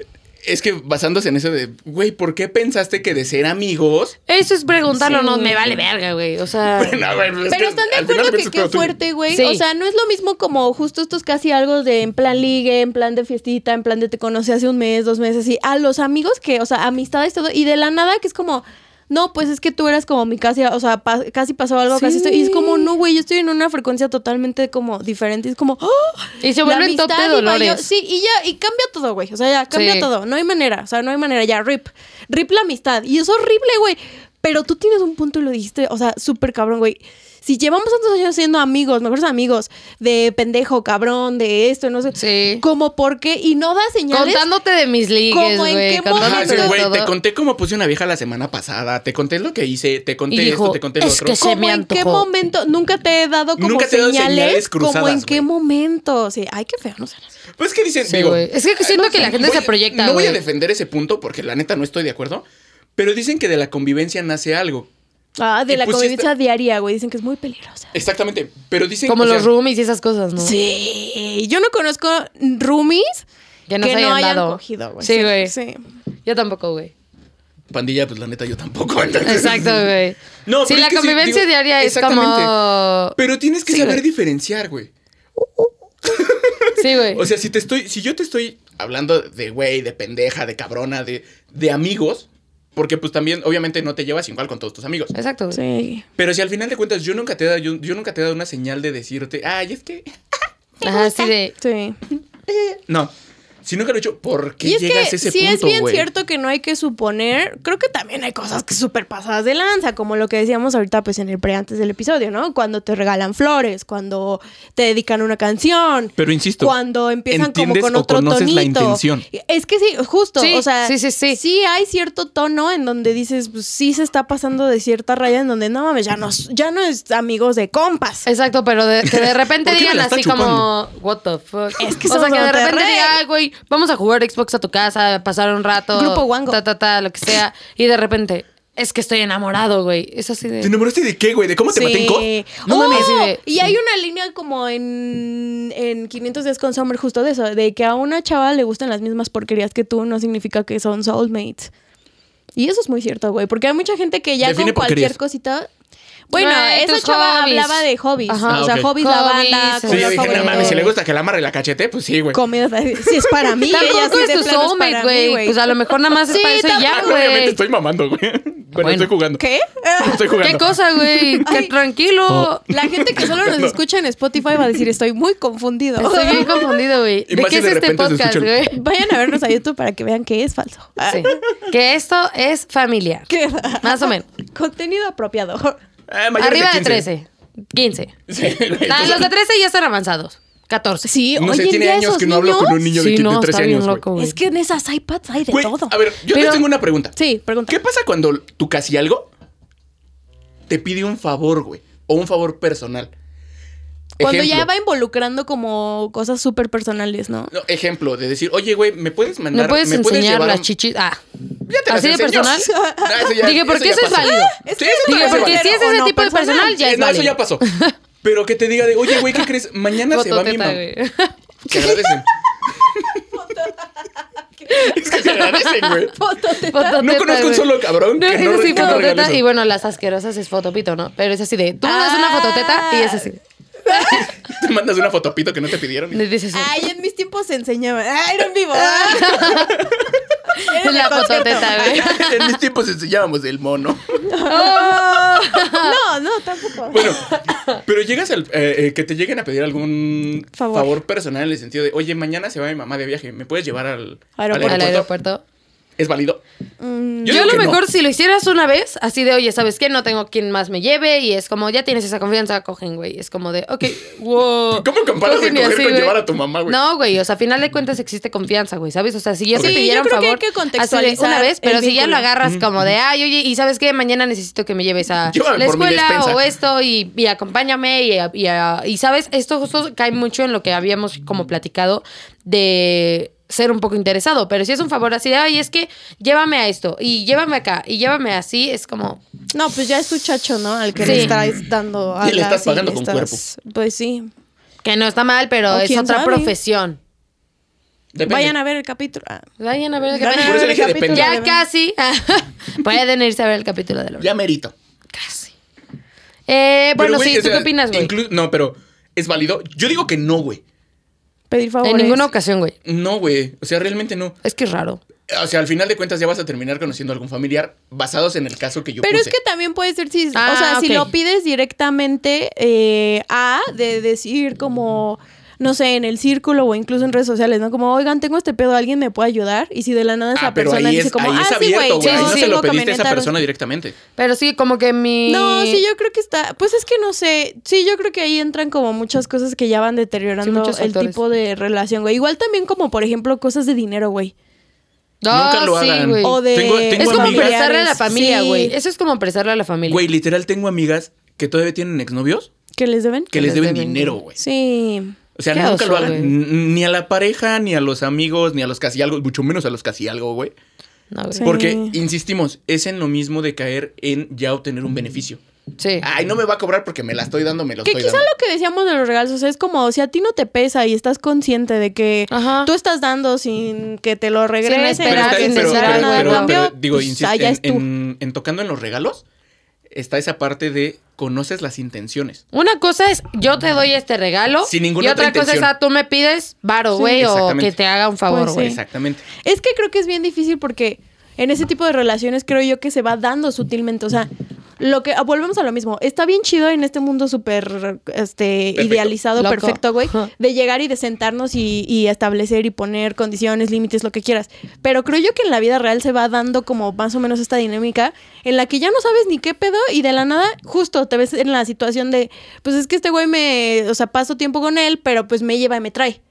Speaker 3: Es que basándose en eso de, güey, ¿por qué pensaste que de ser amigos?
Speaker 1: Eso es preguntarlo,
Speaker 2: Sí.
Speaker 1: no me vale verga, güey. O sea.
Speaker 3: Bueno, güey, pues es
Speaker 2: Pero
Speaker 3: que
Speaker 2: están de
Speaker 3: al final
Speaker 2: acuerdo que
Speaker 3: piensas
Speaker 2: qué
Speaker 3: pedo tuyo.
Speaker 2: fuerte, güey.
Speaker 1: Sí.
Speaker 2: O sea, no es lo mismo como justo estos casi algo de en plan ligue, en plan de fiestita, en plan de te conocí hace un mes, dos meses, y a los amigos que, o sea, amistades, todo, y de la nada que es como, no, pues es que tú eras como mi casi, o sea, pa- casi pasó algo,
Speaker 1: Sí.
Speaker 2: casi esto, y es como, no, güey, yo estoy en una frecuencia totalmente como diferente, y es como, ¡oh!
Speaker 1: Y se
Speaker 2: La
Speaker 1: vuelven top de
Speaker 2: amistad y
Speaker 1: dolores.
Speaker 2: valió- sí, y ya, y cambia todo, güey. O sea, ya cambia
Speaker 1: Sí.
Speaker 2: todo. No hay manera, o sea, no hay manera. Ya, rip. Rip la amistad. Y es horrible, güey. Pero tú tienes un punto y lo dijiste, o sea, súper cabrón, güey. Si llevamos tantos años siendo amigos, mejores amigos, de pendejo, cabrón, de esto, no sé.
Speaker 1: Sí.
Speaker 2: Como por qué, y no da señales.
Speaker 1: Contándote de mis ligues,
Speaker 2: ¿Cómo en
Speaker 1: güey.
Speaker 2: qué
Speaker 1: Contándote
Speaker 3: Ajá, sí,
Speaker 1: de
Speaker 2: momento?
Speaker 3: güey, te
Speaker 1: todo.
Speaker 3: conté cómo puse una vieja la semana pasada, te conté lo que hice, te conté
Speaker 1: Y dijo,
Speaker 3: esto, te conté lo
Speaker 1: "Es
Speaker 3: otro.
Speaker 1: que sí".
Speaker 2: como
Speaker 1: se me
Speaker 2: en qué
Speaker 1: antojó.
Speaker 2: momento, nunca te he dado como
Speaker 3: Nunca te he dado
Speaker 2: señales,
Speaker 3: señales
Speaker 2: como en
Speaker 3: cruzadas,
Speaker 2: qué
Speaker 3: güey.
Speaker 2: momento, sí, ay, qué feo, no sé.
Speaker 3: Pues que dicen,
Speaker 1: Sí,
Speaker 3: digo,
Speaker 1: güey. Es que siento
Speaker 3: no
Speaker 1: que la gente
Speaker 3: voy-
Speaker 1: se proyecta,
Speaker 3: No voy a
Speaker 1: güey.
Speaker 3: defender ese punto porque la neta no estoy de acuerdo, pero dicen que de la convivencia nace algo.
Speaker 2: Ah, de
Speaker 3: Y pues
Speaker 2: la
Speaker 3: pusiste-
Speaker 2: convivencia diaria, güey, dicen que es muy peligrosa.
Speaker 3: Exactamente, pero dicen
Speaker 1: Como
Speaker 3: o sea,
Speaker 1: los roomies y esas cosas, ¿no?
Speaker 2: Sí, yo no conozco roomies
Speaker 1: Que no se hayan dado.
Speaker 2: cogido, güey.
Speaker 1: Sí, güey.
Speaker 2: Sí.
Speaker 1: Yo tampoco, güey.
Speaker 3: pandilla, pues la neta yo tampoco. entonces-
Speaker 1: Exacto, güey.
Speaker 3: No,
Speaker 1: sí,
Speaker 3: pero
Speaker 1: la
Speaker 3: es que sí,
Speaker 1: convivencia
Speaker 3: digo,
Speaker 1: diaria es
Speaker 3: exactamente.
Speaker 1: como.
Speaker 3: Pero tienes que
Speaker 1: Sí,
Speaker 3: saber
Speaker 1: güey.
Speaker 3: diferenciar, güey.
Speaker 1: Sí, güey.
Speaker 3: O sea, si te estoy, si yo te estoy hablando de güey, de pendeja, de cabrona, de, de amigos, porque pues también, obviamente, no te llevas igual con todos tus amigos.
Speaker 1: Exacto, güey.
Speaker 2: Sí.
Speaker 3: Pero si al final de cuentas yo nunca te he dado, yo, yo nunca te he dado una señal de decirte, ay, es que.
Speaker 1: Ajá, así de.
Speaker 2: Sí.
Speaker 3: No. Si nunca lo he hecho, ¿por qué
Speaker 2: Y es
Speaker 3: llegas
Speaker 2: que
Speaker 3: a ese
Speaker 2: si
Speaker 3: punto,
Speaker 2: es bien
Speaker 3: güey?
Speaker 2: cierto que no hay que suponer, creo que también hay cosas que súper pasadas de lanza, como lo que decíamos ahorita pues en el pre antes del episodio, ¿no? Cuando te regalan flores, cuando te dedican una canción.
Speaker 3: Pero insisto,
Speaker 2: Cuando empiezan como
Speaker 3: ¿entiendes
Speaker 2: con
Speaker 3: o
Speaker 2: otro
Speaker 3: conoces
Speaker 2: tonito.
Speaker 3: la intención?
Speaker 2: Es que sí, justo,
Speaker 1: Sí,
Speaker 2: o sea,
Speaker 1: sí, sí, sí.
Speaker 2: hay cierto tono en donde dices, pues sí se está pasando de cierta raya en donde no mames, ya no ya no es amigos de compas.
Speaker 1: Exacto, pero de- que de repente
Speaker 3: ¿Por qué me
Speaker 1: digan
Speaker 3: la está
Speaker 1: así como, what the fuck.
Speaker 2: Es que
Speaker 1: o sea,
Speaker 2: somos
Speaker 1: que de
Speaker 2: de
Speaker 1: repente
Speaker 2: Monterrey.
Speaker 1: digan, "Ay, güey, vamos a jugar Xbox a tu casa, pasar un rato.
Speaker 2: Grupo Wango.
Speaker 1: Ta, ta, ta, lo que sea. Y de repente, es que estoy enamorado, güey. Es así
Speaker 3: ¿Te
Speaker 1: de.
Speaker 3: enamoraste de qué, güey? ¿De cómo te maté en
Speaker 2: Sí.
Speaker 3: COD?
Speaker 1: No
Speaker 2: ¡Oh!
Speaker 1: mames, sí, de-
Speaker 2: Y hay una línea como en, en 500 días con Summer justo de eso, de que a una chava le gustan las mismas porquerías que tú, no significa que son soulmates. Y eso es muy cierto, güey, porque hay mucha gente que ya con
Speaker 3: Define
Speaker 2: cualquier
Speaker 3: porquerías.
Speaker 2: cosita... Bueno,
Speaker 1: Güey,
Speaker 2: esa
Speaker 1: tus
Speaker 2: chava
Speaker 1: Ah, hobbies.
Speaker 2: hablaba de hobbies,
Speaker 1: Ajá.
Speaker 2: o
Speaker 3: Ah,
Speaker 2: sea,
Speaker 3: ok.
Speaker 2: hobbies,
Speaker 1: Hobbies, eh.
Speaker 2: la banda,
Speaker 1: sí,
Speaker 3: Sí,
Speaker 1: Con
Speaker 3: yo
Speaker 1: los
Speaker 3: dije, no
Speaker 1: favoritos.
Speaker 3: mames, si le gusta que la amarre y la cachete, pues sí, güey.
Speaker 2: comida, si es para mí, ella
Speaker 1: Tampoco
Speaker 2: sí
Speaker 1: es
Speaker 2: de
Speaker 1: tu
Speaker 2: plano es para
Speaker 1: soulmate,
Speaker 2: mí,
Speaker 1: güey. Pues a lo mejor nada más es
Speaker 2: Sí,
Speaker 1: para eso y ya,
Speaker 2: tampoco,
Speaker 1: güey.
Speaker 3: Ah, Obviamente estoy mamando, güey. Bueno,
Speaker 1: Bueno.
Speaker 3: estoy jugando.
Speaker 2: ¿Qué?
Speaker 3: Estoy jugando.
Speaker 1: ¿Qué cosa, güey? Que
Speaker 2: Ay.
Speaker 1: tranquilo.
Speaker 3: Oh.
Speaker 2: La gente que solo nos escucha en Spotify va a decir, estoy muy confundido.
Speaker 1: Estoy bien confundido, güey.
Speaker 3: Y
Speaker 1: ¿De
Speaker 3: más
Speaker 1: qué
Speaker 3: si
Speaker 1: es
Speaker 3: de
Speaker 1: este
Speaker 3: repente se
Speaker 1: podcast,
Speaker 3: escucha
Speaker 1: güey?
Speaker 3: el- Ah.
Speaker 2: Vayan a vernos a YouTube para que vean que es falso.
Speaker 1: Sí. Que esto es familiar.
Speaker 2: ¿Qué?
Speaker 1: Más o menos.
Speaker 2: Contenido apropiado.
Speaker 3: Eh, mayores
Speaker 1: Arriba de
Speaker 3: 15.
Speaker 1: 13. 15.
Speaker 3: Sí, güey,
Speaker 1: Ah,
Speaker 3: entonces-
Speaker 1: los de 13 ya están avanzados. 14.
Speaker 2: Sí,
Speaker 3: No
Speaker 2: hoy
Speaker 3: sé,
Speaker 2: en
Speaker 3: tiene
Speaker 2: día
Speaker 3: años
Speaker 2: esos
Speaker 3: que no hablo con un
Speaker 2: niños-
Speaker 3: niño de 15, 13 años. güey.
Speaker 1: güey.
Speaker 2: Es que en esas iPads hay de
Speaker 3: Güey,
Speaker 2: todo.
Speaker 3: a ver, yo
Speaker 1: Pero-
Speaker 3: les tengo una pregunta.
Speaker 2: Sí, pregunta.
Speaker 3: ¿Qué pasa cuando tú casi algo te pide un favor, güey? O un favor personal.
Speaker 2: Cuando ya
Speaker 3: Ejemplo.
Speaker 2: va involucrando como cosas súper personales, ¿no?
Speaker 3: No, ejemplo, de decir, oye, güey, ¿me puedes mandar?
Speaker 1: ¿Me puedes enseñar
Speaker 3: llevar a
Speaker 1: las
Speaker 3: un-
Speaker 1: chichis? Ah.
Speaker 3: Ya te las
Speaker 1: ¿Así de
Speaker 3: enseño.
Speaker 1: personal?
Speaker 3: No, eso ya-
Speaker 1: Dije, porque
Speaker 3: ya
Speaker 1: eso es
Speaker 3: pasó.
Speaker 1: válido.
Speaker 3: Sí, eso
Speaker 1: Dije,
Speaker 3: también es
Speaker 1: porque
Speaker 3: válido.
Speaker 1: si es
Speaker 2: O
Speaker 1: ese
Speaker 2: no
Speaker 1: tipo de
Speaker 2: personal.
Speaker 1: personal, ya
Speaker 3: Eh,
Speaker 1: es
Speaker 3: no, eso
Speaker 1: válido.
Speaker 3: ya pasó. Pero que te diga de, oye, güey, ¿qué crees? Mañana se va mi
Speaker 1: Fototeta,
Speaker 3: mamá.
Speaker 1: güey.
Speaker 3: Se agradecen. es que se agradecen, güey.
Speaker 1: Fototeta,
Speaker 3: No conozco un
Speaker 1: güey.
Speaker 3: solo cabrón
Speaker 1: No,
Speaker 3: que no,
Speaker 1: es así
Speaker 3: que no regale
Speaker 1: fototeta
Speaker 3: eso.
Speaker 1: y bueno, las asquerosas es fotopito, ¿no? Pero es así de, tú mandas una
Speaker 2: Ah.
Speaker 1: fototeta y es así.
Speaker 3: Te mandas una fotopito que no te pidieron.
Speaker 1: Le dices,
Speaker 2: Ay, en mis tiempos se enseñaba. Ay, era en vivo. Era en
Speaker 1: la
Speaker 2: el concierto.
Speaker 1: fototeta, güey.
Speaker 3: en mis tiempos enseñábamos el mono.
Speaker 2: No, no, tampoco.
Speaker 3: Bueno, pero llegas al eh, eh, que te lleguen a pedir algún favor.
Speaker 2: Favor.
Speaker 3: personal en el sentido de, oye, mañana se va mi mamá de viaje, ¿me puedes llevar al al
Speaker 2: Aeropuerto.
Speaker 1: Al aeropuerto.
Speaker 3: ¿Es válido?
Speaker 2: Mm,
Speaker 1: Yo,
Speaker 3: digo
Speaker 1: lo
Speaker 3: que no.
Speaker 1: mejor, si lo hicieras una vez, así de, oye, ¿sabes qué? No tengo quien más me lleve y es como, ya tienes esa confianza, cogen, güey. Es como de, ok, wow.
Speaker 3: ¿Cómo comparas
Speaker 1: Cogen
Speaker 3: de
Speaker 1: y
Speaker 3: coger
Speaker 1: así,
Speaker 3: con
Speaker 1: güey.
Speaker 3: llevar a tu mamá, güey?
Speaker 1: No, güey, o sea, a final de cuentas existe confianza, güey, ¿sabes? O sea, si ya
Speaker 2: Sí,
Speaker 1: te
Speaker 2: yo
Speaker 1: pidieron
Speaker 2: creo que hay
Speaker 1: favor,
Speaker 2: que
Speaker 1: así de una
Speaker 2: contextualizar
Speaker 1: vez, pero
Speaker 2: el
Speaker 1: si ya lo
Speaker 2: vínculo.
Speaker 1: agarras como de, ay, oye, ¿y sabes qué? Mañana necesito que me lleves a
Speaker 3: Llévame
Speaker 1: la
Speaker 3: por mi
Speaker 1: escuela
Speaker 3: despensa.
Speaker 1: o esto y, y acompáñame y, y, y, ¿sabes? Esto justo cae mucho en lo que habíamos como platicado de ser un poco interesado, pero si es un favor así de, ay, es que llévame a esto y llévame acá y llévame así, es como,
Speaker 2: No, pues ya es tu chacho, ¿no? Al que
Speaker 1: Sí.
Speaker 2: le estás dando
Speaker 3: Y le estás
Speaker 2: alas
Speaker 3: pagando con
Speaker 2: Pues sí.
Speaker 1: que no está mal, pero
Speaker 2: O
Speaker 1: es
Speaker 2: quién
Speaker 1: otra
Speaker 2: sabe.
Speaker 1: profesión.
Speaker 3: Depende.
Speaker 2: Vayan a ver el capítulo. Ah.
Speaker 1: Vayan a ver el
Speaker 2: Vayan
Speaker 1: capítulo.
Speaker 3: Por eso
Speaker 2: ver el
Speaker 3: dije
Speaker 2: capítulo
Speaker 3: depende.
Speaker 1: Ya
Speaker 2: de-
Speaker 1: casi. Pueden irse a ver el capítulo de la
Speaker 3: Ya merito.
Speaker 1: Casi. Eh, bueno,
Speaker 3: Pero, güey,
Speaker 1: sí,
Speaker 3: o
Speaker 1: ¿tú
Speaker 3: sea,
Speaker 1: qué opinas, güey?
Speaker 3: inclu- No, pero ¿es válido? Yo digo que no, güey.
Speaker 2: Pedir favores.
Speaker 1: En ninguna ocasión, güey.
Speaker 3: No, güey. O sea, realmente no.
Speaker 1: Es que es raro.
Speaker 3: O sea, al final de cuentas ya vas a terminar conociendo a algún familiar basados en el caso que yo
Speaker 2: Pero es
Speaker 3: puse.
Speaker 2: que también puede ser si,
Speaker 1: Ah,
Speaker 2: o sea,
Speaker 1: ok.
Speaker 2: si lo pides directamente eh, a de decir como no sé, en el círculo o incluso en redes sociales, ¿no? Como, oigan, tengo este pedo, ¿alguien me puede ayudar? Y si de la nada esa
Speaker 3: Ah, pero
Speaker 2: persona
Speaker 3: ahí
Speaker 2: dice
Speaker 3: es,
Speaker 2: como,
Speaker 3: ahí
Speaker 2: ah,
Speaker 3: es
Speaker 2: sí,
Speaker 3: abierto,
Speaker 2: güey,
Speaker 3: güey. ahí no
Speaker 2: sí,
Speaker 3: se lo
Speaker 2: tengo
Speaker 3: pediste a esa
Speaker 2: camioneta".
Speaker 3: persona directamente.
Speaker 1: Pero sí, como que mi.
Speaker 2: No, sí, yo creo que está. Pues es que no sé. Sí, yo creo que ahí entran como muchas cosas que ya van deteriorando
Speaker 1: muchos
Speaker 2: el
Speaker 1: factores.
Speaker 2: tipo de relación, güey. Igual también como, por ejemplo, cosas de dinero, güey.
Speaker 1: No,
Speaker 3: Nunca lo
Speaker 1: sí,
Speaker 3: hagan.
Speaker 1: güey.
Speaker 2: O de-
Speaker 3: Tengo, tengo
Speaker 1: Es como
Speaker 3: amigas-
Speaker 2: familiares,
Speaker 1: prestarle a la familia,
Speaker 2: sí.
Speaker 1: güey. Eso es como prestarle a la familia.
Speaker 3: Güey, literal, tengo amigas que todavía tienen exnovios
Speaker 2: ¿Que les deben?
Speaker 3: que les deben dinero, güey.
Speaker 2: Sí.
Speaker 3: O sea,
Speaker 1: Qué
Speaker 3: nunca
Speaker 1: oso,
Speaker 3: lo hagan.
Speaker 1: güey.
Speaker 3: N- Ni a la pareja, ni a los amigos, ni a los casi algo, mucho menos a los casi algo, güey.
Speaker 1: No, güey.
Speaker 2: Sí.
Speaker 3: Mm. Porque, insistimos, es en lo mismo de caer en ya obtener un beneficio.
Speaker 1: Sí.
Speaker 3: Ay, no me va a cobrar porque me la estoy dando, me lo
Speaker 2: Que
Speaker 3: estoy
Speaker 2: quizá
Speaker 3: dando.
Speaker 2: lo que decíamos de los regalos, o sea, es como si a ti no te pesa y estás consciente de que
Speaker 1: Ajá.
Speaker 2: tú estás dando sin que te lo regresen,
Speaker 1: esperar,
Speaker 2: sin
Speaker 1: que
Speaker 2: que
Speaker 1: sin
Speaker 2: te
Speaker 1: esperar
Speaker 2: esperan
Speaker 1: nada a
Speaker 2: nada
Speaker 3: pero-
Speaker 2: de cambio,
Speaker 3: pero digo,
Speaker 2: pues,
Speaker 3: insisto,
Speaker 2: allá
Speaker 3: en,
Speaker 2: es tú.
Speaker 3: en- en tocando en los regalos, está esa parte de conoces las intenciones.
Speaker 1: Una cosa es yo te doy este regalo.
Speaker 3: Sin ninguna
Speaker 1: Y otra
Speaker 3: otra
Speaker 1: cosa es
Speaker 3: intención.
Speaker 1: ah, tú me pides varo, güey, o
Speaker 3: exactamente.
Speaker 1: que te haga un favor,
Speaker 2: Pues sí.
Speaker 1: güey.
Speaker 3: Exactamente.
Speaker 2: Es que creo que es bien difícil porque en ese tipo de relaciones creo yo que se va dando sutilmente. O sea, lo que ah, volvemos a lo mismo. Está bien chido en este mundo súper este,
Speaker 3: Perfecto.
Speaker 2: idealizado,
Speaker 1: Loco.
Speaker 2: perfecto, güey,
Speaker 1: Ajá.
Speaker 2: de llegar y de sentarnos y, y establecer y poner condiciones, límites, lo que quieras. Pero creo yo que en la vida real se va dando como más o menos esta dinámica en la que ya no sabes ni qué pedo y de la nada justo te ves en la situación de, pues es que este güey me, o sea, paso tiempo con él, pero pues me lleva y me trae.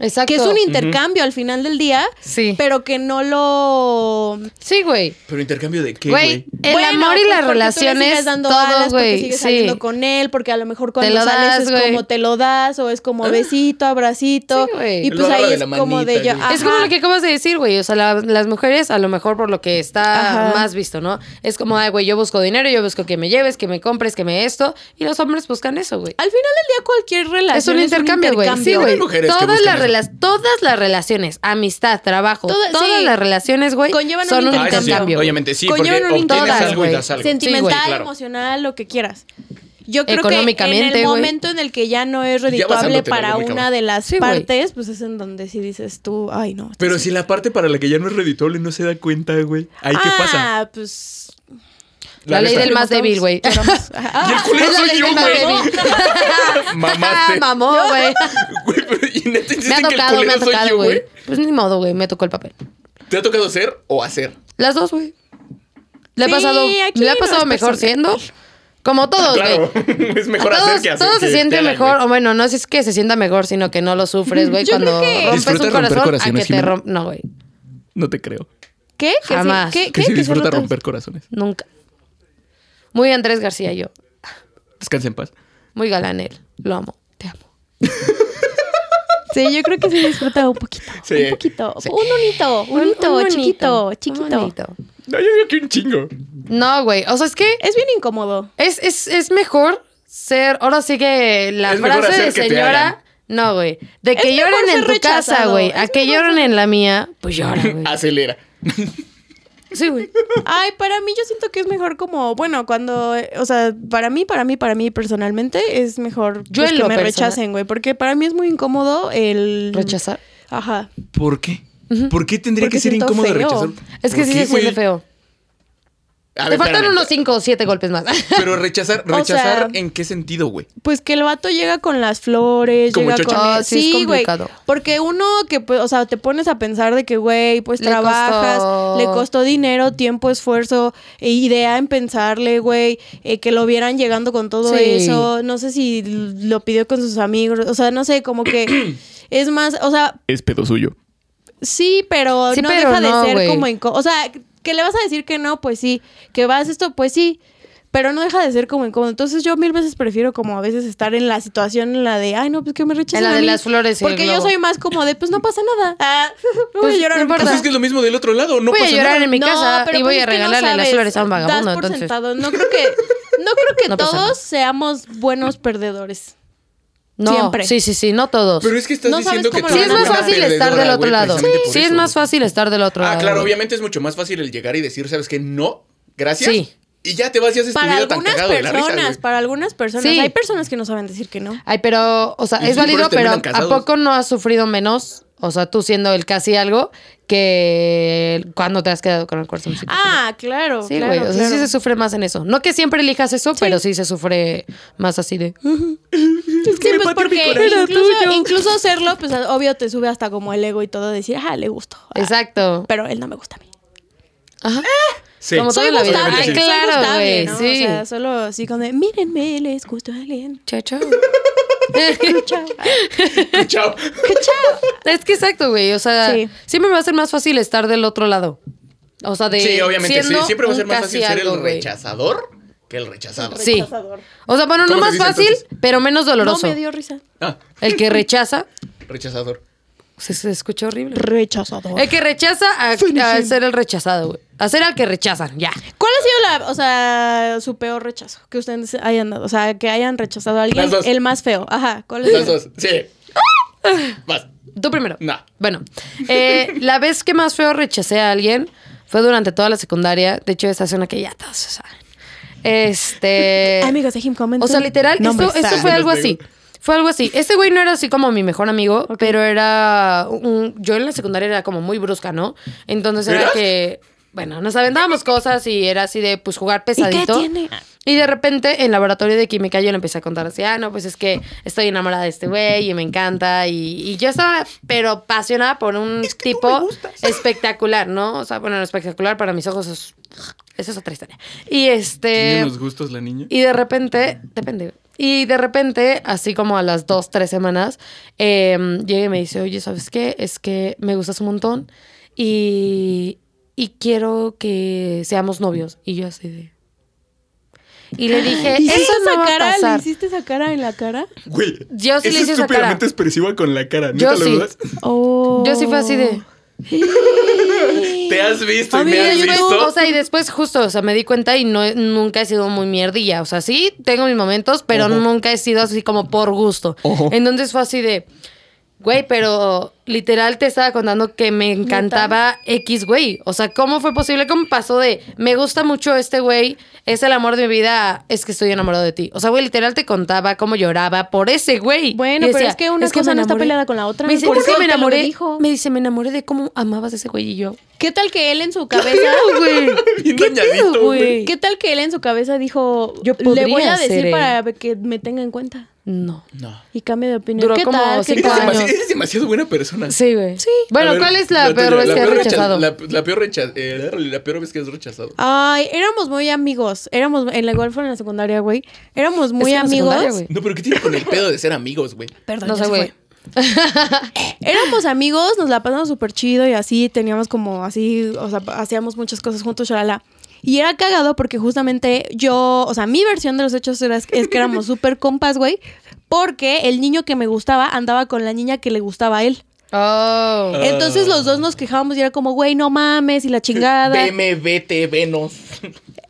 Speaker 1: Exacto.
Speaker 2: Que es un intercambio al final del día,
Speaker 1: Sí.
Speaker 2: pero que no lo...
Speaker 1: Sí, güey.
Speaker 3: Pero intercambio de qué,
Speaker 1: Güey,
Speaker 3: güey.
Speaker 1: el
Speaker 2: Bueno,
Speaker 1: amor y
Speaker 2: pues,
Speaker 1: las
Speaker 2: porque tú le
Speaker 1: relaciones,
Speaker 2: sigues dando alas,
Speaker 1: todo,
Speaker 2: porque
Speaker 1: güey.
Speaker 2: sigues
Speaker 1: Sí.
Speaker 2: saliendo con él, porque a lo mejor cuando
Speaker 1: lo
Speaker 2: sales
Speaker 1: das,
Speaker 2: es
Speaker 1: güey. Ah.
Speaker 2: como te lo das, o es como besito, abracito.
Speaker 1: Sí, güey.
Speaker 2: y
Speaker 1: El
Speaker 2: pues
Speaker 3: agarro
Speaker 2: ahí
Speaker 3: de
Speaker 2: es
Speaker 3: la
Speaker 2: como de
Speaker 3: manita,
Speaker 2: yo.
Speaker 3: güey.
Speaker 1: Es como
Speaker 2: ajá.
Speaker 1: lo que acabas de decir, güey. O sea, la- las mujeres, a lo mejor por lo que está
Speaker 2: Ajá.
Speaker 1: más visto, ¿no? Es como, ay, güey, yo busco dinero, yo busco que me lleves, que me compres, que me esto. Y los hombres buscan eso, güey.
Speaker 2: Al final del día cualquier relación.
Speaker 1: Es un intercambio, güey. Sí,
Speaker 2: intercambio.
Speaker 1: güey.
Speaker 3: Hay mujeres que
Speaker 1: Todas,
Speaker 3: buscan
Speaker 1: las
Speaker 3: eso.
Speaker 1: rela- todas las relaciones, amistad, trabajo,
Speaker 2: Toda-
Speaker 1: todas
Speaker 2: sí.
Speaker 1: las relaciones, güey,
Speaker 2: Conllevan un
Speaker 1: son un
Speaker 2: intercambio.
Speaker 3: Ah, eso sí,
Speaker 1: intercambio. güey.
Speaker 3: obviamente sí, porque
Speaker 2: Conllevan un
Speaker 3: obtienes
Speaker 1: intercambio.
Speaker 3: algo y das algo.
Speaker 2: Sentimental,
Speaker 1: Sí, güey.
Speaker 3: Claro.
Speaker 2: emocional, lo que quieras. Yo creo que en
Speaker 1: Económicamente, güey.
Speaker 2: el momento en el que ya no es redituable
Speaker 3: basándote en
Speaker 2: para
Speaker 3: algo muy
Speaker 2: una
Speaker 3: cabrón.
Speaker 2: de las
Speaker 1: Sí, güey.
Speaker 2: partes, pues es en donde sí dices tú, ay no. esto
Speaker 3: Pero
Speaker 2: sí".
Speaker 3: si la parte para la que ya no es redituable no se da cuenta, güey. Ahí qué pasa.
Speaker 2: Ah, pues Ah.
Speaker 1: La ley
Speaker 3: neta.
Speaker 1: del más débil, güey.
Speaker 3: Y el culero
Speaker 1: Es la
Speaker 3: soy
Speaker 1: ley
Speaker 3: yo,
Speaker 1: del más débil.
Speaker 3: güey. Mamaste.
Speaker 1: Mamó, güey.
Speaker 3: Güey, pero y neta
Speaker 1: Me ha
Speaker 3: insisten que
Speaker 1: tocado,
Speaker 3: el
Speaker 1: me ha
Speaker 3: culero soy yo,
Speaker 1: tocado,
Speaker 3: güey.
Speaker 1: güey. Pues ni modo, güey, me tocó el papel.
Speaker 3: ¿Te ha tocado ser o hacer?
Speaker 1: Las dos, güey. Le ha
Speaker 2: Sí,
Speaker 1: pasado,
Speaker 2: aquí
Speaker 1: le ha
Speaker 2: no
Speaker 1: pasado
Speaker 2: es
Speaker 1: mejor siendo.
Speaker 2: personal.
Speaker 1: Como todos, güey.
Speaker 3: Claro, es mejor
Speaker 1: todos,
Speaker 3: hacer que hacer.
Speaker 1: todos se
Speaker 3: que- que
Speaker 1: sienten
Speaker 3: hagan,
Speaker 1: mejor,
Speaker 3: güey.
Speaker 1: o bueno, no es que se sienta mejor, sino que no lo sufres, Mm, güey,
Speaker 2: Yo creo
Speaker 1: cuando
Speaker 2: que-
Speaker 1: rompes
Speaker 3: ¿Disfrutas
Speaker 1: un
Speaker 3: romper
Speaker 1: corazón a
Speaker 3: corazones,
Speaker 1: que te
Speaker 3: Jimena?
Speaker 1: romp... No, güey,
Speaker 3: No te creo.
Speaker 2: ¿Qué? ¿Que sí?
Speaker 1: Jamás.
Speaker 2: ¿Qué?
Speaker 3: Que
Speaker 2: ¿Qué?
Speaker 3: sí
Speaker 2: ¿Que se
Speaker 3: disfruta
Speaker 2: rotas?
Speaker 3: romper corazones.
Speaker 1: nunca. Muy Andrés García yo,
Speaker 3: Descansa en paz.
Speaker 1: muy galán él, lo amo, te amo.
Speaker 2: Sí, yo creo que se disfruta un poquito.
Speaker 3: Sí.
Speaker 2: Un poquito.
Speaker 3: Sí.
Speaker 2: Un unito, un unito,
Speaker 1: Un- un
Speaker 2: chiquito,
Speaker 1: bonito,
Speaker 2: chiquito.
Speaker 1: un bonito.
Speaker 3: No, yo digo que un chingo.
Speaker 1: No, güey, o sea, es que
Speaker 2: Es bien incómodo.
Speaker 1: es, es, es mejor ser, ahora sí que la
Speaker 3: Es mejor
Speaker 1: frase de
Speaker 3: hacer que te
Speaker 1: señora...
Speaker 3: hagan.
Speaker 1: No, güey. De que
Speaker 2: Es mejor
Speaker 1: lloren en
Speaker 2: ser
Speaker 1: tu casa,
Speaker 2: rechazado.
Speaker 1: güey.
Speaker 2: Es
Speaker 1: A que
Speaker 2: mejor
Speaker 1: lloren en la mía, pues llora, güey.
Speaker 3: Acelera.
Speaker 1: Sí, güey.
Speaker 2: Ay, para mí yo siento que es mejor como, bueno, cuando, eh, o sea, para mí, para mí, para mí personalmente es mejor
Speaker 1: Yo
Speaker 2: pues,
Speaker 1: en
Speaker 2: que
Speaker 1: lo
Speaker 2: me
Speaker 1: personal-
Speaker 2: rechacen, güey, porque para mí es muy incómodo el
Speaker 1: Rechazar.
Speaker 2: Ajá.
Speaker 3: ¿Por qué? ¿Por qué tendría
Speaker 2: Porque
Speaker 3: que ser
Speaker 2: siento
Speaker 3: incómodo
Speaker 2: feo.
Speaker 3: rechazar?
Speaker 1: Es que
Speaker 3: ¿Por
Speaker 1: sí
Speaker 3: qué,
Speaker 1: se siente
Speaker 3: güey?
Speaker 1: feo.
Speaker 3: A
Speaker 1: Te
Speaker 3: ver,
Speaker 1: faltan
Speaker 3: espérame.
Speaker 1: unos 5 o 7 golpes más.
Speaker 3: Pero rechazar,
Speaker 2: O sea-
Speaker 3: rechazar ¿en qué sentido, güey?
Speaker 2: Pues que el vato llega con las flores,
Speaker 3: Como
Speaker 2: llega
Speaker 3: chocho.
Speaker 2: con
Speaker 1: Ah, sí, es
Speaker 2: sí, güey.
Speaker 1: complicado.
Speaker 2: porque uno que pues, o sea, te pones a pensar de que güey, pues
Speaker 1: Le
Speaker 2: trabajas,
Speaker 1: costó.
Speaker 2: le costó dinero, tiempo, esfuerzo, e idea en pensarle, güey, eh, que lo vieran llegando con todo
Speaker 1: Sí.
Speaker 2: eso, no sé si lo pidió con sus amigos, o sea, no sé, como que es más, o sea,
Speaker 3: Es pedo suyo.
Speaker 2: sí, pero
Speaker 1: Sí,
Speaker 2: no
Speaker 1: pero
Speaker 2: deja de
Speaker 1: no,
Speaker 2: ser
Speaker 1: güey.
Speaker 2: como inco- o sea, que le vas a decir que no, pues sí, que vas esto, pues sí. Pero no deja de ser como incómodo. Entonces yo mil veces prefiero como a veces estar en la situación en la de, ay, no, pues que me rechazan
Speaker 1: En la
Speaker 2: a
Speaker 1: de
Speaker 2: mí".
Speaker 1: las flores y el
Speaker 2: Porque yo
Speaker 1: globo.
Speaker 2: soy más como de, pues no pasa nada. Ah, no voy
Speaker 1: Pues,
Speaker 2: a llorar.
Speaker 1: no
Speaker 2: en mi
Speaker 1: importa.
Speaker 3: Pues
Speaker 2: casa.
Speaker 3: es que es lo mismo del otro lado. No
Speaker 1: voy a
Speaker 3: pasa
Speaker 1: llorar
Speaker 3: nada.
Speaker 1: en mi
Speaker 2: No,
Speaker 1: casa
Speaker 2: pero
Speaker 1: y
Speaker 2: pues
Speaker 1: voy
Speaker 2: es
Speaker 1: a
Speaker 2: que no
Speaker 1: regalarle las
Speaker 2: sabes,
Speaker 1: flores a un
Speaker 2: das
Speaker 1: vagabundo.
Speaker 2: por
Speaker 1: Entonces,
Speaker 2: sentado. No creo que, no creo que
Speaker 1: No pasa nada.
Speaker 2: todos seamos buenos perdedores.
Speaker 1: no,
Speaker 2: siempre.
Speaker 1: sí, sí, sí, no todos.
Speaker 3: Pero es que estás
Speaker 2: No sabes
Speaker 3: diciendo que
Speaker 2: cómo
Speaker 3: tú
Speaker 2: lo
Speaker 1: sí, es
Speaker 2: van a
Speaker 3: eres
Speaker 1: más
Speaker 3: una
Speaker 2: lograr.
Speaker 1: fácil estar
Speaker 3: perdedora,
Speaker 1: del otro
Speaker 3: güey,
Speaker 1: lado. Sí,
Speaker 3: precisamente por
Speaker 1: es
Speaker 3: eso,
Speaker 1: más
Speaker 3: güey.
Speaker 1: fácil estar del otro lado.
Speaker 3: Ah, claro,
Speaker 1: güey.
Speaker 3: obviamente es mucho más fácil el llegar y decir, ¿sabes qué? No, gracias.
Speaker 1: Sí.
Speaker 3: Y ya te vas y haces tu
Speaker 2: Para
Speaker 3: vida Pues tan
Speaker 2: algunas
Speaker 3: cagado de la risa,
Speaker 2: personas,
Speaker 3: güey.
Speaker 2: para algunas personas.
Speaker 1: Sí.
Speaker 2: Hay personas que no saben decir que no.
Speaker 1: Ay, pero, o sea,
Speaker 3: Y
Speaker 1: es
Speaker 3: sí, por eso
Speaker 1: válido, pero
Speaker 3: terminan
Speaker 1: ¿a
Speaker 3: casados.
Speaker 1: poco no has sufrido menos? O sea, tú siendo el casi algo que cuando te has quedado con el corazoncito.
Speaker 2: Ah, claro.
Speaker 1: sí,
Speaker 2: claro,
Speaker 1: güey. O sea, sí
Speaker 2: claro.
Speaker 1: se sufre más en eso. No que siempre elijas eso, pero sí se sufre más así de. "Mm,
Speaker 2: Es que
Speaker 3: Me
Speaker 2: pues
Speaker 3: pateó mi
Speaker 2: porque
Speaker 3: corazón.
Speaker 2: incluso, incluso serlo, pues obvio te sube hasta como el ego y todo, decir, ah, le gusto. Ah,
Speaker 1: Exacto.
Speaker 2: Pero él no me gusta a mí.
Speaker 1: Ajá.
Speaker 3: Sí.
Speaker 1: Como
Speaker 2: Soy
Speaker 1: toda la vida.
Speaker 2: gustable,
Speaker 1: Ay,
Speaker 2: soy
Speaker 1: claro,
Speaker 2: gustable,
Speaker 1: güey,
Speaker 2: ¿no?
Speaker 1: sí.
Speaker 2: O sea, solo así como de, mírenme, les gusto a alguien.
Speaker 1: Chao, chao.
Speaker 3: Chao.
Speaker 1: Es que exacto, güey. O sea,
Speaker 2: Sí.
Speaker 1: siempre me va a ser más fácil estar del otro lado. O sea, de.
Speaker 3: Sí, obviamente. sí,
Speaker 1: siendo
Speaker 3: siempre va a
Speaker 1: un
Speaker 3: ser más
Speaker 1: casi
Speaker 3: fácil ser
Speaker 1: algo,
Speaker 3: el
Speaker 1: güey.
Speaker 3: rechazador que el rechazado.
Speaker 1: Sí.
Speaker 2: Rechazador.
Speaker 1: O sea, bueno, no
Speaker 3: ¿Cómo
Speaker 1: más
Speaker 3: se dice,
Speaker 1: fácil,
Speaker 3: entonces?
Speaker 1: pero menos doloroso.
Speaker 2: No me dio risa.
Speaker 3: Ah,
Speaker 1: El que rechaza,
Speaker 3: rechazador.
Speaker 1: se, se escucha horrible.
Speaker 2: Rechazador.
Speaker 1: El que rechaza a, a ser el rechazado, güey. A ser al que rechazan, ya.
Speaker 2: ¿Cuál ha sido la, o sea, su peor rechazo que ustedes hayan dado? O sea, que hayan rechazado a alguien.
Speaker 3: Las dos.
Speaker 2: El más feo. Ajá. ¿Cuál es?
Speaker 3: Las dos. Sí. Vas.
Speaker 1: Tú primero.
Speaker 3: No.
Speaker 1: Bueno, eh, la vez que más feo rechacé a alguien fue durante toda la secundaria. De hecho, esta es una que ya todos se saben. Este.
Speaker 2: Amigos de Jim Common.
Speaker 1: O sea, literal,
Speaker 2: No me
Speaker 1: esto, esto
Speaker 2: sale.
Speaker 1: fue algo
Speaker 3: Los
Speaker 1: así. Fue algo así. Este güey no era así como mi mejor amigo, pero era un- Yo en la secundaria era como muy brusca, ¿no? Entonces era
Speaker 3: ¿Eras?
Speaker 1: que... Bueno, nos aventábamos cosas y era así de, pues, jugar pesadito.
Speaker 2: ¿Y qué tiene?
Speaker 1: Y de repente en laboratorio de química yo le empecé a contar así, ah, no, pues es que estoy enamorada de este güey y me encanta. Y, y yo estaba, pero apasionada por un tipo espectacular, ¿no? O sea, bueno, espectacular para mis ojos es, esa es otra historia. Y este...
Speaker 3: Tiene unos gustos la niña.
Speaker 1: Y de repente, depende. Y de repente, así como a las dos, tres semanas, eh, llega y me dice, oye, ¿sabes qué? Es que me gustas un montón y, y quiero que seamos novios. Y yo así de... Y le dije, eso no va a
Speaker 2: cara?
Speaker 1: pasar.
Speaker 2: ¿Le hiciste esa cara en la cara?
Speaker 3: Güey.
Speaker 1: Yo sí
Speaker 3: es
Speaker 1: le hice esa
Speaker 3: estúpidamente
Speaker 1: cara.
Speaker 3: expresiva con la cara. ¿No
Speaker 1: Yo
Speaker 3: te lo
Speaker 1: sí.
Speaker 3: dudas?
Speaker 2: Oh.
Speaker 1: Yo sí fue así de...
Speaker 3: Te has visto y
Speaker 1: Y
Speaker 3: me has
Speaker 1: después,
Speaker 3: visto.
Speaker 1: o sea, y después justo, o sea, me di cuenta y no nunca he sido muy mierdilla. O sea, sí, tengo mis momentos, pero
Speaker 3: Ojo.
Speaker 1: nunca he sido así como por gusto.
Speaker 3: Ojo.
Speaker 1: Entonces fue así de, güey, pero literal te estaba contando que me encantaba X, güey. O sea, ¿cómo fue posible? ¿Cómo pasó de, me gusta mucho este güey, es el amor de mi vida, a, es que estoy enamorado de ti? O sea, güey, literal te contaba cómo lloraba por ese güey.
Speaker 2: Bueno,
Speaker 1: Y
Speaker 2: pero es que una cosa
Speaker 1: me
Speaker 2: no está
Speaker 1: enamoré.
Speaker 2: peleada con la otra.
Speaker 1: Me dice,
Speaker 2: Por
Speaker 1: es que
Speaker 2: eso
Speaker 1: me
Speaker 2: te lo
Speaker 1: enamoré.
Speaker 2: dijo.
Speaker 1: Me dice, me enamoré de cómo amabas a ese güey y yo.
Speaker 2: ¿Qué tal que él en su
Speaker 1: ¿Qué
Speaker 2: cabeza...
Speaker 1: pedo, güey?
Speaker 3: Bien
Speaker 1: ¿Qué
Speaker 3: dañadito,
Speaker 1: pedo,
Speaker 3: güey.
Speaker 1: güey?
Speaker 2: ¿Qué tal que él en su cabeza dijo,
Speaker 1: Yo
Speaker 2: le voy
Speaker 1: podría
Speaker 2: a
Speaker 1: ser
Speaker 2: decir
Speaker 1: él"?
Speaker 2: para que me tenga en cuenta
Speaker 1: No.
Speaker 3: No.
Speaker 2: y cambie de opinión?
Speaker 1: Duró
Speaker 2: ¿Qué
Speaker 1: como
Speaker 2: tal? ¿Qué
Speaker 1: cinco
Speaker 3: Eres,
Speaker 2: tal?
Speaker 1: años.
Speaker 3: demasi- eres demasiado buena persona.
Speaker 1: Sí, güey.
Speaker 2: Sí.
Speaker 1: Bueno,
Speaker 3: A ver,
Speaker 1: ¿cuál es la,
Speaker 3: tuya,
Speaker 1: peor vez que has
Speaker 3: peor recha-
Speaker 1: rechazado?
Speaker 3: La, la peor recha- eh, la peor vez que has rechazado.
Speaker 2: Ay, éramos muy amigos. Éramos, en la igual fue en la secundaria, güey. Éramos muy
Speaker 1: que en la
Speaker 2: amigos.
Speaker 1: secundaria, güey.
Speaker 3: No, pero ¿qué tiene con el pedo de ser amigos, güey?
Speaker 2: Perdón,
Speaker 1: No sé,
Speaker 2: ya se
Speaker 1: güey.
Speaker 2: fue. Éramos amigos, nos la pasamos súper chido y así teníamos como así, o sea, hacíamos muchas cosas juntos, shalala. Y era cagado porque justamente yo, o sea, mi versión de los hechos era, es que éramos súper compas, güey, porque el niño que me gustaba andaba con la niña que le gustaba a él.
Speaker 1: Oh.
Speaker 3: Ah.
Speaker 2: Entonces los dos nos quejábamos y era como, güey, no mames, y la chingada.
Speaker 3: Veme, vete, venos.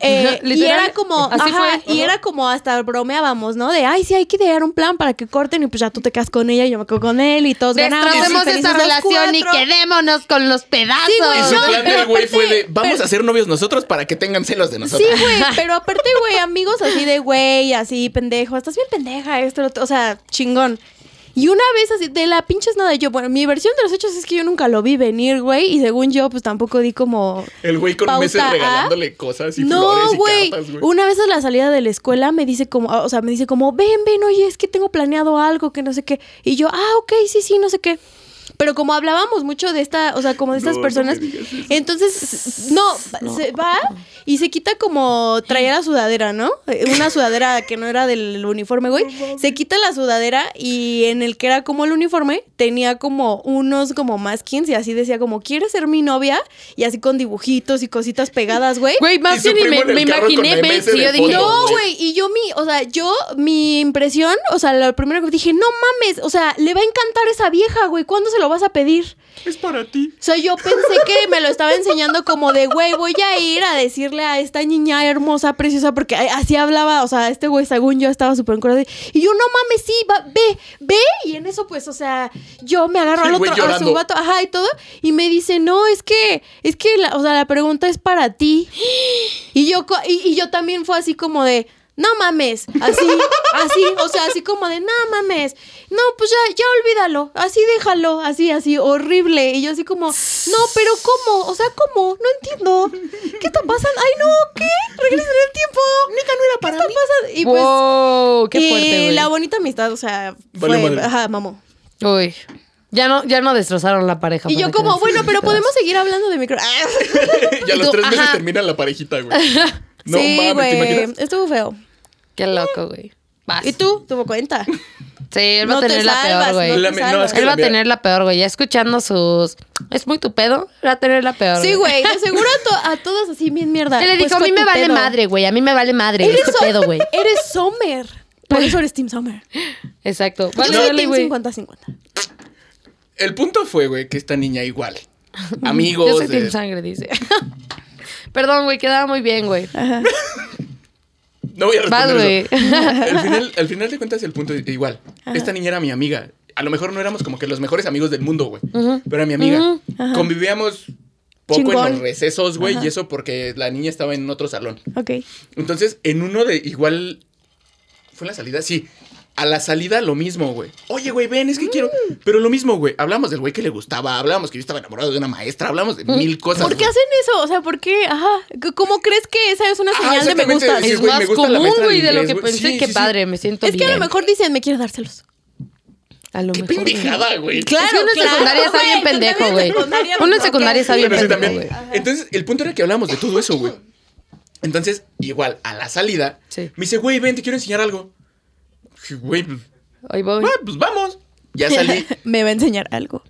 Speaker 2: Eh, y
Speaker 1: Literal,
Speaker 2: era como,
Speaker 1: así
Speaker 2: ajá,
Speaker 1: fue.
Speaker 2: y era como hasta bromeábamos, ¿no? De, ay, sí, hay que idear un plan para que corten y pues ya tú te quedas con ella y yo me quedo con él y todos Pues ganamos.
Speaker 1: Destrocemos
Speaker 2: y
Speaker 1: esta
Speaker 2: felices los
Speaker 1: relación y
Speaker 2: cuatro.
Speaker 1: quedémonos con los pedazos.
Speaker 2: Sí, güey,
Speaker 3: Y su
Speaker 2: no,
Speaker 3: plan
Speaker 2: pero
Speaker 3: del güey fue
Speaker 2: aparte-
Speaker 3: de, vamos a ser novios nosotros para que tengan celos de
Speaker 2: Sí,
Speaker 3: nosotros.
Speaker 2: güey, pero aparte, güey, amigos así de, güey, así, pendejo, estás bien pendeja, esto, lo otro", o sea, chingón. Y una vez así, de la pinches nada, yo, bueno, mi versión de los hechos es que yo nunca lo vi venir, güey, y según yo, pues tampoco di como...
Speaker 3: El güey con
Speaker 2: pauta
Speaker 3: meses
Speaker 2: A.
Speaker 3: regalándole cosas y
Speaker 2: No,
Speaker 3: flores y
Speaker 2: güey.
Speaker 3: cartas, güey.
Speaker 2: Una vez a la salida de la escuela me dice como, ah, o sea, me dice como, ven, ven, oye, es que tengo planeado algo, que no sé qué. Y yo, ah, ok, sí, sí, no sé qué. Pero como hablábamos mucho de esta, o sea, como de estas
Speaker 3: No, no
Speaker 2: personas,
Speaker 3: me digas eso.
Speaker 2: entonces, no, se va y se quita como traía la sudadera, ¿no? Eh, Una sudadera que no era del uniforme, güey. Se quita la sudadera y en el que era como el uniforme tenía como unos como maskins y así decía como, ¿quieres ser mi novia? Y así con dibujitos y cositas pegadas, güey.
Speaker 1: Güey,
Speaker 3: Y
Speaker 1: más
Speaker 3: su
Speaker 1: bien ni
Speaker 3: primo
Speaker 1: me,
Speaker 3: en el
Speaker 1: me
Speaker 3: carro con
Speaker 1: imaginé
Speaker 3: MS
Speaker 1: Bates y
Speaker 3: de
Speaker 1: yo dije,
Speaker 3: fondo,
Speaker 1: no.
Speaker 2: No,
Speaker 3: güey.
Speaker 2: güey, y yo mi, o sea, yo mi impresión, o sea, lo primero que dije, no mames, o sea, le va a encantar esa vieja, güey, ¿cuándo se lo vas a pedir?
Speaker 3: Es para ti.
Speaker 2: O sea, yo pensé que me lo estaba enseñando como de, güey, voy a ir a decirle a esta niña hermosa, preciosa, porque a- así hablaba, o sea, este güey, según yo, estaba súper encorado. Y yo, no mames, sí, va, ve, ve. Y en eso, pues, o sea, yo me agarro
Speaker 3: El
Speaker 2: al
Speaker 3: güey
Speaker 2: otro, a su
Speaker 3: llorando.
Speaker 2: vato, ajá, y todo. Y me dice, no, es que, es que, la- o sea, la pregunta es para ti. Y yo, co- y, y yo también fue así como de, no mames, así, así, o sea, así como de, no mames, no, pues ya, ya olvídalo, así déjalo, así, así, horrible. Y yo así como, no, pero ¿cómo? O sea, ¿cómo? No entiendo. ¿Qué está pasando? Ay, no, ¿qué? Regresé en el tiempo. Neta, no era para ¿Qué está pasando? Y pues,
Speaker 1: wow, qué fuerte,
Speaker 2: eh,
Speaker 1: güey.
Speaker 2: la bonita amistad, o sea, fue,
Speaker 3: Valió madre.
Speaker 2: ajá, mamó.
Speaker 1: Uy. Ya no, ya no destrozaron la pareja.
Speaker 2: Y
Speaker 1: para
Speaker 2: yo
Speaker 1: que
Speaker 2: como,
Speaker 1: des-
Speaker 2: bueno, pero podemos seguir hablando de micro...
Speaker 3: y a
Speaker 1: Y
Speaker 3: los
Speaker 1: tú,
Speaker 3: tres meses
Speaker 1: ajá.
Speaker 3: termina la parejita, güey. No
Speaker 2: sí,
Speaker 3: mames, ¿te
Speaker 2: güey,
Speaker 3: imaginas?
Speaker 2: estuvo feo.
Speaker 1: Qué loco, güey. Vas.
Speaker 2: ¿Y tú? ¿Tuvo cuenta?
Speaker 1: Sí, él va
Speaker 2: No
Speaker 1: a
Speaker 2: te
Speaker 1: tener la
Speaker 2: salvas,
Speaker 1: peor, güey.
Speaker 2: no
Speaker 3: La
Speaker 2: te
Speaker 3: me- no,
Speaker 2: salvas.
Speaker 3: es que
Speaker 1: Él va a
Speaker 3: mía-
Speaker 1: tener la peor, güey. Ya escuchando sus. Es muy tu pedo. Va a tener la peor.
Speaker 2: Sí, güey, de seguro a, to- a todos así bien mierda.
Speaker 1: Él le
Speaker 2: Pues
Speaker 1: dijo, a mí
Speaker 2: fue
Speaker 1: me
Speaker 2: tu
Speaker 1: vale
Speaker 2: pedo".
Speaker 1: madre, güey. A mí me vale madre.
Speaker 2: Eres,
Speaker 1: Es tu
Speaker 2: so-
Speaker 1: pedo, güey.
Speaker 2: eres Summer. Por eso eres Team Summer.
Speaker 1: Exacto.
Speaker 2: Yo
Speaker 1: Vale,
Speaker 2: soy
Speaker 1: vale,
Speaker 2: Team
Speaker 1: güey.
Speaker 2: 50-50.
Speaker 3: El punto fue, güey, que esta niña igual. Amigos.
Speaker 1: Yo soy
Speaker 3: eh,
Speaker 1: Team Sangre, dice. Perdón, güey, quedaba muy bien, güey.
Speaker 2: Ajá.
Speaker 3: No voy a
Speaker 1: Vas, güey.
Speaker 3: responder eso. Al final, al final de cuentas, el punto es igual. Esta niña era mi amiga. A lo mejor no éramos como que los mejores amigos del mundo, güey. Pero era mi amiga.
Speaker 1: Ujú.
Speaker 2: Ajá.
Speaker 3: Convivíamos poco en
Speaker 2: Chingón.
Speaker 3: los recesos, güey.
Speaker 2: Ajá.
Speaker 3: Y eso porque la niña estaba en otro salón.
Speaker 2: Ok.
Speaker 3: Entonces, en uno de igual. ¿Fue en la salida? Sí. A la salida lo mismo, güey. Oye, güey, ven, es que quiero.
Speaker 2: Mm.
Speaker 3: Pero lo mismo, güey. Hablamos del güey que le gustaba, hablamos que yo estaba enamorado de una maestra, hablamos de mil cosas.
Speaker 2: Mm. ¿Por qué
Speaker 3: güey.
Speaker 2: hacen eso? O sea, ¿por qué? Ajá. C- ¿Cómo crees que esa es una
Speaker 3: Ah,
Speaker 2: señal de me
Speaker 3: exactamente,
Speaker 2: gusta?
Speaker 3: sí,
Speaker 1: es
Speaker 3: güey, me
Speaker 1: más
Speaker 3: gusta la
Speaker 1: común,
Speaker 3: maestra de
Speaker 1: güey, de lo
Speaker 3: inglés,
Speaker 1: que
Speaker 3: güey.
Speaker 1: pensé.
Speaker 3: Sí,
Speaker 1: Qué
Speaker 3: sí, sí.
Speaker 1: padre, me siento
Speaker 2: es que
Speaker 1: bien.
Speaker 2: a lo mejor dicen, me quiero dárselos.
Speaker 1: A lo
Speaker 3: Qué
Speaker 1: mejor.
Speaker 3: pendejada, güey.
Speaker 1: Es que uno en secundaria está bien
Speaker 2: güey,
Speaker 1: pendejo,
Speaker 2: también
Speaker 1: güey.
Speaker 2: secundaria,
Speaker 1: Uno en
Speaker 2: ok.
Speaker 1: secundaria está bien
Speaker 3: Bueno, sí,
Speaker 1: pendejo,
Speaker 3: también.
Speaker 1: güey.
Speaker 3: Entonces, el punto era que hablamos de todo eso, güey. Entonces, igual, a la salida,
Speaker 1: Sí.
Speaker 3: me dice, güey, ven, te quiero enseñar algo. Dije, Güey, pues,
Speaker 1: Hoy voy.
Speaker 3: ah, pues vamos. Ya salí.
Speaker 2: me va a enseñar algo.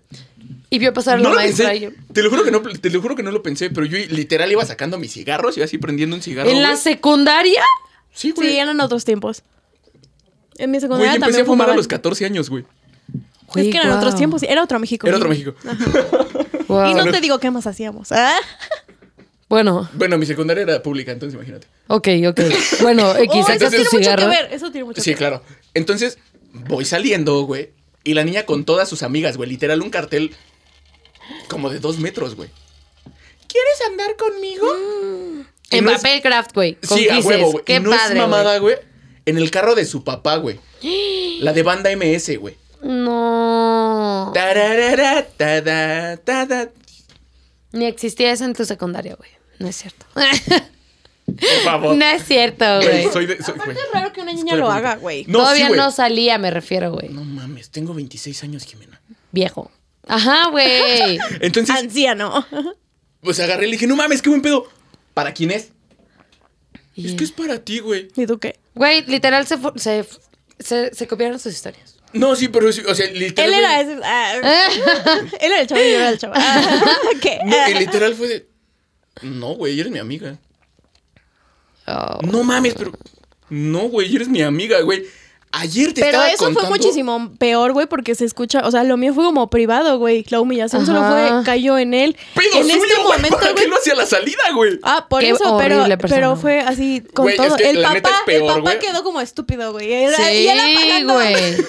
Speaker 1: Y vio pasar a
Speaker 3: No
Speaker 1: la
Speaker 3: lo
Speaker 1: maestra. y yo-
Speaker 3: pensé. Te lo, juro que no, te lo juro que no lo pensé, pero yo literal iba sacando mis cigarros, iba así prendiendo un cigarro.
Speaker 1: ¿En la
Speaker 3: güey.
Speaker 1: secundaria?
Speaker 3: Sí, güey.
Speaker 2: Sí, eran otros tiempos. En mi
Speaker 3: Güey,
Speaker 2: secundaria
Speaker 3: yo empecé
Speaker 2: también
Speaker 3: a fumar a
Speaker 2: fumaban.
Speaker 3: los 14 años, güey.
Speaker 2: Es que eran
Speaker 1: Güey,
Speaker 2: otros
Speaker 1: guau.
Speaker 2: tiempos. Era otro México.
Speaker 3: Era otro México.
Speaker 1: Guau.
Speaker 2: Y no te digo qué más hacíamos. ¿ah?
Speaker 1: Bueno,
Speaker 3: Bueno, mi secundaria era pública, entonces imagínate.
Speaker 1: ok, ok. Bueno, X,
Speaker 2: Oh, eso
Speaker 1: sacas tu
Speaker 2: tiene mucho que
Speaker 1: cigarro.
Speaker 2: ver. Eso tiene mucho
Speaker 3: Sí,
Speaker 2: que ver.
Speaker 3: claro. Entonces, voy saliendo, güey. Y la niña con todas sus amigas, güey. Literal, un cartel como de dos metros, güey. ¿Quieres andar conmigo? Y
Speaker 1: Mm. En
Speaker 3: no es-
Speaker 1: papel craft, güey. Con
Speaker 3: Sí, a
Speaker 1: quises.
Speaker 3: huevo, güey.
Speaker 1: Qué
Speaker 3: Y no
Speaker 1: padre.
Speaker 3: es
Speaker 1: güey.
Speaker 3: mamada, güey. En el carro de su papá, güey. La de banda MS, güey.
Speaker 1: No.
Speaker 3: Tararara, tada, tada.
Speaker 1: Ni existía eso en tu secundaria, güey. No es cierto.
Speaker 3: Por favor.
Speaker 1: no es cierto,
Speaker 3: Ah, Güey,
Speaker 1: güey.
Speaker 3: soy de- soy- güey.
Speaker 2: Aparte es raro que una niña
Speaker 3: Escuela
Speaker 2: lo
Speaker 3: pública.
Speaker 2: haga, güey.
Speaker 3: No,
Speaker 1: Todavía
Speaker 3: sí, güey.
Speaker 1: no salía, me refiero, güey.
Speaker 3: No mames, tengo 26 años, Jimena.
Speaker 1: Viejo. Ajá, güey.
Speaker 3: Entonces,
Speaker 1: Ah,
Speaker 2: Anciano.
Speaker 3: pues agarré y le dije, no mames, qué buen pedo. ¿Para quién es?
Speaker 1: Y-
Speaker 3: Es que es para ti, güey.
Speaker 2: ¿Y tú qué?
Speaker 1: Güey, literal se, fu- se, se, se copiaron sus historias.
Speaker 3: No, sí, pero sí, o sea, literal.
Speaker 2: Él era
Speaker 3: fue-
Speaker 2: ese. ah, él era el chaval y yo era el chaval. Ah, ¿Qué?
Speaker 3: No, y literal fue de. No, güey, eres mi amiga.
Speaker 1: Oh.
Speaker 3: No mames, pero. No, güey, eres mi amiga, güey. Ayer te
Speaker 2: Pero
Speaker 3: estaba
Speaker 2: eso
Speaker 3: contando-
Speaker 2: fue muchísimo peor, güey, porque se escucha, o sea, lo mío fue como privado, güey. La humillación solo
Speaker 1: Ajá.
Speaker 2: fue, cayó en él.
Speaker 3: Pedo
Speaker 2: en
Speaker 3: suyo,
Speaker 2: este
Speaker 3: güey,
Speaker 2: momento,
Speaker 3: ¿Para
Speaker 2: güey.
Speaker 3: qué lo hacía la salida, güey?
Speaker 2: Ah, por
Speaker 1: Qué
Speaker 2: eso, pero,
Speaker 1: horrible persona,
Speaker 2: pero
Speaker 1: güey.
Speaker 2: fue así con
Speaker 3: Güey, es
Speaker 2: todo.
Speaker 3: que
Speaker 2: el,
Speaker 3: la
Speaker 2: papá,
Speaker 3: neta es peor,
Speaker 2: el papá
Speaker 3: güey.
Speaker 2: quedó como estúpido, güey. Era-
Speaker 1: Sí,
Speaker 2: y él apagando,
Speaker 1: güey.
Speaker 2: Y él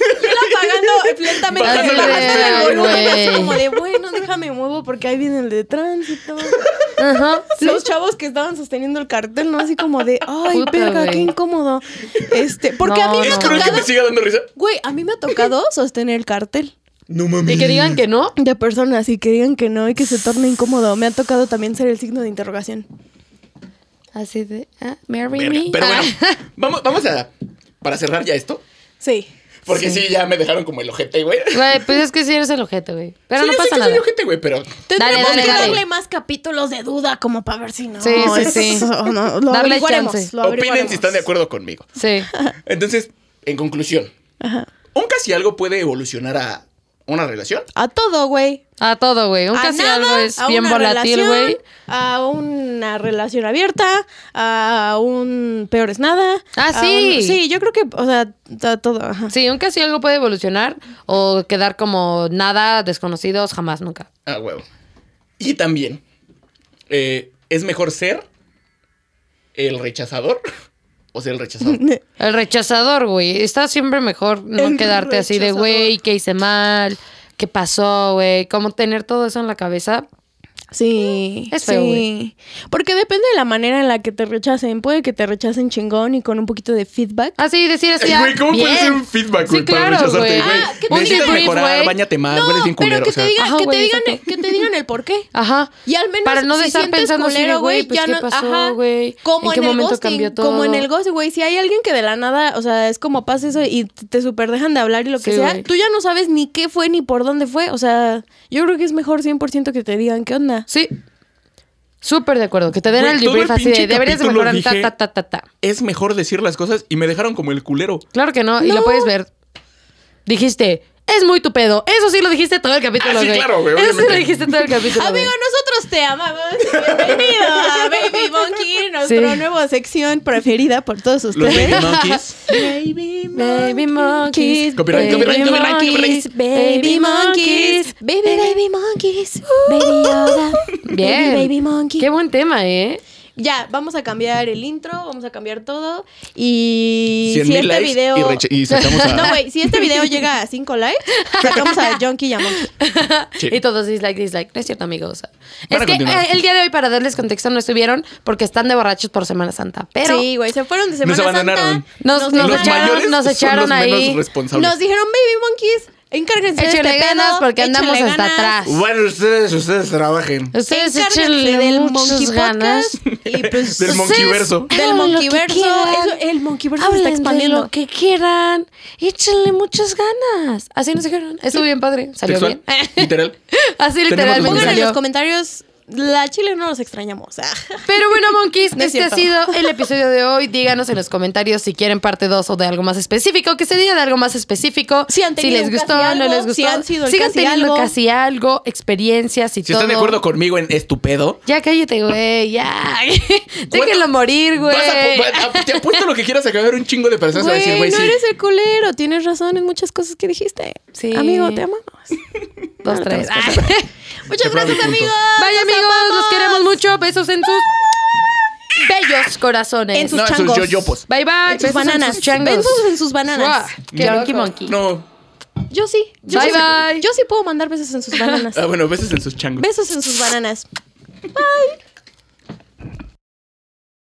Speaker 2: apagando lentamente
Speaker 3: Bajando
Speaker 2: bajando
Speaker 3: el
Speaker 2: el
Speaker 3: volumen,
Speaker 2: volumen, así
Speaker 1: güey.
Speaker 2: como de, bueno, déjame muevo porque ahí viene el de tránsito.
Speaker 1: Ajá.
Speaker 2: Los chavos que estaban sosteniendo el cartel, ¿no? Así como de, ay,
Speaker 1: Puta,
Speaker 2: verga, qué
Speaker 1: güey.
Speaker 2: incómodo. Este, porque a mí
Speaker 1: No,
Speaker 2: me
Speaker 1: no.
Speaker 2: ha
Speaker 1: Es
Speaker 3: ¿Creen que
Speaker 2: tocado,
Speaker 3: te siga dando risa?
Speaker 2: güey, a mí me ha tocado sostener el cartel
Speaker 3: No mames.
Speaker 1: Y que digan que no.
Speaker 2: de personas y que digan que no y que se torne incómodo. Me ha tocado también ser el signo de interrogación.
Speaker 1: Así de, ah, marry
Speaker 3: Verga,
Speaker 1: me.
Speaker 3: Pero bueno,
Speaker 1: Ah.
Speaker 3: vamos, vamos a. Para cerrar ya esto.
Speaker 2: Sí.
Speaker 3: Porque sí, ya me dejaron como el ojete, güey.
Speaker 1: Güey, pues es que sí eres el objeto, güey. Pero
Speaker 3: Sí,
Speaker 1: no
Speaker 3: yo sé
Speaker 1: pasa
Speaker 3: que
Speaker 1: nada.
Speaker 3: soy ojete, güey, pero.
Speaker 2: Tendremos
Speaker 1: dale,
Speaker 2: que
Speaker 1: dale.
Speaker 2: darle más capítulos de duda como para ver si no.
Speaker 1: Sí, sí,
Speaker 2: es-
Speaker 1: sí.
Speaker 2: o no, lo
Speaker 1: Darle
Speaker 2: averiguaremos,
Speaker 1: chance.
Speaker 2: lo
Speaker 3: Opinen
Speaker 2: averiguaremos.
Speaker 3: si están de acuerdo conmigo.
Speaker 1: Sí.
Speaker 3: Entonces, en conclusión,
Speaker 2: Ajá.
Speaker 3: un casi algo puede evolucionar a una relación.
Speaker 2: A todo, güey.
Speaker 1: A todo, güey. Un
Speaker 2: A
Speaker 1: casi
Speaker 2: nada,
Speaker 1: algo es
Speaker 2: a
Speaker 1: bien
Speaker 2: una
Speaker 1: volátil,
Speaker 2: relación,
Speaker 1: güey.
Speaker 2: A una relación abierta, a un peor es nada.
Speaker 1: Ah,
Speaker 2: a
Speaker 1: sí.
Speaker 2: un- sí, yo creo que, o sea, a todo. ajá.
Speaker 1: Sí, un casi algo puede evolucionar o quedar como nada, desconocidos, jamás, nunca.
Speaker 3: Ah, huevo. Y también, eh, ¿es mejor ser el rechazador o ser el rechazado?
Speaker 2: Ah,
Speaker 1: El rechazador, güey. Está siempre mejor no
Speaker 2: El
Speaker 1: quedarte así de,
Speaker 2: rechazador.
Speaker 1: güey, ¿qué hice mal? ¿Qué pasó, güey? Como tener todo eso en la cabeza.
Speaker 2: Sí.
Speaker 1: Es feo,
Speaker 2: sí.
Speaker 1: güey.
Speaker 2: Porque depende de la manera en la que te rechacen. Puede que te rechacen chingón y con un poquito de feedback.
Speaker 1: Así, decir así.
Speaker 3: Ey,
Speaker 1: ah,
Speaker 3: güey, ¿cómo
Speaker 1: bien.
Speaker 3: puedes ser un feedback, güey,
Speaker 1: Sí,
Speaker 3: para
Speaker 1: claro,
Speaker 3: rechazarte,
Speaker 1: güey.
Speaker 3: güey?
Speaker 1: Ah, que un
Speaker 3: Necesitas
Speaker 1: debrief,
Speaker 3: mejorar,
Speaker 1: güey.
Speaker 3: bañate más,
Speaker 2: no,
Speaker 3: Ah, eres bien culero,
Speaker 2: pero que
Speaker 3: o sea.
Speaker 2: te digan,
Speaker 1: Ajá,
Speaker 2: que,
Speaker 1: güey,
Speaker 2: te digan
Speaker 1: exacto. Ah,
Speaker 2: que te digan el por qué.
Speaker 1: Ajá.
Speaker 2: Y al menos
Speaker 1: Para no
Speaker 2: si
Speaker 1: estar
Speaker 2: sientes
Speaker 1: pensando así de,
Speaker 2: culero,
Speaker 1: güey, pues,
Speaker 2: ya
Speaker 1: ¿qué
Speaker 2: no-
Speaker 1: pasó,
Speaker 2: ajá.
Speaker 1: güey?
Speaker 2: Como
Speaker 1: ¿En qué
Speaker 2: el
Speaker 1: momento
Speaker 2: ghosting,
Speaker 1: cambió todo?
Speaker 2: Como en el ghosting, güey, si hay alguien que de la nada, o sea, es como pasa eso y te te super dejan de hablar y lo que
Speaker 1: Sí,
Speaker 2: sea,
Speaker 1: güey.
Speaker 2: tú ya no sabes ni qué fue ni por dónde fue, o sea, yo creo que es mejor 100% que te digan qué onda.
Speaker 1: Sí. Súper de acuerdo. Que te den
Speaker 3: Güey,
Speaker 1: el
Speaker 3: todo el
Speaker 1: debrief así de,
Speaker 3: pinche
Speaker 1: deberías de
Speaker 3: capítulo
Speaker 1: mejorar, ta,
Speaker 3: dije-
Speaker 1: ta, ta, ta, ta.
Speaker 3: Es mejor decir las cosas y me dejaron como el culero.
Speaker 1: Claro que no, y lo
Speaker 2: No.
Speaker 1: puedes ver. Dijiste, es muy tu pedo. Eso sí lo dijiste todo el capítulo,
Speaker 3: Ah, sí,
Speaker 1: güey.
Speaker 3: claro, güey,
Speaker 1: Eso sí lo
Speaker 3: obviamente.
Speaker 1: dijiste todo el capítulo. güey.
Speaker 2: Amigo, nosotros te amamos. Bienvenido a Baby Monkey, nuestra
Speaker 1: Sí.
Speaker 2: nueva sección preferida por todos
Speaker 3: Los
Speaker 2: ustedes.
Speaker 3: Baby Monkeys.
Speaker 2: Baby
Speaker 1: Baby monkeys,
Speaker 3: Copyright,
Speaker 1: baby
Speaker 3: copyright, copyright,
Speaker 1: monkeys,
Speaker 3: copyright.
Speaker 1: baby monkeys,
Speaker 2: baby baby monkeys, baby Yoda,
Speaker 1: Bien.
Speaker 2: baby baby monkey.
Speaker 1: Qué buen tema, ¿eh?
Speaker 2: ya, vamos a cambiar el intro, vamos a cambiar todo. Y si
Speaker 3: 100,000
Speaker 2: este
Speaker 3: likes
Speaker 2: video.
Speaker 3: y reche- y sacamos a-
Speaker 2: No, güey, si este video llega a 5 likes, sacamos a Jonky y a Monkey.
Speaker 3: Sí.
Speaker 1: Y todos dislike, dislike. No es cierto, amigos.
Speaker 3: Van
Speaker 1: Es
Speaker 3: a
Speaker 1: que
Speaker 3: continuar.
Speaker 1: eh, el día de hoy, para darles contexto, no estuvieron porque están de borrachos por Semana Santa. Pero
Speaker 2: sí, güey, se fueron de Semana
Speaker 3: Nos abandonaron.
Speaker 2: Santa.
Speaker 1: Nos- nos
Speaker 3: los
Speaker 1: echaron-
Speaker 3: mayores
Speaker 1: nos
Speaker 3: son
Speaker 1: echaron
Speaker 3: los
Speaker 1: ahí.
Speaker 3: menos responsables.
Speaker 2: Nos dijeron, baby monkeys, encárguense
Speaker 1: Échenle
Speaker 2: de este
Speaker 1: ganas
Speaker 2: pedo,
Speaker 1: porque andamos
Speaker 2: échenle
Speaker 1: hasta
Speaker 2: ganas,
Speaker 1: atrás.
Speaker 3: Bueno, ustedes, ustedes trabajen.
Speaker 1: ustedes
Speaker 2: encárguense
Speaker 1: échenle
Speaker 2: del
Speaker 1: muchas
Speaker 2: Monkey
Speaker 1: ganas.
Speaker 2: Podcast y pues,
Speaker 3: Del
Speaker 1: Ustedes
Speaker 3: Monkeyverso.
Speaker 1: hagan
Speaker 2: Del
Speaker 1: lo que
Speaker 2: Monkeyverso.
Speaker 1: quieran.
Speaker 2: Eso- el Monkeyverso se está
Speaker 1: Hablen de
Speaker 2: expandiendo.
Speaker 1: lo que quieran. Échenle muchas ganas. Así nos dijeron. Estuvo bien padre. Salió
Speaker 3: Textual,
Speaker 1: bien.
Speaker 3: literal.
Speaker 1: Así
Speaker 3: Tenemos
Speaker 1: literalmente
Speaker 3: documental.
Speaker 2: Pongan en los
Speaker 1: salió.
Speaker 2: comentarios, la chile no los extrañamos. Ah.
Speaker 1: Pero bueno, monkeys,
Speaker 2: No es
Speaker 1: este ha sido
Speaker 2: cierto.
Speaker 1: el episodio de hoy. Díganos en los comentarios si quieren parte 2 o de algo más específico, que se diga de algo más específico.
Speaker 2: Si han tenido
Speaker 1: les
Speaker 2: un
Speaker 1: gustó,
Speaker 2: casi
Speaker 1: no
Speaker 2: algo,
Speaker 1: les gustó.
Speaker 2: si han sido el
Speaker 1: Sigan
Speaker 2: casi
Speaker 1: teniendo
Speaker 2: algo.
Speaker 1: casi algo, experiencias y
Speaker 3: Si
Speaker 1: todo.
Speaker 3: están de acuerdo conmigo en estupendo.
Speaker 1: Ya cállate, güey, ya. Déjenlo morir, güey.
Speaker 3: Vas a, po- va- a- te apuesto lo que quieras a que va a haber un chingo de personas que van a decir,
Speaker 2: Güey,
Speaker 3: güey,
Speaker 2: no
Speaker 3: sí.
Speaker 2: eres el culero, tienes razón en muchas cosas que dijiste.
Speaker 1: Sí.
Speaker 2: Amigo, te amamos.
Speaker 1: Dos, tres. Ah.
Speaker 2: Muchas
Speaker 3: Te
Speaker 2: gracias,
Speaker 3: prometo un punto.
Speaker 2: amigos.
Speaker 1: Vaya, amigos, los queremos mucho. Besos en sus bellos corazones.
Speaker 2: En sus
Speaker 3: No, en sus
Speaker 2: changos.
Speaker 3: yoyopos.
Speaker 1: Bye, bye.
Speaker 2: En sus
Speaker 1: Besos
Speaker 2: bananas.
Speaker 1: En sus changos.
Speaker 2: Besos en sus bananas.
Speaker 1: Buah,
Speaker 2: Qué
Speaker 1: que Monkey
Speaker 2: loco.
Speaker 1: Monkey.
Speaker 3: No.
Speaker 2: Yo sí. Yo
Speaker 1: Bye,
Speaker 2: sí,
Speaker 1: bye.
Speaker 2: Yo sí puedo mandar besos en sus bananas.
Speaker 3: Ah, bueno, besos en sus changos.
Speaker 2: besos en sus bananas.